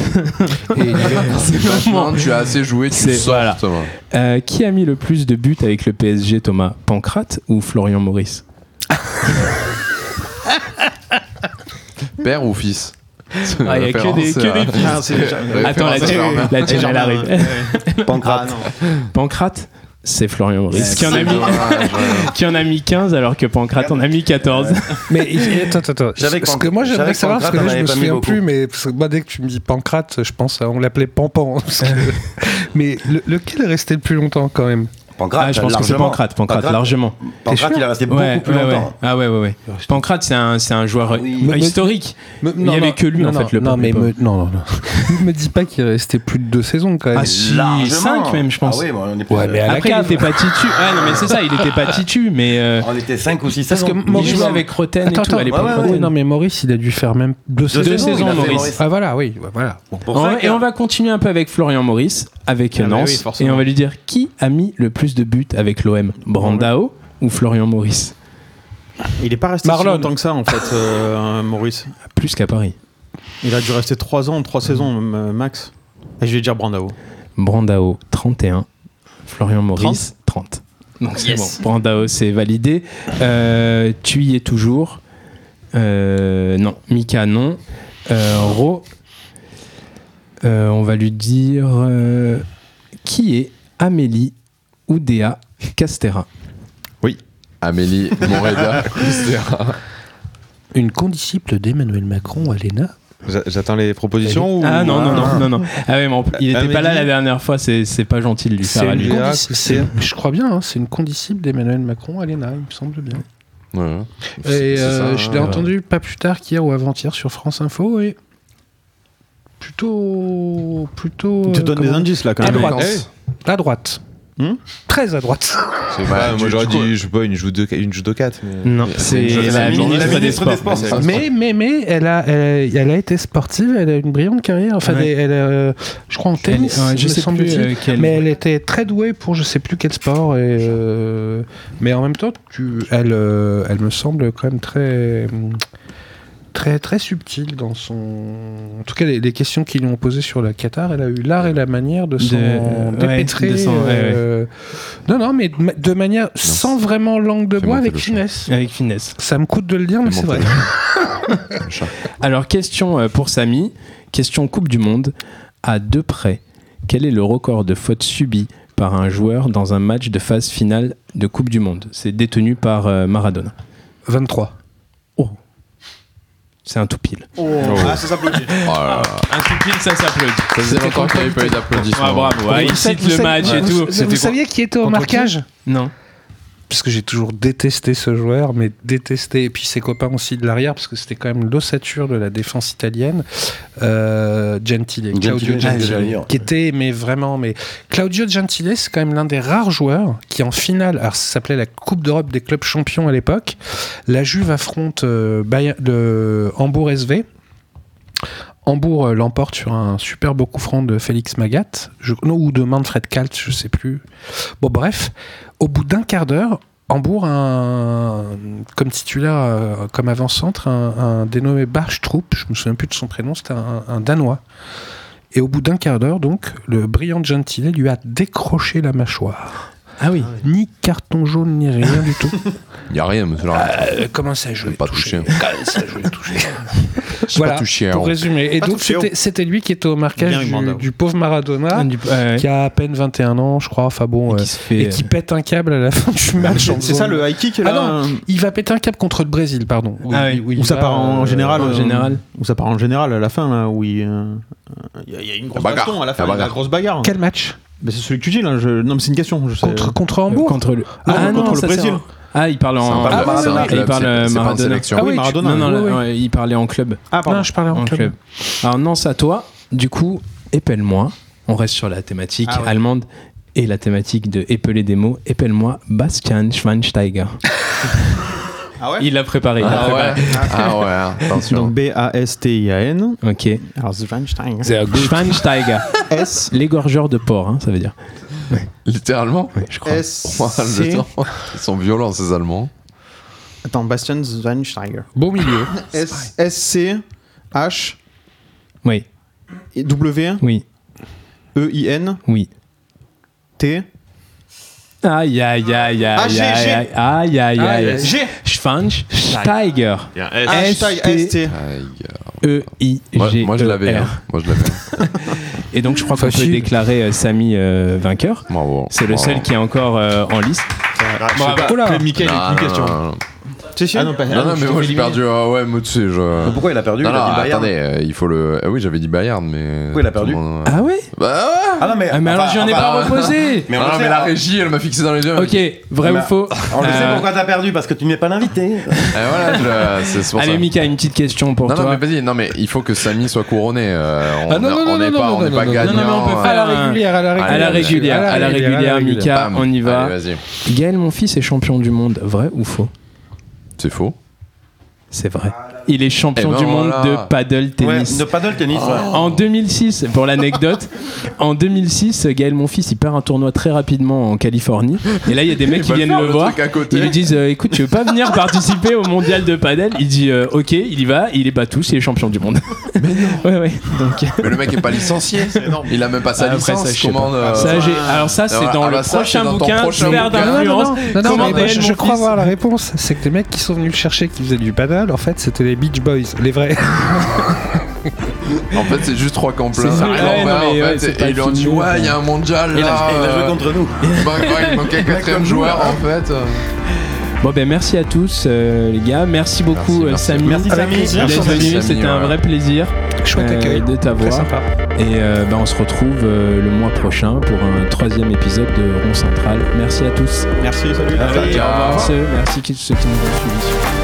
A: moment.
D: Tu as assez joué, tu
A: C'est-
D: sors.
A: voilà.
D: Thomas.
A: Euh, qui a mis le plus de buts avec le PSG, Thomas Pancrate ou Florian Maurice
D: Père ou fils euh,
A: Ah, il y a que des- que des fils. hein,
B: Ah, c'est déjà-
A: Attends, la
D: tienne.
A: tienne, la tienne, elle
B: Germain,
C: Eh,
A: arrive.
B: Ah
C: Pancrate.
B: non.
A: Pancrate, c'est Florian Maurice.
C: Yes.
A: Qui en a mis <laughs> qui en a mis 15 alors que Pancrate en a mis 14.
F: Mais et- attends, attends, attends.
C: J'avais
F: Ce
C: Pan-
F: que moi j'aimerais
C: j'avais
F: savoir, parce que là
C: Pancrate,
F: je
C: on
F: me
C: avait pas mis
F: souviens
C: beaucoup.
F: plus, mais parce que moi, dès que tu me dis Pancrate, je pense à on l'appelait Pampan. hein, parce <laughs> que- mais le- lequel est resté le plus longtemps quand même
C: Pancrate,
A: Ah, je pense que c'est
C: largement.
A: Pancrate, Pancrate, largement.
C: Pancrate, il est resté beaucoup
A: Ouais,
C: plus
A: ouais, ouais.
C: longtemps.
A: Ah ouais, ouais, ouais. Pancrate, c'est un, c'est un joueur
C: Oui.
A: euh, historique. Il y avait que lui, en fait, le
F: non,
A: pauvre
F: mais
A: pauvre.
F: me, non, non, non. <laughs> me dis pas qu'il est resté plus de deux saisons quand même.
A: Ah, si,
C: Largement.
A: 5 même, je pense.
C: Ah oui, bon, on est
F: Ouais, mais à la
A: Après, il
F: cave.
A: était pas titu. Ouais, non, mais c'est ça, il était pas titu, mais euh,
C: On était 5 ou 6
F: Parce que
A: il
F: Maurice-
A: jouait avec Roten et
F: Attends,
A: tout à
F: attends.
A: l'époque.
C: Ouais, ouais,
A: Roten.
F: Oui, non, mais Maurice, il a dû faire même deux,
A: Deux
F: saisons.
A: saisons,
C: il a fait
A: Maurice.
C: Maurice.
F: Ah voilà, oui, ouais, voilà. Bon.
A: On va- Oh, et on va continuer un peu avec Florian Maurice, avec
B: Ah, bah oui,
A: Nance,
B: forcément.
A: et on va lui dire qui a mis le plus de buts avec l'OM Brandao ou Florian Maurice
B: Il est pas resté
F: Marlon.
B: si longtemps que ça en fait, euh, Maurice.
A: Plus qu'à Paris.
B: Il a dû rester 3 ans, 3 saisons euh, max. Et je vais dire Brandao.
A: Brandao 31, Florian Maurice 30. Donc c'est bon, Brandao c'est validé. Euh, tu y es toujours. Euh, non, Mika non. Euh, Ro, euh, on va lui dire euh, qui est Amélie Oudéa Castera.
D: Amélie
A: <laughs> Ah,
D: Moreda.
F: Une condisciple d'Emmanuel Macron, Alena,
E: J'a- J'attends les propositions ou...
A: Ah non, non, non, non, non. Ah ouais, mais en plus, il
E: Ah,
A: n'était
E: mais
A: pas là
E: dis-
A: la dernière fois, c'est c'est pas gentil de lui
F: C'est
A: faire à
F: une
A: lui.
E: Léa,
F: condici-
E: c'est-
F: c'est- je crois bien, hein, c'est une condisciple d'Emmanuel Macron à l'ENA, il me semble bien.
D: Voilà.
F: Et euh, je l'ai
A: ouais.
F: entendu pas plus tard qu'hier ou avant-hier sur France Info et plutôt plutôt
B: Tu
F: euh,
B: donnes des
F: comment-
B: indices
A: Ah,
B: là quand
F: À
B: même.
F: droite.
E: Eh,
F: à droite.
B: Hmm
F: Très à droite.
E: c'est pas-
D: Ouais,
E: moi
D: du-
E: j'aurais
D: du coup-
E: dit, je sais pas, une joue de une joue de quatre, mais-
A: Non, c'est
D: c'est
A: la,
D: la
A: ministre,
D: ministre
A: des,
B: des
A: Sports.
B: Sports.
E: C'est-
F: Mais, mais, mais elle, a, elle, elle a été sportive, elle a une brillante carrière. Enfin,
A: Ouais.
F: elle, elle, euh, je crois en
A: Elle-
F: tennis,
A: ouais, je
F: me
A: sais plus
F: semble-t-il.
A: euh, quel-
F: Mais elle était très douée pour je sais plus quel sport. Et, euh, mais en même temps, tu, elle, euh, elle me semble quand même très, hum, très, très subtile dans son. En tout cas, les, les questions qu'ils lui ont posées sur la Qatar, elle a eu l'art et la manière de s'en
A: euh, ouais,
F: dépêtrer.
A: de s'en- ouais, ouais.
F: euh, Non, non, mais de, ma- de manière sans vraiment langue de
D: Fais
F: bois
D: monter
F: avec
D: le son.
F: finesse.
A: Avec finesse.
F: Ça me coûte de le dire, mais c'est
D: monter
F: vrai.
A: Alors, question euh, pour Samy. Question Coupe du Monde. À deux près, quel est le record de fautes subies par un joueur dans un match de phase finale de Coupe du Monde C'est détenu par euh, Maradona.
F: 23.
A: C'est un tout pile.
B: Ah, ça s'applaudit.
D: Oh là là.
A: Ah. Un tout pile, ça s'applaudit.
D: Ça faisait longtemps qu'il n'y avait pas eu d'applaudissements.
A: Ah, bravo. Ah, il cite le match et tout.
F: Vous saviez qui était au
A: contre
F: marquage
A: Non.
F: Parce que j'ai toujours détesté ce joueur, mais détesté. Et puis ses copains aussi de l'arrière, parce que c'était quand même l'ossature de la défense italienne. Euh, Gentile, Claudio
C: Gentile,
F: Gentile.
C: j'allais dire.
F: Qui était, mais vraiment, mais Claudio Gentile, c'est quand même l'un des rares joueurs qui, en finale, alors ça s'appelait la Coupe d'Europe des clubs champions à l'époque, la Juve affronte euh, Bayer- le Hambourg SV. Hambourg euh, l'emporte sur un super beau coup franc de Félix Magat, je- non, ou de Manfred Kalt, je sais plus. Bon, bref, au bout d'un quart d'heure, Hambourg a un, comme titulaire, euh, comme avant-centre, un, un dénommé Barchtroup, je me souviens plus de son prénom, c'était un- un Danois. Et au bout d'un quart d'heure, donc, le brillant Gentilet lui a décroché la mâchoire.
A: Ah oui.
F: Ni carton jaune, ni rien du tout.
D: Il n'y a rien, monsieur. Laurent.
F: <laughs> Euh, comment ça, je l'ai
D: pas
F: touché
D: touché.
F: Comment ça, <laughs> je l'ai touché
D: Je suis pas
F: Voilà,
D: touché.
F: pour
D: hein.
F: résumer. Et
B: Pas
F: donc,
B: touché,
F: c'était- c'était lui qui était au
B: Bien,
F: marquage
B: il manda,
F: du,
B: ouais.
F: du pauvre
A: Ah,
F: Maradona,
A: du- ouais, ouais.
F: qui a à peine 21 ans, je crois. Enfin bon,
A: Qui
F: euh,
A: se fait,
F: et qui pète un câble à la fin du match. en
B: Bah, C'est ça
F: faisant-
B: le high kick là
F: Ah Il va péter un câble contre le Brésil, pardon. Où-
A: Ah oui,
F: il
B: Où ça
F: va,
B: part en
F: euh,
B: général
A: en
B: euh,
A: général.
B: Où ça part en général à la fin là où il euh, il y, a- il y a une grosse
D: bagarre.
B: baston à la
D: La
B: fin, il y a
D: bagarre.
B: une grosse bagarre.
F: Quel match
B: Mais c'est celui que tu dis là, je... non mais c'est une question, je sais.
F: Contre, contre
A: euh,
F: Hambourg
A: contre le.
B: Ah,
A: Ah,
B: contre
A: non,
B: le
A: ça, c'est
B: Brésil.
A: un- Ah, il parle
D: C'est un
A: en.
D: club,
F: Ah,
D: c'est
F: ouais,
D: un
F: ouais,
A: il
D: club,
A: parle
D: c'est-
A: euh,
D: c'est pas en
A: Maradona.
D: sélection.
F: Ah oui,
B: oui,
F: tu-
B: Maradona.
A: Non, non,
B: ouais.
A: là,
F: ouais.
A: ouais, il parlait en club.
B: Ah pardon.
F: Non, je parlais en,
A: En
F: club.
A: club. Alors Nance à toi. Du coup, épelle-moi. On reste sur la thématique
B: Ah ouais.
A: allemande et la thématique de épeler des mots. Épelle-moi Bastian Schweinsteiger.
B: Ah ouais.
A: <laughs> Il l'a préparé. il l'a
D: Ah
A: préparé.
D: ouais, ah ouais, attention.
B: Donc B A S T I A N.
A: Ok.
B: Alors
D: <laughs>
B: Schweinstein.
A: Schweinsteiger.
B: S
A: L'égorgeur de porc, hein, ça veut dire.
D: Littéralement. <laughs>
A: Ouais, je crois.
B: S
D: Oh, le
B: C-
D: temps. Ils sont violents, ces Allemands.
B: Attends, Bastian Schweinsteiger.
F: Bon
A: <laughs>
F: milieu.
B: S S C H
A: Oui,
B: et W
A: oui,
B: E I N
A: oui.
B: T
A: Aïe, aïe, aïe, aïe,
B: Ah,
A: aïe,
B: G, G.
A: aïe, aïe, aïe, aïe.
F: G.
A: Schweinsteiger.
E: Il y a un S.
B: Hashtag S T.
D: Aïe, gars. Moi,
A: E-I-G.
D: moi, je l'avais.
A: E
D: hein. Moi, je l'avais.
A: Et donc, je crois qu'on peut
F: Facile.
A: déclarer euh, Samy euh, vainqueur.
D: Bravo.
A: C'est le seul
D: Bravo.
A: qui est encore euh, en liste.
D: Ah,
F: Oula.
B: Mickaël,
D: Non,
B: une
D: non,
B: question.
D: non, non.
B: Si, si. Ah non, pas-
D: Non, non,
B: je
D: mais
B: t'ai
D: moi
B: fait
D: j'ai
B: éliminer.
D: perdu. Ah ouais, moi tu sais, je.
C: Mais Pourquoi il a perdu
D: Non,
C: il a
D: non,
C: dit le Bayern.
D: attendez, euh, il faut le. Ah oui, j'avais dit Bayern, mais.
C: Pourquoi il a
D: tout le
C: perdu
D: monde-
A: Ah ouais
D: Bah ouais
C: Ah non, mais.
A: Ah, mais alors,
C: enfin,
A: j'en ai
C: enfin,
A: pas
D: enfin,
A: reposé
C: Mais on
D: Non,
C: le
D: non, bah.
C: sait,
D: mais la
C: hein.
D: régie, elle m'a fixé dans les yeux.
A: <laughs> Ok, vrai ou
C: bah,
A: faux
C: On le
A: Euh,
C: sait pourquoi t'as perdu, parce que tu n'es pas l'invité.
D: Eh, voilà, je- c'est c'est pour ça.
A: Allez, Mika, une petite question pour
D: non, non,
A: toi.
D: mais vas-y, non, mais il faut que Samy soit couronné. euh, on
F: Ah non,
D: est-
F: non,
D: on
F: non,
D: n'est
F: non,
D: pas,
F: non,
D: on n'est
F: non,
D: pas
F: non,
D: gagnant.
A: non, mais on peut
F: À la
A: Euh,
F: régulière, à la régulière.
A: À la régulière, à la régulière,
D: euh,
A: Mika,
D: bam.
A: on y va.
D: Allez, vas-y.
A: Gaël, mon fils, est champion du monde. Vrai ou faux
D: C'est faux.
A: C'est vrai. Il est champion
D: Eh ben
A: du monde
D: voilà.
A: de paddle tennis. Oh.
C: Ouais, de paddle tennis, ouais.
A: En 2006, pour l'anecdote,
D: <laughs>
A: en 2006, Gaël Monfils, il perd un tournoi très rapidement en Californie. Et là, il y a des mecs qui
D: va
A: viennent
D: faire
A: le
D: le
A: voir.
D: truc à côté.
A: Ils lui disent euh, Écoute, tu veux pas venir participer au mondial de padel Il dit euh, Ok, il y va, il est pas tous, il est champion du monde. Mais non <laughs> Ouais, ouais. Donc,
D: Mais le mec est pas licencié. Il a même pas sa
A: Ah, après,
D: licence.
A: ça, je sais
D: Comment euh,
A: ça, j'ai- Alors, ça, c'est
D: Ah
A: dans
D: bah
A: le
D: ça,
A: prochain
D: c'est dans ton
A: bouquin,
D: prochain
A: Sphère
D: bouquin.
F: Non, non, non,
A: d'influence.
F: non, non,
A: Comment
F: mais moi,
A: Gaël
F: je, je
A: Monfils-
F: crois voir la réponse. C'est que les mecs qui sont venus le chercher, qui faisaient du paddle, en fait, c'était les Beach Boys, les vrais. <laughs>
D: En fait, c'est juste trois camps pleins.
A: C'est
D: à
A: nul.
D: l'envers,
A: Ouais, non, mais
D: en
A: ouais,
D: fait,
A: c'est pas
D: et ils lui ont dit
A: fini, ouais.
D: Ouais, il y a un mondial.
C: Et
D: là,
C: là, il a joué
A: Oh.
D: euh,
C: contre nous.
D: bah, ouais, il manquait quatrième joueur en fait.
A: Bon, ben, merci à tous, euh, les gars. Merci beaucoup,
D: Merci,
A: euh, Samy.
D: merci.
C: Merci, Samy.
A: d'être
D: Merci,
A: venu.
D: Samy,
A: C'était un
D: ouais.
A: vrai plaisir.
F: Chouette
A: euh,
F: accueil.
A: de
F: Très
A: t'avoir.
F: sympa.
A: Et euh, ben, on se retrouve euh, le mois prochain pour un troisième épisode de Rond Central. Merci à tous.
B: Merci, salut.
A: Merci, au revoir, ceux- merci qui- ceux qui nous ont suivis.